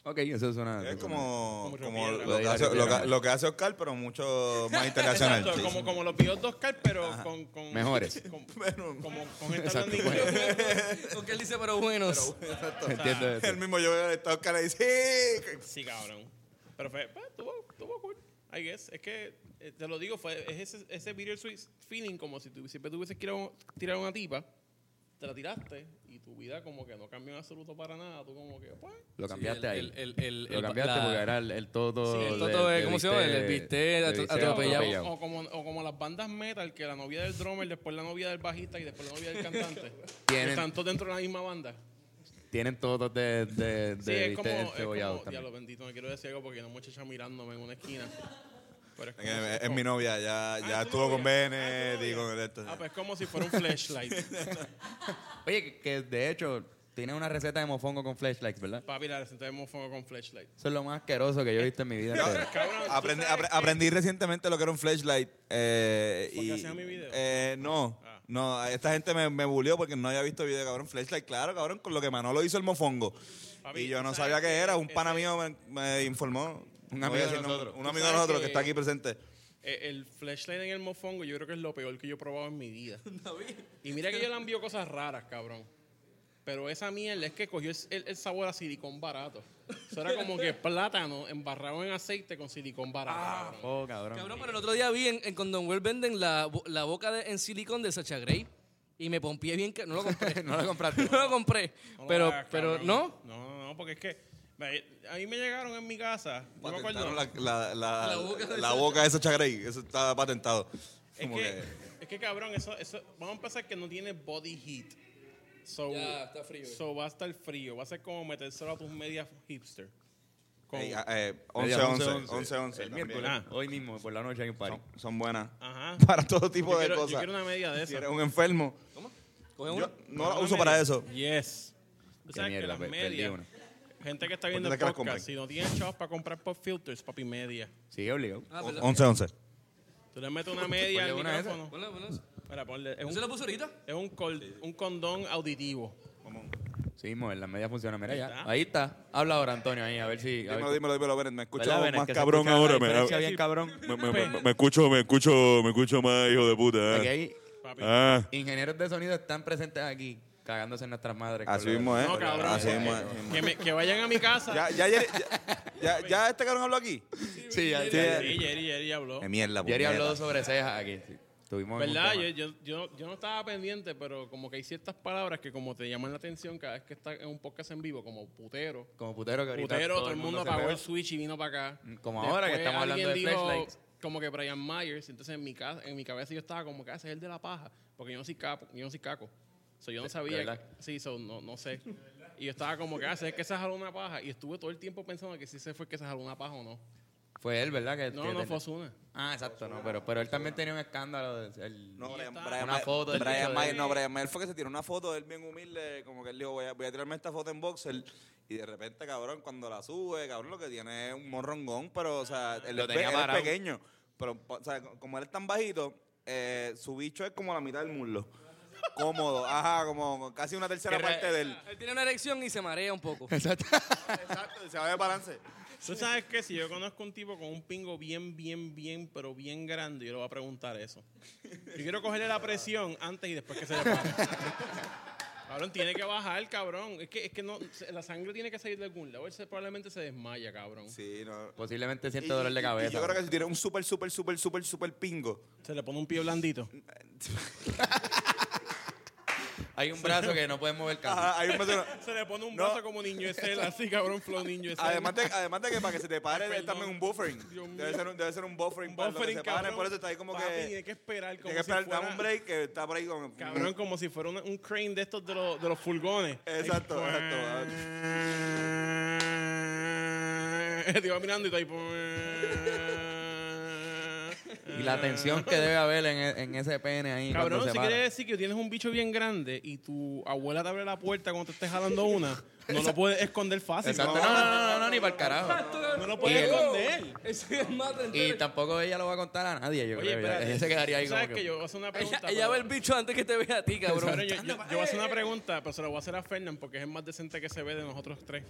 Speaker 1: Ok, eso suena.
Speaker 2: Es
Speaker 1: eso
Speaker 2: como,
Speaker 1: suena-
Speaker 2: como
Speaker 1: Lo
Speaker 2: lo,
Speaker 1: de
Speaker 2: que
Speaker 1: la
Speaker 2: hace, lo,
Speaker 1: riviera.
Speaker 2: que, lo que hace Oscar, pero mucho más internacional.
Speaker 18: Exacto,
Speaker 2: Sí,
Speaker 18: como,
Speaker 2: sí.
Speaker 18: como los videos de Oscar, pero
Speaker 2: Ajá.
Speaker 18: con, con-
Speaker 2: Mejores.
Speaker 18: Con,
Speaker 2: Pero-
Speaker 18: como con esta
Speaker 2: Exacto,
Speaker 18: blandita.
Speaker 2: bueno.
Speaker 18: Con que él dice, pero buenos.
Speaker 2: Exacto.
Speaker 18: Entiendo eso.
Speaker 2: El mismo yo veo está Oscar y dice, "Sí".
Speaker 18: Sí, cabrón. Pero fue, pues, tuvo, tuvo cool, I guess. Es que, eh, te lo digo, fue es ese, ese bittersweet feeling como si tú siempre tuvieses que ir a un- tirar una tipa, te la tiraste y tu vida como que no cambió en absoluto para nada. Tú como que, pues...
Speaker 1: Lo cambiaste ahí.
Speaker 18: el- el- el-
Speaker 1: lo
Speaker 18: el-
Speaker 1: cambiaste
Speaker 18: la-
Speaker 1: porque era el, el todo.
Speaker 18: Sí,
Speaker 1: de-
Speaker 18: el toto,
Speaker 1: de
Speaker 18: eh, ¿cómo se llama? El,
Speaker 1: bistec-
Speaker 18: el
Speaker 1: de
Speaker 18: bistec atro-
Speaker 1: bistec
Speaker 18: atropellado. O, como, o como las bandas metal, que la novia del drummer, después la novia del bajista y después la novia del cantante.
Speaker 1: Tienen-
Speaker 18: Están todos dentro de la misma banda.
Speaker 1: Tienen todos de, de, de
Speaker 18: Sí, es como,
Speaker 1: bistec
Speaker 18: es
Speaker 1: encebollado
Speaker 18: como
Speaker 1: también.
Speaker 18: diablo bendito, no quiero decir algo porque hay una muchacha mirándome en una esquina. Pero es,
Speaker 2: Es,
Speaker 18: como Ah, si-
Speaker 2: es mi novia, ya, ya estuvo con Bennett y con el esto.
Speaker 18: Ah, pues es como si fuera un flashlight.
Speaker 1: Oye, que, que de hecho, tiene una receta de mofongo con flashlights, ¿verdad?
Speaker 18: Papi, la receta de mofongo con flashlight.
Speaker 1: Eso es lo más asqueroso que yo he visto en mi vida. entera.
Speaker 2: Aprendí, apre- aprendí recientemente lo que era un flashlight. Eh,
Speaker 18: ¿Por qué
Speaker 2: y-
Speaker 18: hacías mi video? Ah.
Speaker 2: eh, no, no, esta gente me, me bulió porque no había visto video, cabrón. Flashlight, claro, cabrón, con lo que Manolo hizo el mofongo. y yo no sabía qué era. Un pana mío me, me informó.
Speaker 1: Un
Speaker 2: No voy
Speaker 1: amigo
Speaker 2: a decir
Speaker 1: de
Speaker 2: nombre.
Speaker 1: nosotros.
Speaker 2: Un
Speaker 18: Tú
Speaker 2: amigo de
Speaker 18: sabes
Speaker 2: nosotros que,
Speaker 18: que-
Speaker 2: está aquí presente.
Speaker 18: Eh, El flashlight en el mofongo yo creo que es lo peor que yo he probado en mi vida. y mira que yo le envío cosas raras, cabrón. Pero esa mierda es que cogió el, el- el sabor a silicón barato. Eso era como que plátano embarrado en aceite con silicón barato.
Speaker 2: Ah,
Speaker 18: cabrón.
Speaker 1: Oh, cabrón.
Speaker 3: Cabrón, pero el otro día vi en, en Condon World venden la, bo- la boca de, en silicón de Sacha Grey y me pompié bien que no lo compré.
Speaker 1: no lo compraste.
Speaker 3: no lo compré.
Speaker 18: No lo
Speaker 3: pero,
Speaker 18: hagas,
Speaker 3: pero,
Speaker 18: cabrón.
Speaker 3: ¿no?
Speaker 18: No, no, no, porque es que ve, a mí me llegaron en mi casa. No me acuerdo.
Speaker 2: Patentaron La, la, la,
Speaker 18: La boca de
Speaker 2: la
Speaker 18: esa-
Speaker 2: boca de esa Chagray. Eso está patentado.
Speaker 18: Es
Speaker 2: Como
Speaker 18: que, es que cabrón, eso, eso, vamos a empezar que no tiene body heat. So,
Speaker 3: Ya, está frío.
Speaker 18: So va a estar frío. Va a ser como metérselo a tus medias hipster. Con-
Speaker 2: Ey, ah, eh,
Speaker 1: Media
Speaker 2: 11, 11, 11,
Speaker 1: El
Speaker 2: también.
Speaker 1: miércoles.
Speaker 2: Ah.
Speaker 1: Hoy mismo, por la noche hay un party.
Speaker 2: Son, son buenas.
Speaker 18: Ajá.
Speaker 2: Para todo tipo
Speaker 18: ah. Yo
Speaker 2: de
Speaker 18: quiero- yo
Speaker 2: cosas.
Speaker 18: quiero una media de
Speaker 2: Si
Speaker 18: esas.
Speaker 2: eres un enfermo.
Speaker 18: ¿Cómo?
Speaker 2: Yo
Speaker 18: Coge una.
Speaker 2: no la
Speaker 18: Una
Speaker 2: uso para
Speaker 18: media.
Speaker 2: eso.
Speaker 18: Yes. Tú
Speaker 1: Qué
Speaker 18: sabes que
Speaker 1: mierda,
Speaker 18: las
Speaker 1: pe- perdí
Speaker 18: medias-
Speaker 1: una.
Speaker 18: Gente que está
Speaker 2: Ponte
Speaker 18: viendo el
Speaker 2: la que las
Speaker 18: podcast,
Speaker 2: compren.
Speaker 18: si no tienen chavos para comprar pop filters, papi, media.
Speaker 1: Sí, obligado.
Speaker 18: Ah,
Speaker 2: O-
Speaker 18: ¿verdad?
Speaker 2: 11, 11.
Speaker 18: Tú le metes una media al
Speaker 1: Ponle una de esas.
Speaker 18: micrófono. Espera, ponle. Es un,
Speaker 3: se lo puso ahorita?
Speaker 18: Es un, col- un condón auditivo.
Speaker 1: Sí, mismo, en la media funciona. Mira
Speaker 18: Ahí
Speaker 1: ya.
Speaker 18: está.
Speaker 1: Ahí está. Habla ahora, Antonio, ahí, a ver si. a
Speaker 2: Dímelo,
Speaker 1: ver qué-
Speaker 2: dímelo, dímelo, Bennett. Me escucho
Speaker 1: ¿Verdad, Bennett?
Speaker 2: más
Speaker 1: Que se
Speaker 2: cabrón
Speaker 1: escucha la
Speaker 2: ahora. me-
Speaker 1: diferencia bien cabrón.
Speaker 14: Me, me- me- me escucho, me escucho, me escucho más, hijo de puta. ¿eh?
Speaker 1: Aquí hay
Speaker 14: Ah.
Speaker 1: ingenieros de sonido están presentes aquí, cagándose en nuestras madres.
Speaker 2: Así
Speaker 1: con lo-
Speaker 2: mismo, ¿eh?
Speaker 18: No, cabrón.
Speaker 2: Así mismo,
Speaker 18: eh.
Speaker 2: así mismo.
Speaker 18: Que, me- que vayan a mi casa.
Speaker 2: Ya, ya, Jerry- ya, ya, ya este cabrón habló aquí.
Speaker 1: Sí, ya,
Speaker 18: Jerry,
Speaker 1: sí, ya.
Speaker 18: Jerry, Jerry, Jerry habló.
Speaker 2: De mierda,
Speaker 1: Jerry
Speaker 2: puñeta.
Speaker 1: habló sobre cejas aquí. sí. Tuvimos en un
Speaker 18: ¿Verdad?
Speaker 1: tema.
Speaker 18: Yo, yo, yo, yo no estaba pendiente, pero como que hay ciertas palabras que como te llaman la atención cada vez que estás en un podcast en vivo, como putero.
Speaker 1: Como putero que ahorita
Speaker 18: Putero, todo,
Speaker 1: todo el
Speaker 18: el mundo
Speaker 1: mundo se
Speaker 18: apagó
Speaker 1: pegó.
Speaker 18: el switch y vino para acá.
Speaker 1: Como ahora que
Speaker 18: Después
Speaker 1: estamos hablando
Speaker 18: alguien
Speaker 1: de
Speaker 18: dijo
Speaker 1: flashlights.
Speaker 18: Como que Brian Myers, entonces en mi, casa, en mi cabeza yo estaba como que "Ah, ese es el de la paja, porque yo no soy capo, yo no soy caco. So, yo no
Speaker 1: De-
Speaker 18: sabía,
Speaker 1: de verdad.
Speaker 18: que- sí, so, no, no sé. Y yo estaba como que "Ah, ese es el que se jaló una paja y estuve todo el tiempo pensando que si ese fue el que se jaló una paja o no.
Speaker 1: Fue él, ¿verdad? Que,
Speaker 18: No,
Speaker 1: que
Speaker 18: no,
Speaker 1: ten-
Speaker 18: fue Ozuna.
Speaker 1: Ah, exacto, no, pero, pero él también tenía un escándalo. De, el-
Speaker 2: No, Brian,
Speaker 1: una
Speaker 2: Brian Mayer-
Speaker 1: foto del
Speaker 2: Brian
Speaker 1: bicho de-
Speaker 2: Mayer, no, Brian Mayer fue que se tiró una foto de él bien humilde, como que él dijo, voy a, voy a tirarme esta foto en boxer. Y de repente, cabrón, cuando la sube, cabrón, lo que tiene es un morrongón, pero, o sea, él,
Speaker 1: Lo
Speaker 2: es, pe-
Speaker 1: tenía
Speaker 2: él es
Speaker 1: parado.
Speaker 2: pequeño. Pero, o sea, como él es tan bajito, eh, su bicho es como la mitad del muslo. cómodo. Ajá, como casi una tercera
Speaker 3: Que re-
Speaker 2: parte del.
Speaker 3: Él tiene una erección y se marea un poco.
Speaker 1: Exacto.
Speaker 2: Exacto, se va de balance.
Speaker 18: Tú sabes que si yo conozco un tipo con un pingo bien, bien, bien, pero bien grande, yo le voy a preguntar eso. Yo quiero cogerle la presión antes y después que se le pare. Cabrón, tiene que bajar, cabrón. Es que, es que no, se- la sangre tiene que salir de algún lado. Él se- probablemente se desmaya, cabrón.
Speaker 2: Sí, no.
Speaker 1: Posiblemente
Speaker 2: Y-
Speaker 1: siente dolor
Speaker 2: y-
Speaker 1: de
Speaker 2: y
Speaker 1: cabeza.
Speaker 2: yo creo que si tiene un súper, súper, súper, súper, súper pingo. Eh,
Speaker 18: Se le pone un pie blandito.
Speaker 1: Hay un brazo que no puedes mover casi.
Speaker 2: Ajá, hay un brazo que
Speaker 18: Se le pone un
Speaker 2: No.
Speaker 18: brazo como niño de cela, así, cabrón, flow niño de cela.
Speaker 2: Además de, además de que para que se te pare
Speaker 18: Ay,
Speaker 2: debe
Speaker 18: perdón.
Speaker 2: también un buffering.
Speaker 18: Dios
Speaker 2: Debe
Speaker 18: mío.
Speaker 2: ser, un, debe ser un buffering, para lo que
Speaker 18: buffering,
Speaker 2: se pare,
Speaker 18: cabrón.
Speaker 2: Por eso está ahí como
Speaker 18: Papi,
Speaker 2: que.
Speaker 18: tiene que esperar como
Speaker 2: Tiene que
Speaker 18: si
Speaker 2: esperar, dame
Speaker 18: fuera-
Speaker 2: un break que está por ahí con.
Speaker 18: Cabrón, como si fuera una- un crane de estos de, los- de los furgones.
Speaker 2: Exacto,
Speaker 18: Ahí, Te iba mirando y tú ahí.
Speaker 1: Y la tensión que debe haber en, e- en ese pene ahí.
Speaker 18: Cabrón,
Speaker 1: cuando se
Speaker 18: si
Speaker 1: para.
Speaker 18: quiere decir que tienes un bicho bien grande y tu abuela te abre la puerta cuando te estés jalando una, no lo puedes esconder fácil.
Speaker 1: Exacto. No, no, no, no, no, ni para el carajo.
Speaker 18: No lo puedes esconder.
Speaker 3: Ese es más
Speaker 1: Y
Speaker 3: tentero.
Speaker 1: tampoco ella lo va a contar a nadie, yo
Speaker 18: Oye,
Speaker 1: creo. Ella-
Speaker 18: espérate.
Speaker 1: Ella se quedaría ahí
Speaker 18: Tú
Speaker 1: como
Speaker 18: ¿Sabes que, yo voy a hacer una pregunta?
Speaker 3: Ella ve el bicho antes que te vea a ti, cabrón.
Speaker 18: Cabrón, yo, yo- yo voy a hacer una pregunta, pero se la voy a hacer a Fernan porque es el más decente que se ve de nosotros tres.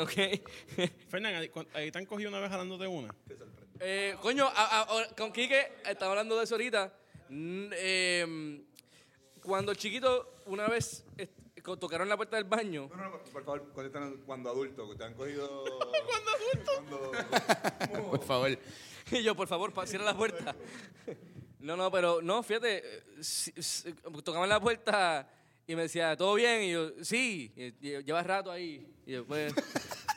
Speaker 3: ok.
Speaker 18: Fernan, ¿ahí cu- ahí te han cogido una vez jalándote una?
Speaker 3: Eh, coño, a- a- a- con Quique estaba hablando de eso ahorita. Mm, eh, cuando chiquito, una vez est- co- tocaron la puerta del baño.
Speaker 2: Por favor, contéstanos cuando adulto, que te han cogido. cuando adulto.
Speaker 1: Por favor.
Speaker 3: Y yo, por favor, pa- cierra la puerta. No, no, pero no, fíjate, eh, si- si- tocaban la puerta y me decía, ¿todo bien? Y yo, sí, Y- y- llevas rato ahí. Y yo, pues,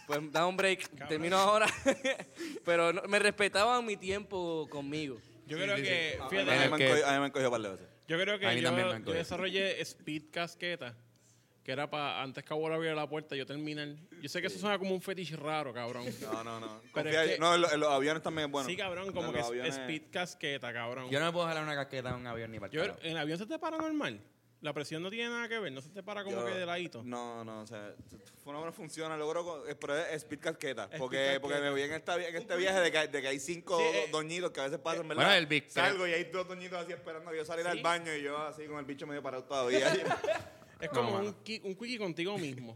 Speaker 3: pues da un break, termino ahora. pero no- me respetaban mi tiempo conmigo.
Speaker 18: Yo creo que,
Speaker 2: Ah, A mí
Speaker 18: fíjate,
Speaker 2: me han cogido- a mí me han cogido par de veces.
Speaker 18: Yo creo
Speaker 2: A
Speaker 18: que
Speaker 2: mí
Speaker 18: yo,
Speaker 2: también me han
Speaker 18: yo
Speaker 2: cogido.
Speaker 18: desarrollé Speed Casqueta, que era para antes que abuelo abriera la puerta, yo terminar. Yo sé que eso suena como un fetiche raro, cabrón.
Speaker 2: No, no, no.
Speaker 18: Pero
Speaker 2: Confía-
Speaker 18: es que-
Speaker 2: No, en lo- en los aviones también es bueno.
Speaker 18: Sí, cabrón, como
Speaker 2: En
Speaker 18: que
Speaker 2: los
Speaker 18: es
Speaker 2: aviones-
Speaker 18: Speed Casqueta, cabrón.
Speaker 1: Yo no me puedo jalar una casqueta en un avión ni para el
Speaker 18: Yo-
Speaker 1: carajo.
Speaker 18: ¿En el avión se te para normal? La presión no tiene nada que ver, no se te para como
Speaker 2: Yo-
Speaker 18: que de ladito.
Speaker 2: No, no, o sea, fue una buena funciona, logro, con- eh, pero es speed casqueta, porque,
Speaker 18: casqueta. eh,
Speaker 2: porque me voy en, esta vi- en este viaje de que, de que hay cinco doñitos que a veces pasan, ¿verdad?
Speaker 1: Bueno, el Big
Speaker 2: Salgo y hay dos doñitos así esperando que yo saliera
Speaker 18: Sí.
Speaker 2: al baño y yo así con el bicho medio parado todavía.
Speaker 18: Es como
Speaker 2: No,
Speaker 18: un, qui- un quickie contigo mismo.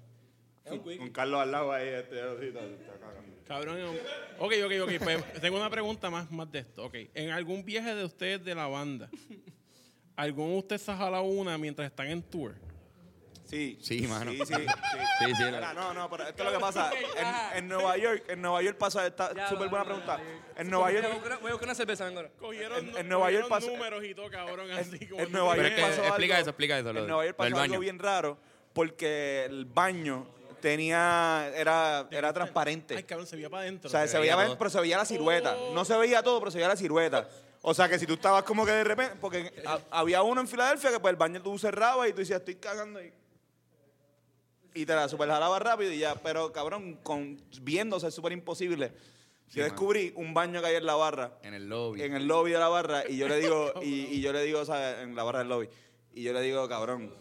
Speaker 2: con Carlos al lado ahí, este, así, está- está cagando.
Speaker 18: Cabrón, es un- ok, ok, ok. pues, tengo una pregunta más, más de esto. Ok, en algún viaje de ustedes de la banda, ¿algún de ustedes se ha jalado una mientras están en tour?
Speaker 2: Sí.
Speaker 1: Sí, mano.
Speaker 2: Sí, sí, sí.
Speaker 1: Sí, sí,
Speaker 2: Mira,
Speaker 1: la-
Speaker 2: no, no, pero esto es lo que pasa. En, en Nueva York, en Nueva York pasa esta súper buena pregunta. En Nueva
Speaker 3: Voy a
Speaker 2: York,
Speaker 3: buscar- voy a buscar una cerveza, vengo ahora.
Speaker 18: Cogieron,
Speaker 2: en Nueva York pasa-
Speaker 18: números y todo, cabrón, así como...
Speaker 2: en Nueva
Speaker 1: Pero
Speaker 2: York
Speaker 1: es que
Speaker 2: pasó
Speaker 1: explica
Speaker 2: algo-
Speaker 1: eso, explica eso, lo
Speaker 2: En
Speaker 1: de-
Speaker 2: Nueva York
Speaker 1: lo del
Speaker 2: pasó algo
Speaker 1: baño.
Speaker 2: bien raro porque el baño tenía era era transparente.
Speaker 18: Ay, cabrón, se veía para adentro.
Speaker 2: O sea, se veía,
Speaker 18: todo.
Speaker 2: pero se veía la silueta. No se veía todo, pero se veía la silueta. O sea, que si tú estabas como que de repente, porque a- había uno en Filadelfia que pues el baño tú cerrabas y tú decías, estoy cagando y, y te la superjalabas rápido y ya. Pero cabrón, con, viéndose es súper imposible.
Speaker 1: Sí,
Speaker 2: yo
Speaker 1: mano.
Speaker 2: descubrí un baño que hay en la barra
Speaker 1: En el lobby.
Speaker 2: en el lobby de la barra y yo le digo, y, y yo le digo, o sea, en la barra del lobby, y yo le digo, cabrón,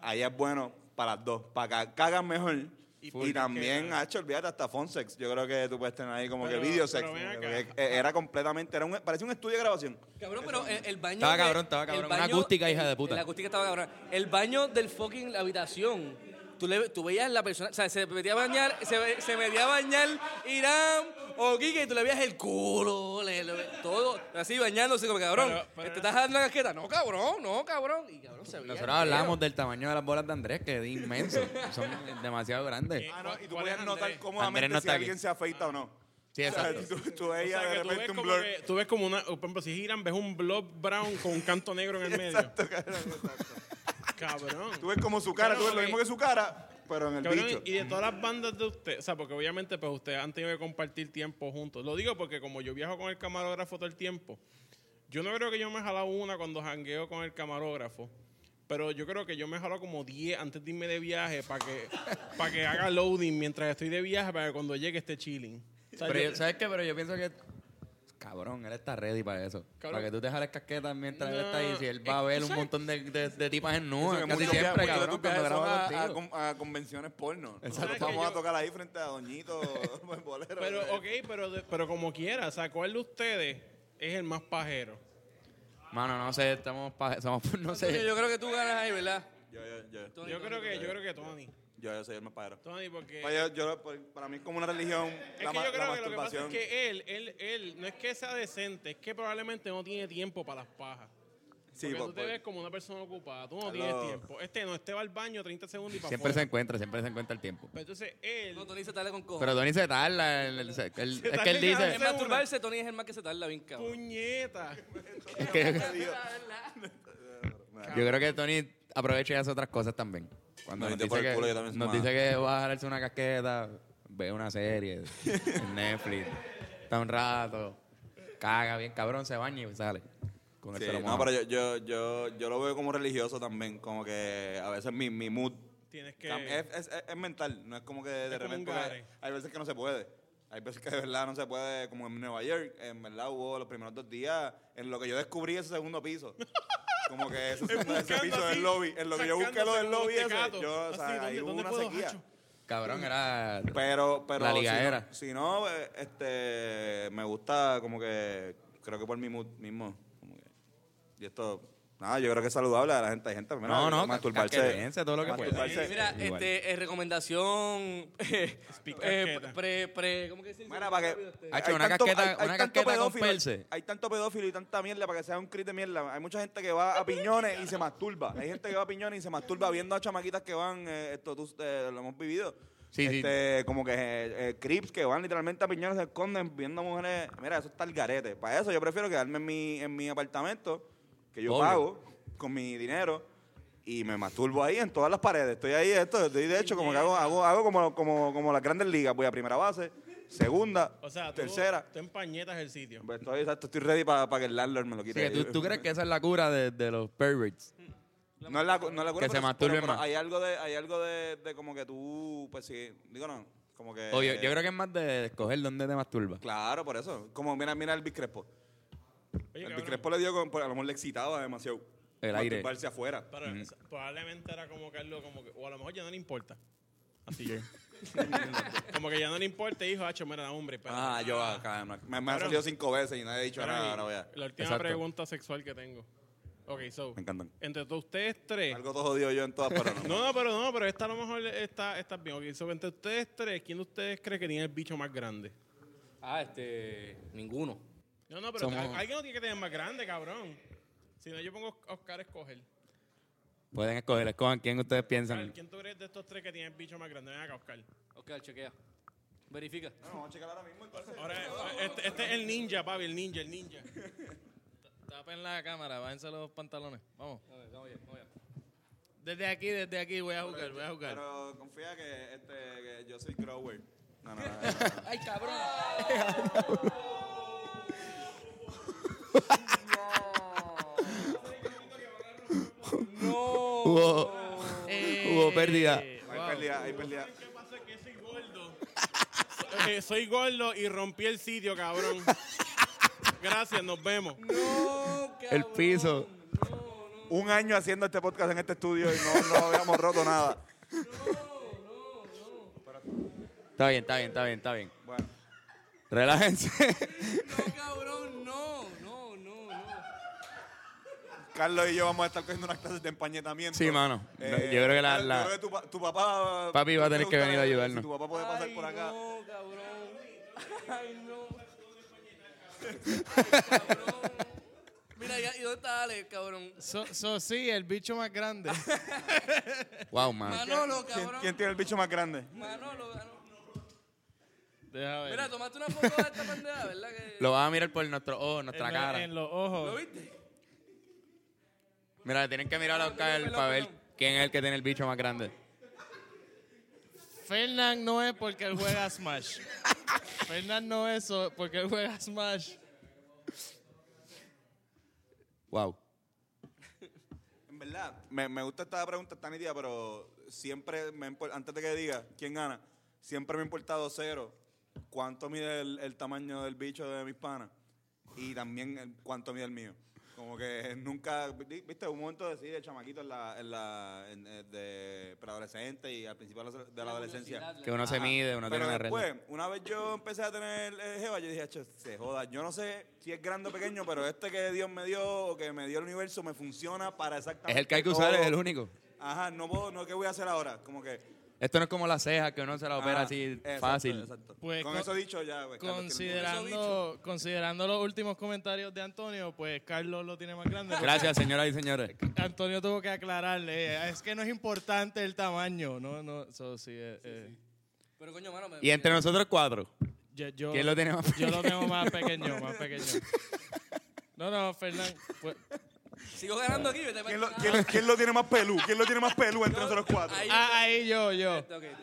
Speaker 2: allá es bueno para las dos, para acá cagan mejor. Y, también, hacho, olvídate, hasta Fonsex. Yo creo que tú puedes tener ahí como
Speaker 18: Ah. Pero-
Speaker 2: que video sex.
Speaker 18: pero ven
Speaker 2: como
Speaker 18: acá.
Speaker 2: que- que Era completamente, era un, parecía un estudio de grabación.
Speaker 3: Cabrón, pero el, el baño.
Speaker 1: Estaba
Speaker 3: de-
Speaker 1: cabrón, estaba
Speaker 3: el
Speaker 1: cabrón. Una
Speaker 3: baño-
Speaker 1: acústica, hija de puta.
Speaker 3: La acústica estaba cabrón. El baño del fucking la habitación. Tú, le, tú veías la persona, o sea, se metía a bañar, se, ve- se metía a bañar Irán o Kike y tú le veías el culo, le- le- todo, así bañándose como cabrón. ¿Te estás dando la casqueta? No, cabrón, no, cabrón. Y cabrón se veía.
Speaker 1: Nosotros hablábamos del tamaño de las bolas de Andrés, que es inmenso. Son demasiado grandes.
Speaker 2: Ah, no, y tú podías notar cómodamente
Speaker 1: Andrés no
Speaker 2: si
Speaker 1: está aquí.
Speaker 2: alguien se afeita o no.
Speaker 1: Sí,
Speaker 2: O sea,
Speaker 1: exacto.
Speaker 2: tú, tú
Speaker 18: O
Speaker 2: veías
Speaker 18: sea, que
Speaker 2: de
Speaker 18: tú, ves
Speaker 2: repente un
Speaker 18: como
Speaker 2: blur.
Speaker 18: que- tú ves como una... Por ejemplo, si giran, ves un blob brown con un canto negro en el medio. Exacto, cabrón. Cabrón.
Speaker 2: Tú ves como su cara, tú ves lo
Speaker 18: ok.
Speaker 2: mismo que su cara, pero en el
Speaker 18: Cabrón,
Speaker 2: bicho.
Speaker 18: y de todas las bandas de usted, o sea, porque obviamente pues ustedes han tenido que compartir tiempo juntos. Lo digo porque como yo viajo con el camarógrafo todo el tiempo, yo no creo que yo me he jalado una cuando jangueo con el camarógrafo, pero yo creo que yo me he jalado como 10 antes de irme de viaje para que, para que haga loading mientras estoy de viaje para que cuando llegue esté chilling. O sea,
Speaker 1: Pero
Speaker 18: yo-
Speaker 1: yo- ¿Sabes qué? Pero yo pienso que. Cabrón, él está ready para eso.
Speaker 18: Cabrón.
Speaker 1: Para que tú te jales casquetas mientras él
Speaker 18: No,
Speaker 1: está ahí. Si él va a
Speaker 18: es-
Speaker 1: ver
Speaker 18: ¿tú
Speaker 1: un
Speaker 18: sabes?
Speaker 1: montón de, de, de tipas en
Speaker 2: Eso
Speaker 1: nua.
Speaker 2: que
Speaker 1: Casi
Speaker 2: muchos
Speaker 1: siempre,
Speaker 2: viajes-
Speaker 1: cabrón,
Speaker 2: muchos de tus viajes
Speaker 1: cuando
Speaker 2: son
Speaker 1: graba
Speaker 2: a- a,
Speaker 1: contigo.
Speaker 2: con- a convenciones porno.
Speaker 1: Exacto.
Speaker 2: Vamos
Speaker 18: Yo-
Speaker 2: a tocar ahí frente a Doñito, buen bolero.
Speaker 18: Pero, ok, pero, de- pero como quiera, o sea, ¿cuál de ustedes es el más pajero?
Speaker 1: Mano, no sé, estamos pa- somos, no sé.
Speaker 3: Yo creo que tú ganas ahí, ¿verdad?
Speaker 2: Yo, yo, yo.
Speaker 18: Yo creo que, yo creo que Tony.
Speaker 2: Yo, yo soy el más pajero.
Speaker 18: Tony, porque-
Speaker 2: Para, yo- yo- por- para mí es como una religión.
Speaker 18: Es
Speaker 2: la,
Speaker 18: que
Speaker 2: ma-
Speaker 18: yo
Speaker 2: la
Speaker 18: creo que lo que pasa
Speaker 2: masturbación.
Speaker 18: es que él, él, él, no es que sea decente, es que probablemente no tiene tiempo para las pajas.
Speaker 2: Sí,
Speaker 18: Porque
Speaker 2: por-
Speaker 18: tú te
Speaker 2: por-
Speaker 18: ves como una persona ocupada, tú no
Speaker 2: Hello.
Speaker 18: tienes tiempo. Este no, este va al baño 30 segundos y para
Speaker 1: Siempre se
Speaker 18: afuera.
Speaker 1: encuentra, siempre se encuentra el tiempo.
Speaker 18: Pero entonces él... No,
Speaker 3: Tony se tarda con cojones.
Speaker 1: Pero Tony se tarda. él- él- se- él- es que él
Speaker 3: En
Speaker 1: dice.
Speaker 3: masturbarse, Tony es el más que se tarda bien, cabrón.
Speaker 18: ¡Puñeta!
Speaker 1: Es que- Yo creo que Tony aprovecha y hace otras cosas también. Cuando
Speaker 2: Me
Speaker 1: nos
Speaker 2: metí por
Speaker 1: dice,
Speaker 2: el culo, yo
Speaker 1: que,
Speaker 2: también soy
Speaker 1: nos
Speaker 2: más-
Speaker 1: dice que va a jalarse una casqueta, ve una serie en Netflix, está un rato, caga bien cabrón, se baña y sale. Con el
Speaker 2: Sí,
Speaker 1: pelo
Speaker 2: no,
Speaker 1: mojado.
Speaker 2: pero yo, yo, yo, yo lo veo como religioso también, como que a veces mi, mi mood
Speaker 18: Tienes que...
Speaker 2: cam- es, es- es- es mental, no es como que de
Speaker 18: Es como un
Speaker 2: repente porque
Speaker 18: gare.
Speaker 2: hay veces que no se puede. Hay veces que de verdad no se puede, como en Nueva York, en verdad hubo los primeros dos días, en lo que yo descubrí ese segundo piso. Como que ese, segundo- ese
Speaker 18: buscando
Speaker 2: piso
Speaker 18: así,
Speaker 2: del lobby, en lo que yo busqué lo
Speaker 18: sacándose
Speaker 2: del
Speaker 18: como
Speaker 2: lobby
Speaker 18: los
Speaker 2: ese,
Speaker 18: tecatos.
Speaker 2: yo, o sea,
Speaker 18: Así,
Speaker 2: ahí
Speaker 18: ¿dónde-
Speaker 2: hubo
Speaker 18: dónde
Speaker 2: una
Speaker 18: puedo
Speaker 2: sequía. Mm.
Speaker 18: hacho?
Speaker 1: Cabrón, era.
Speaker 2: Pero, pero
Speaker 1: La
Speaker 2: si
Speaker 1: liga
Speaker 2: no-
Speaker 1: era.
Speaker 2: Si no, eh, este, me gusta como que, creo que por mi mood mismo. Como que, y esto, nada, yo creo que es saludable a la gente. Hay gente, mira,
Speaker 1: No, no,
Speaker 2: masturbarse.
Speaker 1: casquetense, todo lo que pueda.
Speaker 2: masturbarse.
Speaker 3: Mira, este, eh, recomendación. eh, eh, pre, pre, ¿Cómo que se dice? este.
Speaker 2: Mira, para que.
Speaker 1: Hacho, una casqueta- una
Speaker 2: tanto
Speaker 1: casqueta con
Speaker 2: pedófilo,
Speaker 1: perce.
Speaker 2: Hay tanto pedófilo y tanta mierda para que sea un crit de mierda. Hay mucha gente que va a piñones y se masturba. Hay gente que va a piñones y se masturba viendo a chamaquitas que van. eh, esto tú, eh, lo hemos vivido.
Speaker 1: Sí, sí.
Speaker 2: este, Como que eh, eh, crips que van literalmente a piñones, se esconden viendo mujeres. Mira, eso está el garete. Para eso yo prefiero quedarme en mi, en mi apartamento, que yo
Speaker 1: Pobre.
Speaker 2: pago con mi dinero. Y me masturbo ahí en todas las paredes. Estoy ahí, esto, estoy de hecho como que hago, hago, hago como, como, como las grandes ligas. Voy a primera base, segunda,
Speaker 18: O sea, tú,
Speaker 2: tercera.
Speaker 18: tú empañetas el sitio.
Speaker 2: Pues estoy, exacto, estoy ready para que el landlord me lo
Speaker 1: Sí,
Speaker 2: quite.
Speaker 1: que ¿tú, tú crees que esa es la cura de, de los perverts?
Speaker 2: No es la, cu- no es la cura,
Speaker 1: Que se
Speaker 2: pero-
Speaker 1: masturben
Speaker 2: pero- pero
Speaker 1: más.
Speaker 2: Hay algo, de, hay algo de, de como que tú, pues sí, digo no, como que...
Speaker 1: O yo, yo creo que es más de escoger dónde te masturbas.
Speaker 2: Claro, por eso. Como mira, mira el Biscrespo. El Biscrespo le dio, con, por- a lo mejor le excitaba demasiado.
Speaker 1: El aire.
Speaker 2: masturbarse afuera.
Speaker 18: Pero o sea, probablemente era como que algo como que... O a lo mejor ya no le importa.
Speaker 2: Así que...
Speaker 18: como que ya no le importa, hijo, hacho, mira, hombre. espérate.
Speaker 2: Ah, yo acá, me, me ha
Speaker 18: Cabrón.
Speaker 2: salido cinco veces y nadie ha dicho
Speaker 18: Cabrón,
Speaker 2: nada,
Speaker 18: y
Speaker 2: ahora voy a...
Speaker 18: La última
Speaker 2: Exacto.
Speaker 18: pregunta sexual que tengo. Ok, so.
Speaker 2: Me encantan.
Speaker 18: Entre todos ustedes tres.
Speaker 2: Algo todo jodido yo en todas, pero no.
Speaker 18: No, no, pero no, pero esta a lo mejor está, está bien. Ok, so, entre ustedes tres, ¿quién de ustedes cree que tiene el bicho más grande?
Speaker 3: Ah, este. Ninguno.
Speaker 18: No, no, pero
Speaker 1: Somos-
Speaker 18: al- alguien lo tiene que tener más grande, cabrón. Si no, yo pongo a Oscar a escoger.
Speaker 1: Pueden escoger, escojan quién ustedes piensan.
Speaker 18: ¿Quién tú crees de estos tres que tiene el bicho más grande? Ven acá, Oscar.
Speaker 3: Oscar, chequea. Verifica.
Speaker 2: No, vamos a checar ahora mismo.
Speaker 18: Ahora, este, este es el ninja, papi, el ninja, el ninja.
Speaker 11: Tapen la cámara, bájense los pantalones. Vamos.
Speaker 3: A ver, vamos allá, vamos allá.
Speaker 11: Desde aquí, desde aquí voy a jugar, voy a jugar.
Speaker 2: Pero confía que, este, que yo soy grower. No, no, no.
Speaker 11: Ay, cabrón.
Speaker 1: Hubo,
Speaker 7: Eh,
Speaker 1: hubo pérdida.
Speaker 2: Hay pérdida, hay pérdida.
Speaker 18: Eh, soy gordo y rompí el sitio, cabrón. Gracias, nos vemos.
Speaker 1: El piso.
Speaker 2: Un año haciendo este podcast en este estudio y no, no habíamos roto nada.
Speaker 1: Está bien, está bien, está bien, está bien.
Speaker 2: Bueno.
Speaker 1: Relájense.
Speaker 3: No, cabrón, no, no, no, no.
Speaker 2: Carlos y yo vamos a estar cogiendo unas clases de empañetamiento. Eh,
Speaker 1: Sí, mano. No, yo creo que la-
Speaker 2: yo
Speaker 1: la-
Speaker 2: creo que tu, pa- tu papá.
Speaker 1: Papi va a
Speaker 2: te
Speaker 1: tener que venir a
Speaker 2: preguntaré
Speaker 1: ayudarnos.
Speaker 2: Si tu papá puede pasar por acá.
Speaker 3: No, cabrón. Ay, no. Mira, ¿y y dónde está Ale, cabrón?
Speaker 20: So, so, sí, el bicho más grande.
Speaker 1: Wow, mano.
Speaker 3: Manolo,
Speaker 2: ¿Quién,
Speaker 3: cabrón.
Speaker 2: quién tiene el bicho más grande?
Speaker 3: Manolo, cabrón.
Speaker 11: Deja ver.
Speaker 3: Mira, tomaste una foto de esta pendeja, ¿verdad? Que...
Speaker 1: Lo vas a mirar por nuestro ojo,
Speaker 11: En
Speaker 1: nuestra
Speaker 11: la-
Speaker 1: cara.
Speaker 11: En los ojos.
Speaker 3: ¿Lo viste?
Speaker 1: Mira, tienen que mirar a Oscar
Speaker 20: perdón,
Speaker 1: para ver quién es el que tiene el bicho más grande.
Speaker 20: Fernán no es porque él juega Smash. Fernán no es so- porque él juega Smash.
Speaker 1: Wow.
Speaker 2: En verdad, me, me gusta esta pregunta tan idea, pero siempre, me ha impor- antes de que diga quién gana, siempre me ha importado cero cuánto mide el, el tamaño del bicho de mis panas y también el- cuánto mide el mío. Como que nunca, vi- viste, un momento de sí, de chamaquito en la, en la, en, eh, de preadolescente y al principio de la- de la adolescencia.
Speaker 1: Que uno se
Speaker 2: Ajá.
Speaker 1: mide, uno
Speaker 2: Pero
Speaker 1: tiene una regla.
Speaker 2: después, una vez yo empecé a tener eh, jeva, yo dije, "Acho, se joda, yo no sé si es grande o pequeño, pero este que Dios me dio o que me dio el universo me funciona para exactamente
Speaker 1: Es el que hay que usar,
Speaker 3: Oh.
Speaker 2: todo".
Speaker 1: es el único.
Speaker 2: Ajá, no puedo, no, ¿qué voy a hacer ahora? Como que...
Speaker 1: Esto no es como las cejas, que uno se la opera
Speaker 3: Ah,
Speaker 2: Ajá,
Speaker 1: así
Speaker 2: exacto,
Speaker 1: fácil.
Speaker 2: exacto. Con eso dicho, ya, pues, Carlos tiene un
Speaker 10: Pues
Speaker 2: punto.
Speaker 10: Considerando, considerando los últimos comentarios de Antonio, pues Carlos lo tiene más grande.
Speaker 1: Gracias, señoras y señores.
Speaker 10: Antonio tuvo que aclararle. eh, Es que no es importante el tamaño. No, no, eso sí, eh, eh.
Speaker 3: Pero coño, mano, me-
Speaker 1: Y entre nosotros cuatro.
Speaker 10: Yo- yo-
Speaker 1: ¿Quién lo tiene más
Speaker 10: Yo lo tengo más pequeño, más pequeño. No, no, Fernán. pues-
Speaker 3: Sigo ganando aquí, vete para
Speaker 2: ¿Quién lo, quién- quién lo tiene más pelú? ¿Quién lo tiene más pelú entre nosotros cuatro?
Speaker 10: Ah, ahí yo, yo.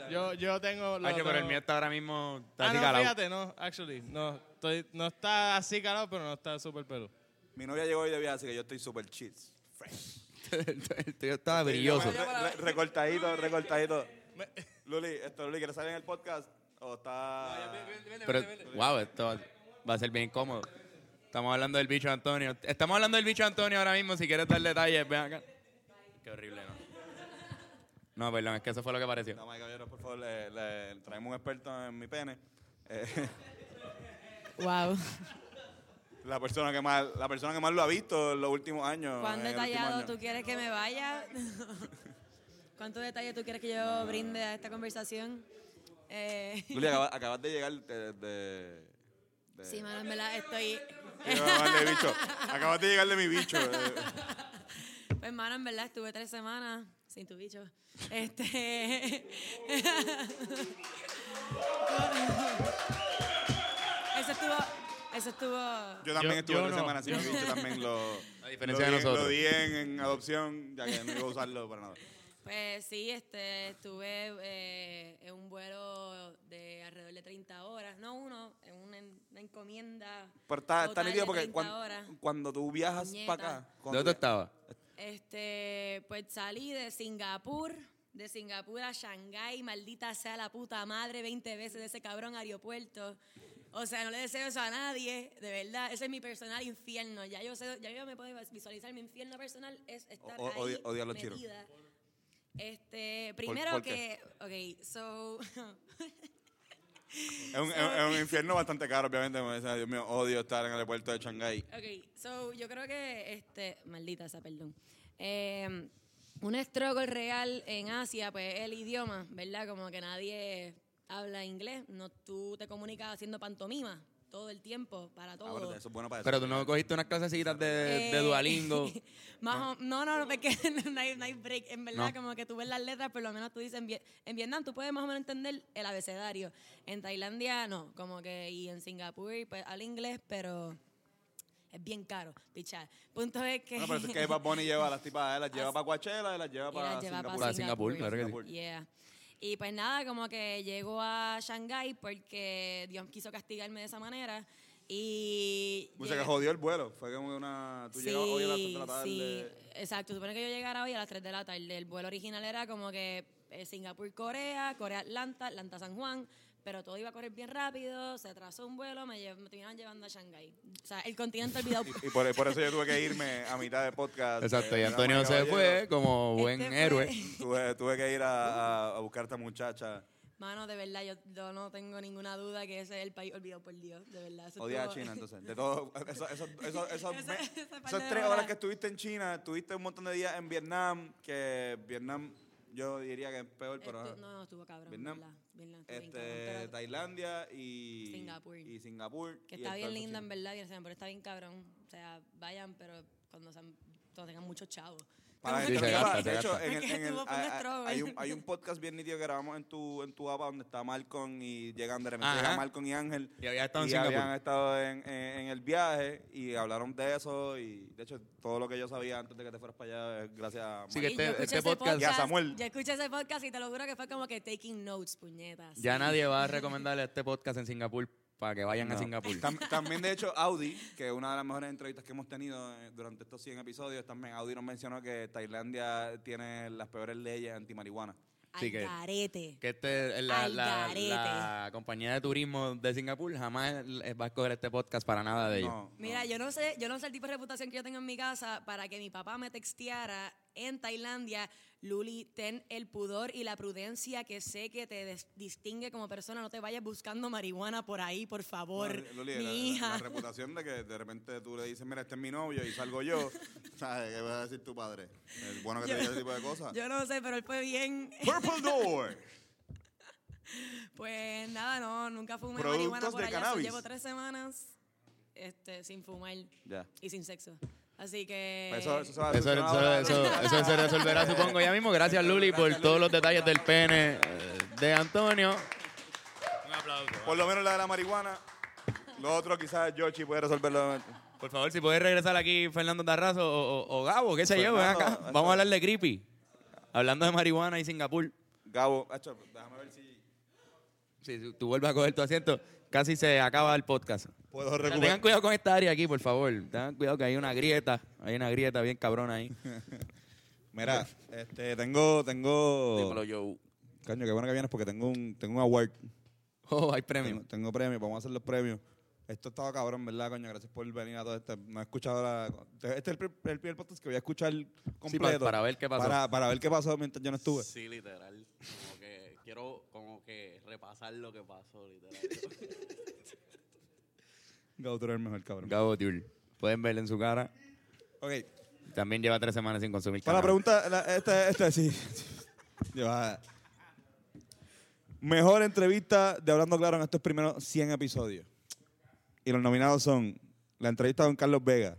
Speaker 10: Yo, yo tengo. lo
Speaker 1: Ay, pero el
Speaker 10: tengo-
Speaker 1: mío está ahora mismo. Está
Speaker 10: Ah,
Speaker 1: así
Speaker 10: no,
Speaker 1: calado.
Speaker 10: fíjate, no, actually. No, estoy- no está así calado, pero no está súper pelo.
Speaker 2: Mi novia llegó hoy de viaje, así que yo estoy super chill. Fresh.
Speaker 1: El tuyo estaba brilloso.
Speaker 2: Re- re- recortadito, recortadito. Luli, esto, Luli, ¿quieres salir en el podcast? ¿O está...?
Speaker 1: Pero, wow, esto va- va a ser bien incómodo. Estamos hablando del bicho Antonio. Estamos hablando del bicho Antonio ahora mismo. Si quieres dar detalles, ven acá. Qué horrible, ¿no? No, perdón, es que eso fue lo que pareció.
Speaker 2: Damas y caballeros, por favor, le, le traemos un experto en mi pene. Eh,
Speaker 21: Wow.
Speaker 2: la, persona que más, la persona que más lo ha visto en los últimos años.
Speaker 21: ¿Cuán
Speaker 2: en el último
Speaker 21: detallado
Speaker 2: año.
Speaker 21: tú quieres que me vaya? ¿Cuánto detalle tú quieres que yo brinde a esta conversación? Eh,
Speaker 2: Luli, acaba- acabas, de llegar de... de- de-
Speaker 21: sí, mano, en verdad estoy...
Speaker 2: Yo, vale, bicho. Acabas de llegar de mi bicho. eh.
Speaker 21: Pues, hermano, en verdad estuve tres semanas sin tu bicho. Este. eso estuvo. Eso estuvo.
Speaker 2: Yo también
Speaker 1: Yo-
Speaker 2: estuve
Speaker 1: yo
Speaker 2: tres
Speaker 1: no.
Speaker 2: semanas sin mi
Speaker 1: Yo-
Speaker 2: bicho. También lo,
Speaker 1: A diferencia
Speaker 2: lo
Speaker 1: de
Speaker 2: di-
Speaker 1: nosotros.
Speaker 2: Lo di en, en adopción, ya que no iba a usarlo para nada.
Speaker 21: Pues sí, este, estuve eh, en un vuelo de alrededor de 30 horas. No uno, en una, una encomienda.
Speaker 2: Pero está, está
Speaker 21: total de
Speaker 2: nítido porque
Speaker 21: 30
Speaker 2: cuan-
Speaker 21: horas.
Speaker 2: cuando, tú viajas
Speaker 21: Puñeta.
Speaker 2: para acá. cuando
Speaker 1: ¿Dónde tú
Speaker 2: via-
Speaker 1: estabas?
Speaker 21: Este, pues salí de Singapur, de Singapur a Shanghái, maldita sea la puta madre 20 veces de ese cabrón aeropuerto. O sea, no le deseo eso a nadie, de verdad, ese es mi personal infierno. Ya yo sé, ya yo me puedo visualizar mi infierno personal es estar
Speaker 2: O- o-
Speaker 21: ahí
Speaker 2: odia- odia a los chinos.
Speaker 21: metida. Este, primero
Speaker 2: por
Speaker 21: que,
Speaker 2: qué?
Speaker 21: ok, so
Speaker 2: Es un, es un- es un infierno bastante caro, obviamente. me dice, Dios mío, odio estar en el aeropuerto de Shanghái.
Speaker 21: Ok, so yo creo que este. Maldita esa, perdón. Eh, un struggle real en Asia, pues es el idioma, ¿verdad? Como que nadie habla inglés. No, tú te comunicas haciendo pantomima todo el tiempo, para todo.
Speaker 2: Ahora, eso es Ah, bueno para eso.
Speaker 1: Pero tú no cogiste unas clasecitas de, de
Speaker 21: Eh,
Speaker 1: Duolingo.
Speaker 21: Más o- no, no, no, porque no hay, no hay break. En verdad,
Speaker 1: No.
Speaker 21: como que tú ves las letras, por lo menos tú dices, en, Vie- en Vietnam tú puedes más o menos entender el abecedario. En Tailandia, no, como que, y en Singapur, pues al inglés, pero es bien caro, pichar. Punto es que...
Speaker 2: Bueno, pero eso es que Bad Bunny lleva a las tipas, él las lleva para Coachella, él las lleva
Speaker 21: Y la
Speaker 2: para
Speaker 21: lleva
Speaker 2: Singapur.
Speaker 1: Para Singapur, claro que sí.
Speaker 21: Yeah. Y pues nada, como que llego a Shanghái porque Dios quiso castigarme de esa manera. Y...
Speaker 2: O sea, que
Speaker 21: llegué-
Speaker 2: jodió el vuelo. Fue como una... Tú llegabas hoy a las tres de la tarde.
Speaker 21: sí, exacto. Supone que yo llegara hoy a las 3 de la tarde. El vuelo original era como que eh, Singapur-Corea, Corea-Atlanta, Atlanta-San Juan, pero todo iba a correr bien rápido, se atrasó un vuelo, me, lle- me terminaron llevando a Shanghái. O sea, el continente olvidado.
Speaker 2: Y, y por, por eso yo tuve que irme a mitad de podcast.
Speaker 1: Exacto,
Speaker 2: Eh,
Speaker 1: y Antonio se fue como buen
Speaker 21: Este fue-
Speaker 1: héroe.
Speaker 2: Tuve, tuve que ir a, a, a buscar a esta muchacha.
Speaker 21: Mano, de verdad, yo, yo no tengo ninguna duda que ese es el país olvidado por Dios, de verdad. eso
Speaker 2: Odia a
Speaker 21: estuvo-
Speaker 2: China, entonces. De todo, eso- eso- eso- eso- me-
Speaker 21: parte
Speaker 2: esas
Speaker 21: de
Speaker 2: tres
Speaker 21: hora.
Speaker 2: horas que estuviste en China, estuviste un montón de días en Vietnam, que Vietnam yo diría que es peor, pero...
Speaker 21: Estu-
Speaker 2: ajá.
Speaker 21: no, no, estuvo cabrón,
Speaker 2: Vietnam,
Speaker 21: ¿verdad? Vietnam estuvo bien cabrón,
Speaker 2: este,
Speaker 21: pero-
Speaker 2: Tailandia y
Speaker 21: Singapur.
Speaker 2: Y Singapur.
Speaker 21: Que
Speaker 2: y
Speaker 21: está
Speaker 2: el
Speaker 21: bien
Speaker 2: Golfo
Speaker 21: linda,
Speaker 2: Chino.
Speaker 21: en verdad, Vietnam, pero está bien cabrón. O sea, vayan, pero cuando, sean- cuando tengan muchos chavos.
Speaker 2: Para
Speaker 21: Como
Speaker 2: gente
Speaker 21: que-
Speaker 2: que va, de hecho, en el,
Speaker 21: Porque
Speaker 2: en el-
Speaker 21: estuvo full
Speaker 2: hay- hay-
Speaker 21: estrobo.
Speaker 2: hay, un, hay un podcast bien nítido que grabamos en tu, en tu app donde está Malcolm y llegan de repente
Speaker 1: Ajá.
Speaker 2: llegan Malcolm y Ángel.
Speaker 1: Y había estado en
Speaker 2: y
Speaker 1: Singapur.
Speaker 2: habían estado en, en- en el viaje y hablaron de eso y de hecho todo lo que yo sabía antes de que te fueras para allá es gracias a
Speaker 1: Sí, que
Speaker 2: Malcolm.
Speaker 1: este- Yo escuché este ese podcast- podcast.
Speaker 2: y a Samuel.
Speaker 21: Yo escuché ese podcast y te lo juro que fue como que taking notes, puñetas.
Speaker 1: Ya nadie va a recomendarle este podcast en Singapur para que vayan a
Speaker 2: No.
Speaker 1: Singapur.
Speaker 2: Tam- también, de hecho, Audi, que es una de las mejores entrevistas que hemos tenido eh, durante estos 100 episodios, también Audi nos mencionó que Tailandia tiene las peores leyes antimarihuana.
Speaker 1: Sí, que-
Speaker 22: garete.
Speaker 1: Que este, la,
Speaker 22: Al
Speaker 1: la-
Speaker 22: garete.
Speaker 1: la compañía de turismo de Singapur jamás eh, va a escoger este podcast para nada de ellos.
Speaker 22: Mira, yo no sé, yo no sé el tipo de reputación que yo tengo en mi casa para que mi papá me texteara en Tailandia, Luli, ten el pudor y la prudencia que sé que te des- distingue como persona, no te vayas buscando marihuana por ahí, por favor.
Speaker 2: No, Loli,
Speaker 22: mi
Speaker 2: la, la-
Speaker 22: hija.
Speaker 2: la reputación de que de repente tú le dices, mira, este es mi novio y salgo yo, ¿sabes? ¿Qué va a decir tu padre? Es bueno que te
Speaker 22: Yo-
Speaker 2: diga ese tipo de cosas.
Speaker 22: Yo no sé, pero él fue bien.
Speaker 2: Purple Door.
Speaker 22: Pues nada, no, nunca fumé
Speaker 2: Productos
Speaker 22: marihuana por
Speaker 2: de
Speaker 22: allá. so,
Speaker 2: cannabis.
Speaker 22: Llevo tres semanas este, sin fumar
Speaker 2: Ya. Pues
Speaker 22: y sin sexo. Así que.
Speaker 2: Eso, eso se va a
Speaker 1: Eso, eso,
Speaker 2: solucionar
Speaker 1: eso,
Speaker 2: ahora.
Speaker 1: eso se resolverá, supongo, ya mismo. Gracias, Luli, por todos los detalles del pene eh, de Antonio.
Speaker 2: Un aplauso. Por lo menos la de la marihuana. Lo otro quizás Yoshi puede resolverlo.
Speaker 1: Por favor, si puedes regresar aquí, Fernando Tarrazo o, o- o Gabo, qué sé yo, ven
Speaker 2: Fernando,
Speaker 1: acá. Vamos a hablar de creepy. Hablando de marihuana y Singapur.
Speaker 2: Gabo, acho, déjame ver si
Speaker 1: Si tú- tú vuelves a coger tu asiento, casi se acaba el podcast.
Speaker 2: puedo
Speaker 1: O sea,
Speaker 2: recuperar.
Speaker 1: tengan cuidado con esta área aquí, por favor. Tengan cuidado que hay una grieta. Hay una grieta bien cabrona ahí.
Speaker 2: Mira, este, tengo, tengo.
Speaker 1: Dímelo, yo.
Speaker 2: Caño, qué bueno que vienes porque tengo un, tengo un award.
Speaker 1: Oh, hay premio.
Speaker 2: Tengo, tengo premio, vamos a hacer los premios. Esto estaba cabrón, ¿verdad, coño? Gracias por venir a todo esto. No he escuchado la. Este es el, pri- el primer podcast que voy a escuchar completo.
Speaker 1: pa- para ver qué pasó.
Speaker 2: Para, para ver qué pasó mientras yo no estuve.
Speaker 9: Sí, literal. Como que quiero como que repasar lo que pasó, literal.
Speaker 2: Gabo, tú eres el mejor, cabrón.
Speaker 1: Gabo Tiul. Pueden verle en su cara.
Speaker 2: Ok.
Speaker 1: También lleva tres semanas sin consumir
Speaker 2: Para la
Speaker 1: cannabis.
Speaker 2: pregunta, la- esta, esta sí. Lleva- Mejor entrevista de Hablando Claro en estos primeros 100 episodios. Y los nominados son la entrevista con Carlos Vega,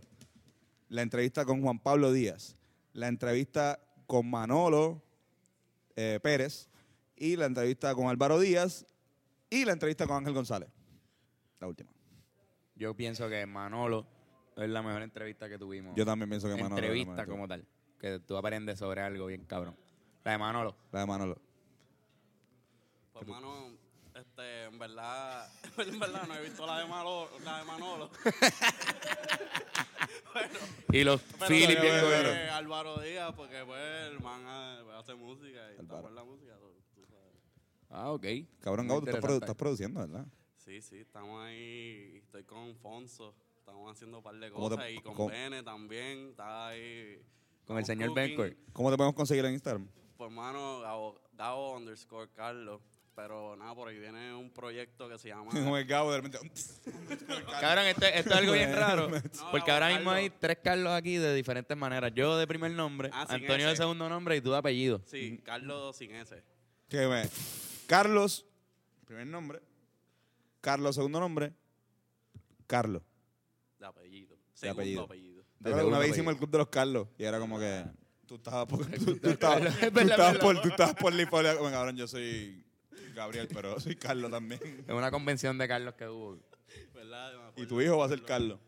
Speaker 2: la entrevista con Juan Pablo Díaz, la entrevista con Manolo eh, Pérez y la entrevista con Álvaro Díaz y la entrevista con Ángel González. La última.
Speaker 1: Yo pienso que Manolo es la mejor entrevista que tuvimos.
Speaker 2: Yo también pienso que Manolo es la mejor
Speaker 1: Entrevista como tal. Que tú aprendes sobre algo bien cabrón. La de Manolo.
Speaker 2: La de Manolo.
Speaker 9: Pues, mano, este, en verdad, en verdad no he visto la de Manolo. La de Manolo. bueno,
Speaker 1: Y los
Speaker 9: pero
Speaker 1: feelings
Speaker 9: sé
Speaker 1: bien
Speaker 9: que
Speaker 1: cabrones.
Speaker 9: Álvaro Díaz, porque pues el man ah, pues, hace música y está buena la música. tú sabes.
Speaker 1: Ah, ok.
Speaker 2: Cabrón,
Speaker 1: Muy
Speaker 2: Gabo, tú estás, produ-
Speaker 1: interesante.
Speaker 2: estás produciendo, ¿verdad?
Speaker 9: Sí, sí, estamos ahí. Estoy con Fonso. Estamos haciendo un par de
Speaker 2: ¿Cómo te-
Speaker 9: cosas. y con
Speaker 2: cómo-
Speaker 9: Bene también. Está ahí.
Speaker 1: Con el señor
Speaker 9: Cooking.
Speaker 1: Bencourt.
Speaker 2: ¿Cómo te podemos conseguir en Instagram?
Speaker 9: Pues, mano, Gabo- Gabo underscore Carlos. Pero nada, por ahí viene un proyecto que se llama.
Speaker 2: Como el Gabo de repente.
Speaker 1: Cabrón, esto, esto es algo bien
Speaker 9: Bueno,
Speaker 1: raro.
Speaker 9: macho.
Speaker 1: Porque ahora mismo hay tres Carlos aquí de diferentes maneras. Yo de primer nombre,
Speaker 9: Ah, sin
Speaker 1: Antonio de
Speaker 9: ese.
Speaker 1: segundo nombre y tú de apellido.
Speaker 9: Sí,
Speaker 2: Mm-hmm.
Speaker 9: Carlos sin ese.
Speaker 2: Que me- Carlos, primer nombre. Carlos, segundo nombre. Carlos.
Speaker 9: De apellido.
Speaker 2: de
Speaker 9: Segundo
Speaker 2: apellido.
Speaker 9: apellido.
Speaker 2: ¿Te acuerdas que Una vez hicimos el Club de los Carlos y era como que. Tú estabas por. Tú, tú estabas,
Speaker 1: Carlos.
Speaker 2: tú
Speaker 1: Ah. Es verdad,
Speaker 2: estabas
Speaker 1: es
Speaker 2: por,
Speaker 1: verdad.
Speaker 2: tú estabas por la historia. Bueno, cabrón, yo soy Gabriel, pero soy Carlos también.
Speaker 1: Es una convención de Carlos que hubo.
Speaker 9: ¿Verdad?
Speaker 2: Y tu hijo va a ser Carlos.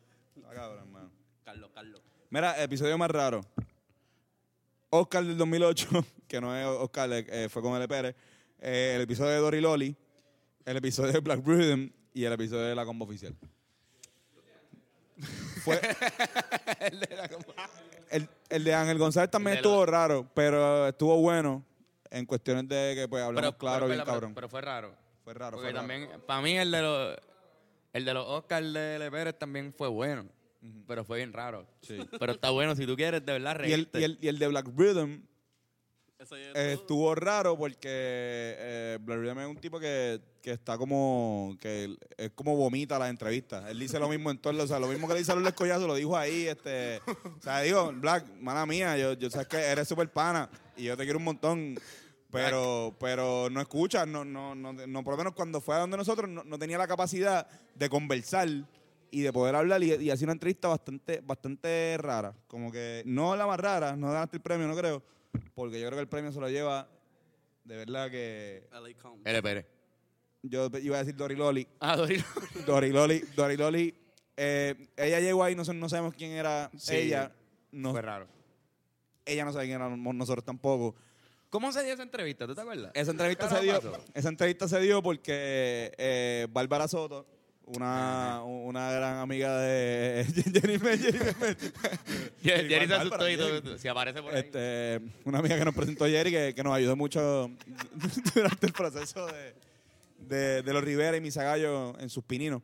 Speaker 2: Ah, cabrón, mano.
Speaker 9: Carlos, Carlos.
Speaker 2: Mira, episodio más raro. Oscar del 2008, que no es Oscar, eh, fue con L. Pérez. eh, el episodio de Dory Loli. El episodio de Black Rhythm y el episodio de La Combo Oficial. Fue-
Speaker 1: El de la combo.
Speaker 2: el, el de Ángel González también estuvo raro, pero estuvo bueno en cuestiones de que pues hablamos claro
Speaker 1: pero,
Speaker 2: bien
Speaker 1: pero-
Speaker 2: cabrón.
Speaker 1: pero fue raro.
Speaker 2: Fue raro, fue
Speaker 1: Porque
Speaker 2: raro.
Speaker 1: también, para mí, el de los el de los Oscars de Le Pérez también fue bueno. Pero fue bien raro. Pero está bueno si tú quieres, de verdad,
Speaker 2: y, el,
Speaker 1: reírte.
Speaker 2: y el- y el de Black Rhythm eh, estuvo raro porque eh, Black Rhythm es un tipo que, que está como que él- es como vomita las entrevistas. Él dice lo mismo en todo, o sea, lo mismo que le dice a los Escollazo lo dijo ahí, este, o sea, digo, Black, mala mía, yo, yo sabes que eres súper pana y yo te quiero un montón. Pero, pero no escucha, no, no, no, no, por lo menos cuando fue a donde nosotros no, no tenía la capacidad de conversar y de poder hablar y, y hacía una entrevista bastante, bastante rara. Como que Eh, no la más rara, no ganaste el premio, no creo, porque yo creo que el premio se lo lleva de verdad que...
Speaker 9: LA Combs.
Speaker 1: L. Pérez.
Speaker 2: Yo iba a decir Dori Loli.
Speaker 1: Ah, Dori
Speaker 2: Dori Loli. Dori Loli. eh, ella llegó ahí, nosotros no sabemos quién era
Speaker 1: Sí,
Speaker 2: ella. No,
Speaker 1: Fue raro.
Speaker 2: Ella no sabe quién éramos nosotros tampoco.
Speaker 1: ¿Cómo se dio esa entrevista? ¿Tú te acuerdas?
Speaker 2: Esa entrevista,
Speaker 1: ¿Qué
Speaker 2: se dio,
Speaker 1: pasó?
Speaker 2: esa entrevista se dio porque eh, Bárbara Soto, una, una gran amiga de Jenny Jennifer.
Speaker 1: Jenny se
Speaker 2: Bárbara,
Speaker 1: asustó y
Speaker 2: Jenny.
Speaker 1: todo, si aparece por ahí.
Speaker 2: Este, una amiga que nos presentó ayer y que, que nos ayudó mucho durante el proceso de, de, de los Rivera y Misagallo en sus pininos,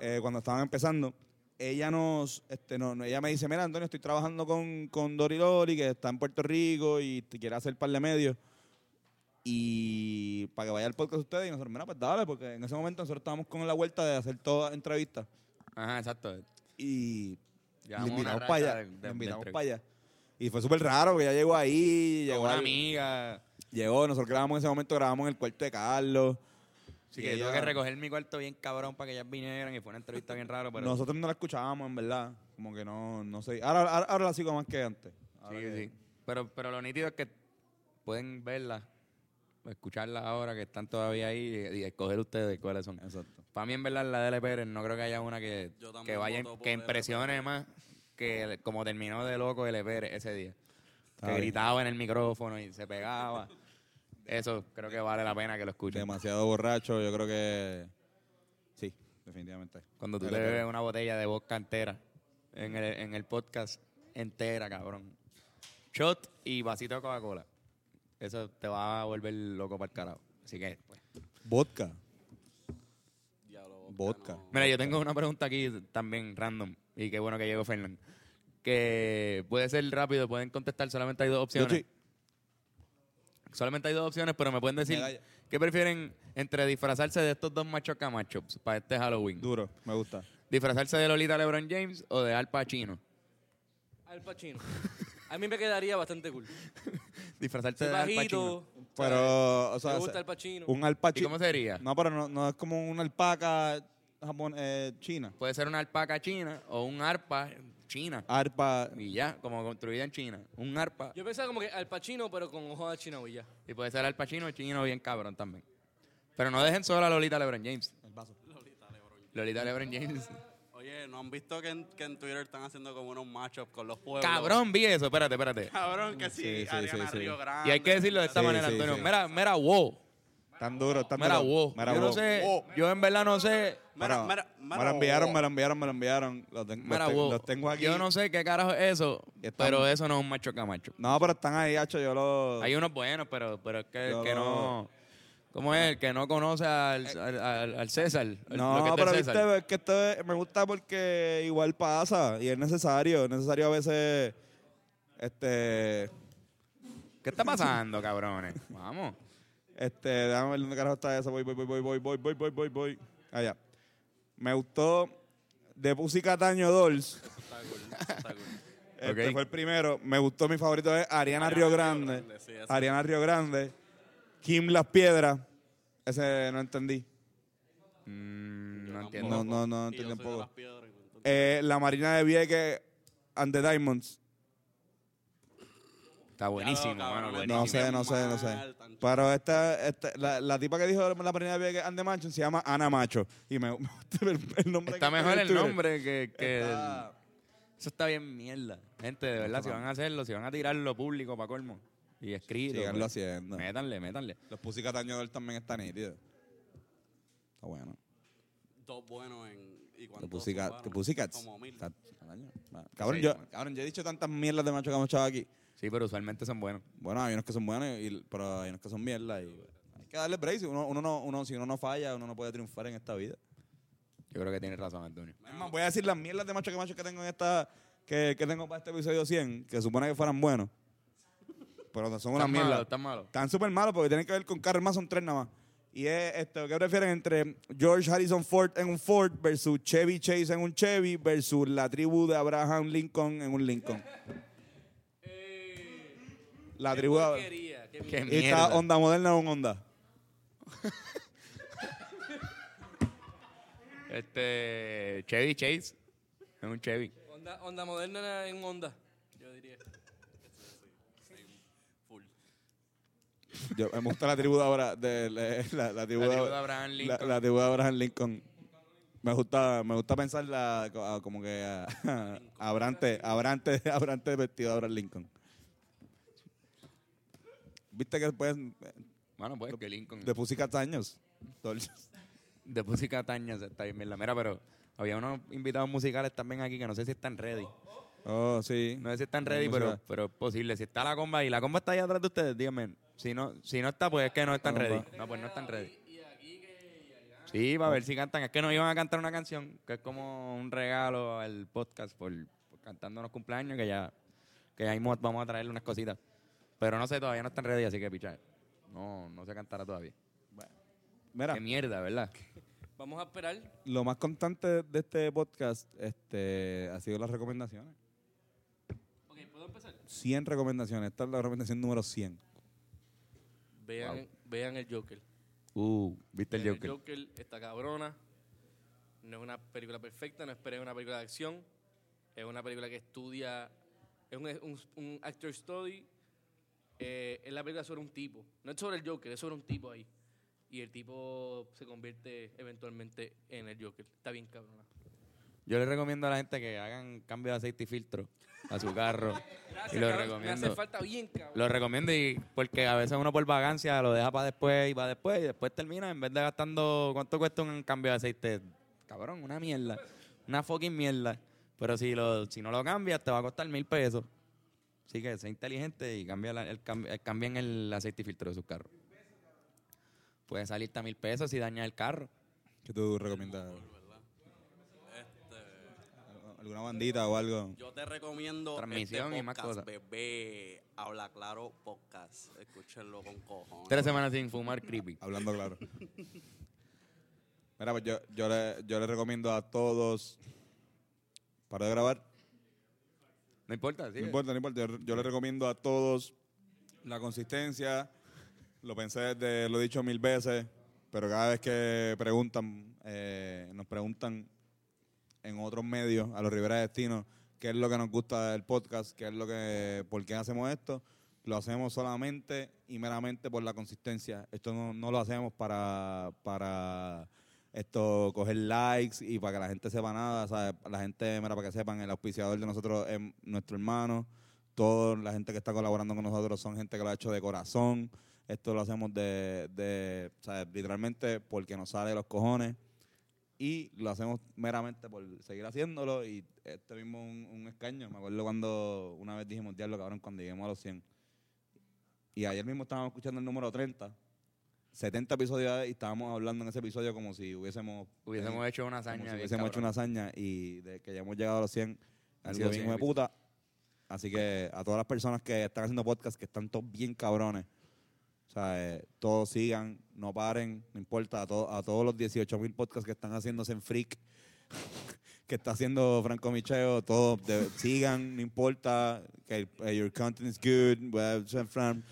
Speaker 2: eh, cuando estaban empezando. Ella nos, este, no, no, ella me dice, mira Antonio, estoy trabajando con, con Dori Lori, que está en Puerto Rico y te quiere hacer par de medios. Y para que vaya al podcast ustedes, y nosotros, mira, pues dale, porque en ese momento nosotros estábamos con la vuelta de hacer todas entrevistas.
Speaker 1: Ajá, exacto.
Speaker 2: Y le
Speaker 1: Llevamos una
Speaker 2: invitamos
Speaker 1: racha
Speaker 2: para allá.
Speaker 1: de- de-
Speaker 2: le
Speaker 1: de
Speaker 2: invitamos
Speaker 1: entrevistas.
Speaker 2: para allá. Y fue súper raro, porque ya llegó ahí. Llegó
Speaker 1: una
Speaker 2: al-
Speaker 1: amiga.
Speaker 2: Llegó, nosotros grabamos en ese momento, grabamos en el cuarto de Carlos.
Speaker 1: Sí,
Speaker 2: Y
Speaker 1: que
Speaker 2: ella-
Speaker 1: tuve que recoger mi cuarto bien cabrón para que ellas vinieran y fue una entrevista bien rara, pero...
Speaker 2: Nosotros no la escuchábamos, en verdad. Como que no, no sé. Ahora, ahora, ahora la sigo más que antes. Ahora
Speaker 1: Sí,
Speaker 2: que-
Speaker 1: sí. Pero, pero lo nítido es que pueden verla, escucharla ahora que están todavía ahí y, y escoger ustedes cuáles son.
Speaker 2: Exacto.
Speaker 1: Para mí, en verdad, la de L. Pérez no creo que haya una que, que vaya,
Speaker 12: voto por
Speaker 1: que
Speaker 12: L.
Speaker 1: impresione más que el- como terminó de loco L. Pérez ese día.
Speaker 2: Está
Speaker 1: Que
Speaker 2: bien.
Speaker 1: gritaba en el micrófono y se pegaba. Eso creo que vale la pena que lo escuchen.
Speaker 2: Demasiado borracho, yo creo que. Sí, definitivamente.
Speaker 1: Cuando tú
Speaker 2: Dale,
Speaker 1: te
Speaker 2: dale.
Speaker 1: bebes una botella de vodka entera en el, en el podcast entera, cabrón. Shot y vasito de Coca-Cola. Eso te va a volver loco para el carajo. Así que, pues.
Speaker 2: Vodka. Vodka.
Speaker 1: Mira, yo tengo una pregunta aquí también random. Y qué bueno que llegó Fernán. Que puede ser rápido, pueden contestar. Solamente hay dos opciones. Solamente hay dos opciones, pero me pueden decir
Speaker 2: Medalla.
Speaker 1: qué prefieren entre disfrazarse de estos dos machos camachos para este Halloween.
Speaker 2: Duro, me gusta.
Speaker 1: ¿Disfrazarse de Lolita LeBron James o de Al Pacino?
Speaker 3: Al Pacino. A mí me quedaría bastante cool.
Speaker 1: Disfrazarse
Speaker 3: Soy
Speaker 1: de Al
Speaker 3: bajito.
Speaker 1: Pacino.
Speaker 2: Pero, o sea,
Speaker 3: Me gusta
Speaker 2: se-
Speaker 3: Al Pacino.
Speaker 2: un alpachi.
Speaker 1: ¿Y cómo sería?
Speaker 2: No, pero no, no es como una alpaca japon- eh, china.
Speaker 1: Puede ser una alpaca china o un arpa china.
Speaker 2: Arpa.
Speaker 1: Y ya, como construida en China. Un arpa.
Speaker 3: Yo pensaba como que Al Pacino, pero con ojos de China ya.
Speaker 1: Y puede ser Al Pacino chino bien cabrón también. Pero no dejen sola a Lolita LeBron James. Lolita LeBron James.
Speaker 6: Oye, ¿no han visto que en, que en Twitter están haciendo como unos matchups con los pueblos?
Speaker 1: Cabrón, vi eso. Espérate, espérate.
Speaker 6: Cabrón, que sí,
Speaker 1: Sí, sí,
Speaker 6: Ariana
Speaker 1: sí, sí.
Speaker 6: Río Grande.
Speaker 1: Y hay que decirlo de esta
Speaker 2: Sí,
Speaker 1: manera,
Speaker 2: sí,
Speaker 1: Antonio.
Speaker 2: sí.
Speaker 1: Mera, mera wow.
Speaker 2: Tan duro, tan
Speaker 1: Mera
Speaker 2: duro.
Speaker 1: wow.
Speaker 2: Mera
Speaker 1: yo no
Speaker 2: wow.
Speaker 1: sé.
Speaker 2: Wow.
Speaker 1: Yo en verdad no sé.
Speaker 2: Bueno, me lo enviaron, me lo enviaron, me lo enviaron. Los, ten- los
Speaker 1: Mera
Speaker 2: ten-
Speaker 1: wow.
Speaker 2: los tengo aquí.
Speaker 1: Yo no sé qué carajo es eso,
Speaker 2: Están-
Speaker 1: pero eso no es un macho camacho.
Speaker 2: No, pero están ahí, hacho, yo los...
Speaker 1: Hay unos buenos, pero, pero es que,
Speaker 2: Yo
Speaker 1: que
Speaker 2: no-
Speaker 1: no. ¿Cómo es? El que no conoce al, al, al- al César. al-
Speaker 2: No,
Speaker 1: lo que es del
Speaker 2: pero
Speaker 1: César.
Speaker 2: viste, es que esto es- me gusta porque igual pasa y es necesario. Es necesario a veces. Este.
Speaker 1: ¿Qué está pasando, cabrones? Vamos.
Speaker 2: Este, déjame ver dónde carajo está eso. Voy, voy, voy, voy, voy, voy, voy, voy, voy, voy. Allá. Me gustó de Pussy Cataño Dolls. Este
Speaker 1: Ok.
Speaker 2: fue el primero. Me gustó, mi favorito es Ariana, Río Grande.
Speaker 6: sí, ese.
Speaker 2: Ariana Río Grande. Kim Las Piedras. Ese no entendí.
Speaker 1: Mm, no
Speaker 2: entiendo. No, no, no
Speaker 6: Y yo soy
Speaker 2: entendí
Speaker 6: de
Speaker 2: tampoco.
Speaker 6: Las Piedras, y tú-
Speaker 2: Eh, la Marina de Vieques and the Diamonds.
Speaker 1: Está buenísimo, mano. buenísimo.
Speaker 2: No sé, no sé, no sé. Pero esta, esta la, la tipa que dijo la Marina de Vieques and the Mansion se llama Ana Macho. Y me gusta el, el nombre.
Speaker 1: Está
Speaker 2: que
Speaker 1: mejor
Speaker 2: tiene
Speaker 1: el
Speaker 2: Twitter.
Speaker 1: nombre que... que
Speaker 2: Está-
Speaker 1: Eso está bien mierda. Gente, de verdad, si van a hacerlo, si van a tirarlo público para colmo. Y escrito.
Speaker 2: Síganlo
Speaker 1: pues,
Speaker 2: haciendo.
Speaker 1: Métanle, métanle.
Speaker 2: Los Pussy Cataño Dolls también están nítidos. Está bueno.
Speaker 6: Dos buenos en... ¿Y
Speaker 2: Los
Speaker 6: cuántos
Speaker 2: Pussy Cat-
Speaker 6: zumbaron?
Speaker 2: los Pussy Cats.
Speaker 6: Como mil.
Speaker 2: Cat- Cataño. Va. Cabrón,
Speaker 1: Sí.
Speaker 2: yo, cabrón, yo he dicho tantas mierdas de macho que hemos echado aquí.
Speaker 1: Sí, pero usualmente son buenos.
Speaker 2: Bueno, hay unos que son buenos, y, pero hay unos que son mierda. Y, hay que darle break. Si uno, uno no, uno, si uno no falla, uno no puede triunfar en esta vida.
Speaker 1: Yo creo que tienes razón, Antonio.
Speaker 2: Es más, voy a decir las mierdas de macho que macho que tengo en esta que, que tengo para este episodio 100, que supone que fueran buenos. Pero no son una
Speaker 1: Están
Speaker 2: mierda.
Speaker 1: malos, están malos.
Speaker 2: Están súper malos porque tienen que ver con carros más, son tres nada más. Y es esto, ¿qué prefieren entre George Harrison Ford en un Ford versus Chevy Chase en un Chevy versus la tribu de Abraham Lincoln en un Lincoln? la tribu de Abraham.
Speaker 3: Eh, porquería, qué
Speaker 2: Y
Speaker 3: mierda.
Speaker 2: está Honda Moderna en un Honda.
Speaker 1: Este... Chevy Chase. Es un Chevy.
Speaker 3: Onda, onda moderna en onda, yo diría.
Speaker 2: Yo, me gusta la tribu de Abra- de- le- la, la tribu
Speaker 1: La
Speaker 2: de-
Speaker 1: tribu de Abraham
Speaker 2: la-
Speaker 1: Lincoln.
Speaker 2: la tribu de Abraham Lincoln. Me gusta, me gusta pensar la, co- ah, como que ah, abrante, abrante, abrante vestido de Abraham Lincoln. Viste que después
Speaker 1: Bueno, pues, que Lincoln...
Speaker 2: le puse castaños. Dol-
Speaker 1: de música taña se está bien bien la mera, pero había unos invitados musicales también aquí que no sé si están ready.
Speaker 2: Oh, sí.
Speaker 1: No sé si están ready, pero, pero es posible. Si está la comba y la comba está ahí atrás de ustedes, díganme. Si no, si no está, pues es que no están
Speaker 2: La
Speaker 1: ready.
Speaker 2: comba.
Speaker 1: No, pues no están ready. Sí, para ver si cantan. Es que nos iban a cantar una canción que es como un regalo al podcast por, por cantándonos cumpleaños, que ya, que ya mismo vamos a traerle unas cositas. Pero no sé, todavía no están ready, así que pichar. No, no se cantará todavía.
Speaker 2: Mira.
Speaker 1: Qué mierda, ¿verdad?
Speaker 3: Vamos a esperar.
Speaker 2: Lo más constante de este podcast este, ha sido las recomendaciones.
Speaker 3: Ok, ¿puedo empezar?
Speaker 2: 100 recomendaciones. Esta es la recomendación número 100.
Speaker 3: Vean, vean el Joker.
Speaker 1: Uh, ¿viste el
Speaker 3: Vean
Speaker 1: Joker?
Speaker 3: El Joker está cabrona. No es una película perfecta, no esperes una película de acción. Es una película que estudia. Es un, un- un actor story. Eh, es la película sobre un tipo. No es sobre el Joker, es sobre un tipo ahí. Y el tipo se convierte eventualmente en el Joker. Está bien cabrona.
Speaker 1: Yo le recomiendo a la gente que hagan cambio de aceite y filtro a su carro.
Speaker 3: Gracias,
Speaker 1: y lo
Speaker 3: cabrón. Me hace
Speaker 1: recomiendo.
Speaker 3: falta bien, cabrón.
Speaker 1: Lo recomiendo y porque a veces uno por vagancia lo deja para después y para después y después termina en vez de gastando cuánto cuesta un cambio de aceite. Cabrón, una mierda. Una fucking mierda. Pero si lo si no lo cambias te va a costar mil pesos. Así que sé inteligente y cambia la- el, cam- eh, cambien el aceite y filtro de sus carros. Puede salirte a mil pesos si dañas el carro.
Speaker 2: ¿Qué tú recomiendas? ¿Alguna bandita o algo?
Speaker 6: Este, Yo te recomiendo
Speaker 1: Transmisión
Speaker 6: este
Speaker 1: y más
Speaker 6: podcast,
Speaker 1: cosas.
Speaker 6: bebé. Habla claro podcast. Escúchenlo con cojones.
Speaker 1: Tres semanas sin fumar, creepy.
Speaker 2: Hablando claro. Mira, pues yo, yo, le, yo le recomiendo a todos. ¿Para de grabar?
Speaker 1: No importa, sí.
Speaker 2: No importa, no importa. Yo, yo le recomiendo a todos la consistencia. Lo pensé desde, lo he dicho mil veces, pero cada vez que preguntan, eh, nos preguntan en otros medios, a los Rivera Destino, qué es lo que nos gusta del podcast, qué es lo que, por qué hacemos esto. Lo hacemos solamente y meramente por la consistencia. Esto no, no lo hacemos para, para esto, coger likes y para que la gente sepa nada. ¿sabes? La gente, mira, para que sepan, el auspiciador de nosotros es nuestro hermano. Toda la gente que está colaborando con nosotros son gente que lo ha hecho de corazón. Esto lo hacemos de, de ¿sabes? literalmente porque nos sale de los cojones y lo hacemos meramente por seguir haciéndolo y este mismo es un, un escaño. Me acuerdo cuando una vez dijimos, diablo, cabrón, cuando lleguemos a los 100. Y ayer mismo estábamos escuchando el número 30, 70 episodios y estábamos hablando en ese episodio como si hubiésemos... eh,
Speaker 1: Hubiésemos hecho una hazaña
Speaker 2: como si
Speaker 1: bien
Speaker 2: hubiésemos hecho
Speaker 1: cabrón.
Speaker 2: una hazaña y de que ya hemos llegado a los 100,
Speaker 1: Han
Speaker 2: han
Speaker 1: sido
Speaker 2: sido
Speaker 1: 100
Speaker 2: bien de puta. Así que a todas las personas que están haciendo podcast, que están todos bien cabrones, o sea, eh, todos sigan, no paren, no importa, a, to- a todos los 18 mil podcasts que están haciéndose en Freak, que está haciendo Franco Micheo, todos de- sigan, no importa, que eh, your content is good, well, San Fran,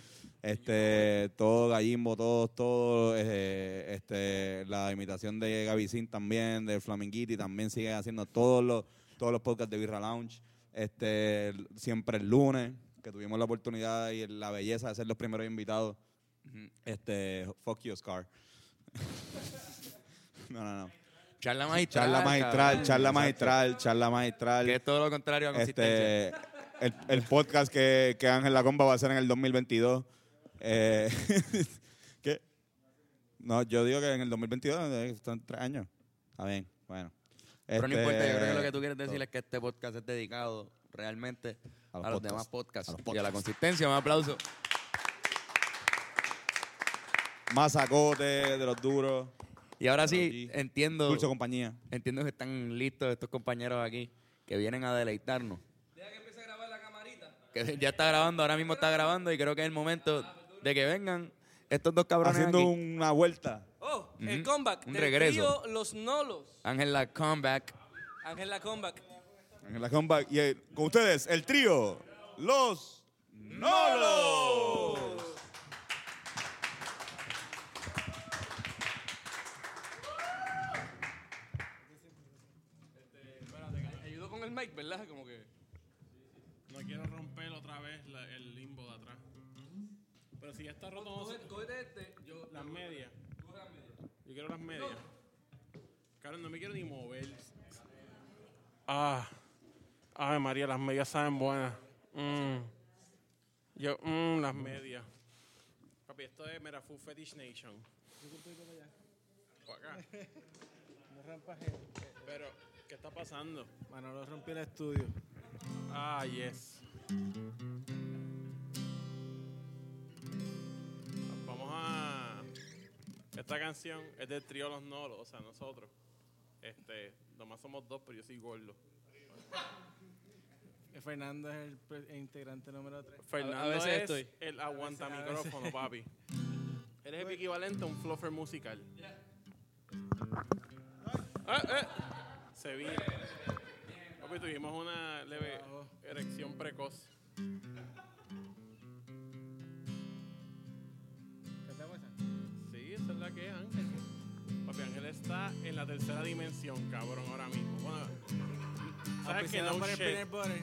Speaker 2: este, todo Gallimbo, todos, todos, eh, este, la imitación de Gavicín también, de Flaminguiti, también sigue haciendo todos los, todos los podcasts de Birra Lounge, este, el- siempre el lunes, que tuvimos la oportunidad y la belleza de ser los primeros invitados. Este, fuck you, Oscar. no, no, no.
Speaker 1: Charla magistral,
Speaker 2: Charla magistral,
Speaker 1: cabrón.
Speaker 2: charla
Speaker 1: Exacto.
Speaker 2: magistral, charla magistral. Que
Speaker 1: es todo lo contrario a consistencia.
Speaker 2: Este, el, el podcast que, que Ángel La Comba va a hacer en el 2022. Eh, ¿Qué? No, yo digo que en el 2022 eh, están tres años. Está bien, bueno.
Speaker 1: Pero no importa, yo creo que lo que tú
Speaker 2: Este,
Speaker 1: quieres decir es que este podcast es dedicado realmente a
Speaker 2: A los
Speaker 1: los,
Speaker 2: podcasts.
Speaker 1: demás podcasts,
Speaker 2: A los
Speaker 1: y a la
Speaker 2: podcasts.
Speaker 1: consistencia. Un aplauso.
Speaker 2: Mazacote de los duros.
Speaker 1: Y ahora sí, entiendo.
Speaker 2: Dulce compañía.
Speaker 1: Entiendo que están listos estos compañeros aquí que vienen a deleitarnos. Deja que empiece a grabar la camarita. ya está grabando, ahora mismo está grabando y creo que es el momento de que vengan estos dos cabrones.
Speaker 2: Haciendo
Speaker 1: aquí.
Speaker 2: una vuelta.
Speaker 3: Oh, el
Speaker 1: Ujú.
Speaker 3: comeback.
Speaker 1: Un
Speaker 3: del
Speaker 1: regreso.
Speaker 3: trío Los Nolos.
Speaker 1: Ángela Comeback.
Speaker 3: Ángela Comeback.
Speaker 2: Ángel La Comba y eh, con ustedes, el trío, los Nolos.
Speaker 3: Ayudó con el mic, ¿verdad? Como que.
Speaker 18: No quiero romper otra vez la- el limbo de atrás. Pero si ya está roto, no sé. Las medias. Yo quiero las medias. Cabrón, no me quiero ni mover. Ah. Ay, María, las medias saben buenas. Mm. Yo, mm, las medias. Papi, esto es Mera Food Fetish Nation. Pero, ¿qué está pasando?
Speaker 5: Manolo rompió el estudio.
Speaker 18: Ah, yes. Vamos a. Esta canción es del trío Los Nolos, o sea, nosotros. Este, nomás somos dos, pero yo soy gordo.
Speaker 5: Fernando es el pre- el integrante número 3.
Speaker 18: Fernando es el aguanta micrófono, papi. Eres el equivalente a un fluffer musical. Ah, eh. Se vino. Papi, tuvimos una leve erección precoz. Sí, esa es la que es Ángel. Papi, Ángel está en la tercera dimensión, cabrón, ahora mismo. Bueno,
Speaker 5: Papi,
Speaker 18: ¿Sabes
Speaker 5: se
Speaker 18: que
Speaker 5: da
Speaker 18: no
Speaker 5: por el
Speaker 18: shit?
Speaker 5: peanut butter.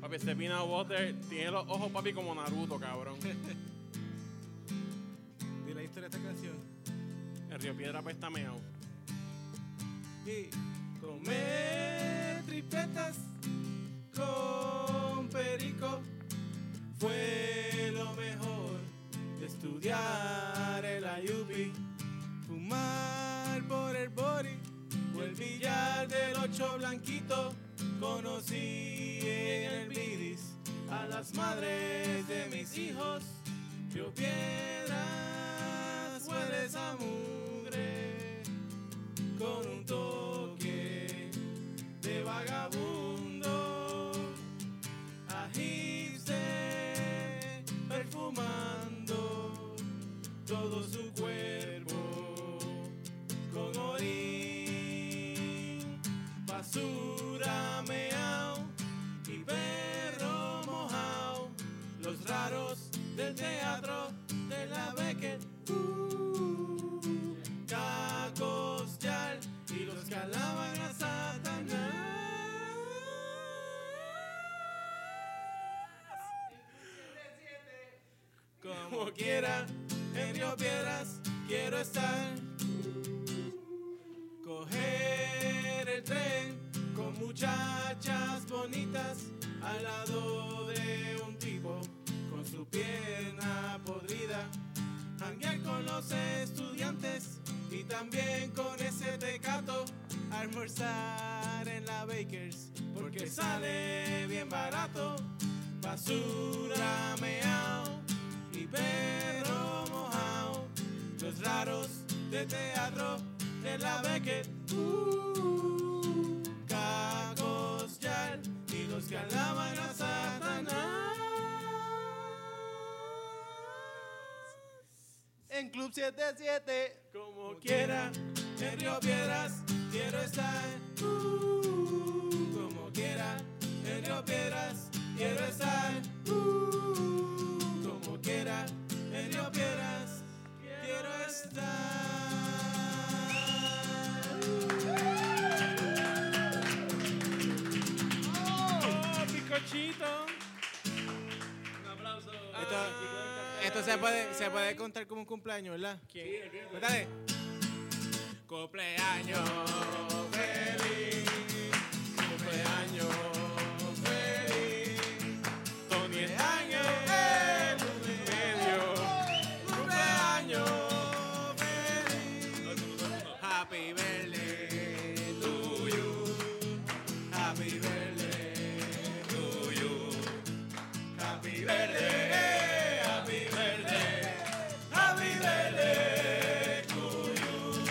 Speaker 18: Papi, este peanut butter tiene los ojos, papi, como Naruto, cabrón.
Speaker 5: Dile la historia de esta canción.
Speaker 18: El Río Piedra apesta meao.
Speaker 5: Y comer tripletas con perico fue lo mejor de estudiar el ayupi. Fumar por el body o el billar del ocho blanquito. Conocí en el bidis a las madres de mis hijos. Yo piedras hueles a mugre con un toque de vagabundo a hipster perfumando todo su cuerpo con orín basura meao y perro mojao los raros del teatro de la Beckett cacos yal y los que alaban a Satanás. Como quiera, en Río Piedras quiero estar. Coger el tren con muchachas bonitas al lado de un tipo con su pierna podrida. Hanguear con los estudiantes y también con ese tecato. Almorzar en la Bakers porque sale bien barato. Basura meao y perro mojao. Los raros de teatro de la Beckett. Uh, cacos yal y los que alaban a Satanás. En Club 77, como quiera, en Río Piedras quiero estar. Uh, como quiera, en Río Piedras quiero estar. Uh, como quiera, en Río Piedras quiero estar.
Speaker 18: ¡Oh, picochito!
Speaker 5: Un aplauso.
Speaker 18: Esto
Speaker 5: se puede, se puede contar como un cumpleaños, ¿verdad?
Speaker 18: ¿Quién? Sí, el
Speaker 5: Pues dale. Cumpleaños feliz. Cumpleaños feliz. Tony está en el medio. Cumpleaños feliz. Happy birthday to you. Happy birthday to you. Happy birthday. Happy birthday. Happy birthday to you.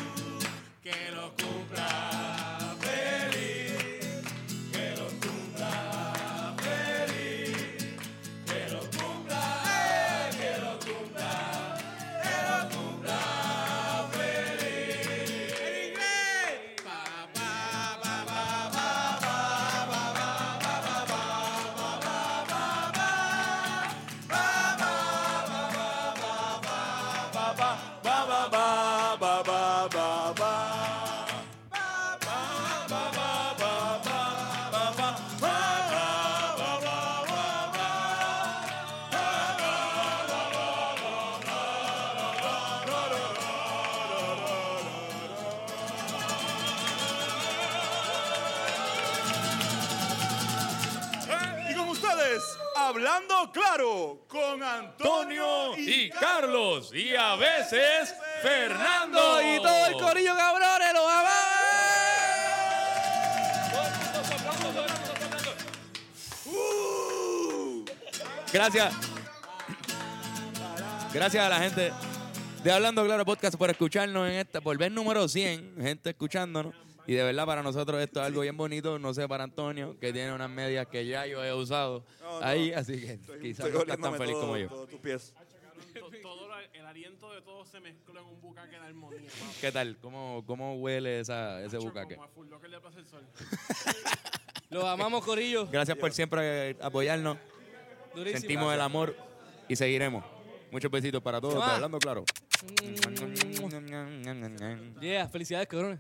Speaker 5: Que lo cumpla feliz. Que lo cumpla feliz. Que lo cumpla. Que lo cumpla. Que lo cumpla feliz. En inglés. Pa, pa, pa, pa, pa, pa, pa, pa, pa, pa, pa, pa, pa, pa, pa.
Speaker 23: Y con ustedes, hablando claro, con Antonio
Speaker 7: y Carlos y a veces
Speaker 17: Fernando y todo el corillo, cabrones, los
Speaker 1: Gracias. Gracias a la gente de Hablando Claro Podcast por escucharnos en esta, por ver número 100, gente escuchándonos. Y de verdad para nosotros esto es algo bien bonito, no sé para Antonio, que tiene unas medias que ya yo he usado
Speaker 8: No, no.
Speaker 1: ahí, así que
Speaker 8: Estoy-
Speaker 1: quizás
Speaker 8: estoy
Speaker 1: no estás tan
Speaker 8: oliéndome
Speaker 1: feliz
Speaker 8: todo-
Speaker 1: como yo.
Speaker 8: todo tus pies.
Speaker 20: Todo lo- el aliento de todos se mezcló en un bucaque de armonía. papi.
Speaker 1: ¿Qué tal? ¿Cómo, cómo huele esa, ese bucaque?
Speaker 20: Como a Full Locker le pasa el sol.
Speaker 3: Los amamos, Corillo.
Speaker 1: Gracias por siempre eh, apoyarnos.
Speaker 3: Durísimo.
Speaker 1: Sentimos el amor y seguiremos. Muchos besitos para todos,
Speaker 3: Ah.
Speaker 1: hablando claro.
Speaker 3: Mm. Yeah, felicidades, cabrones.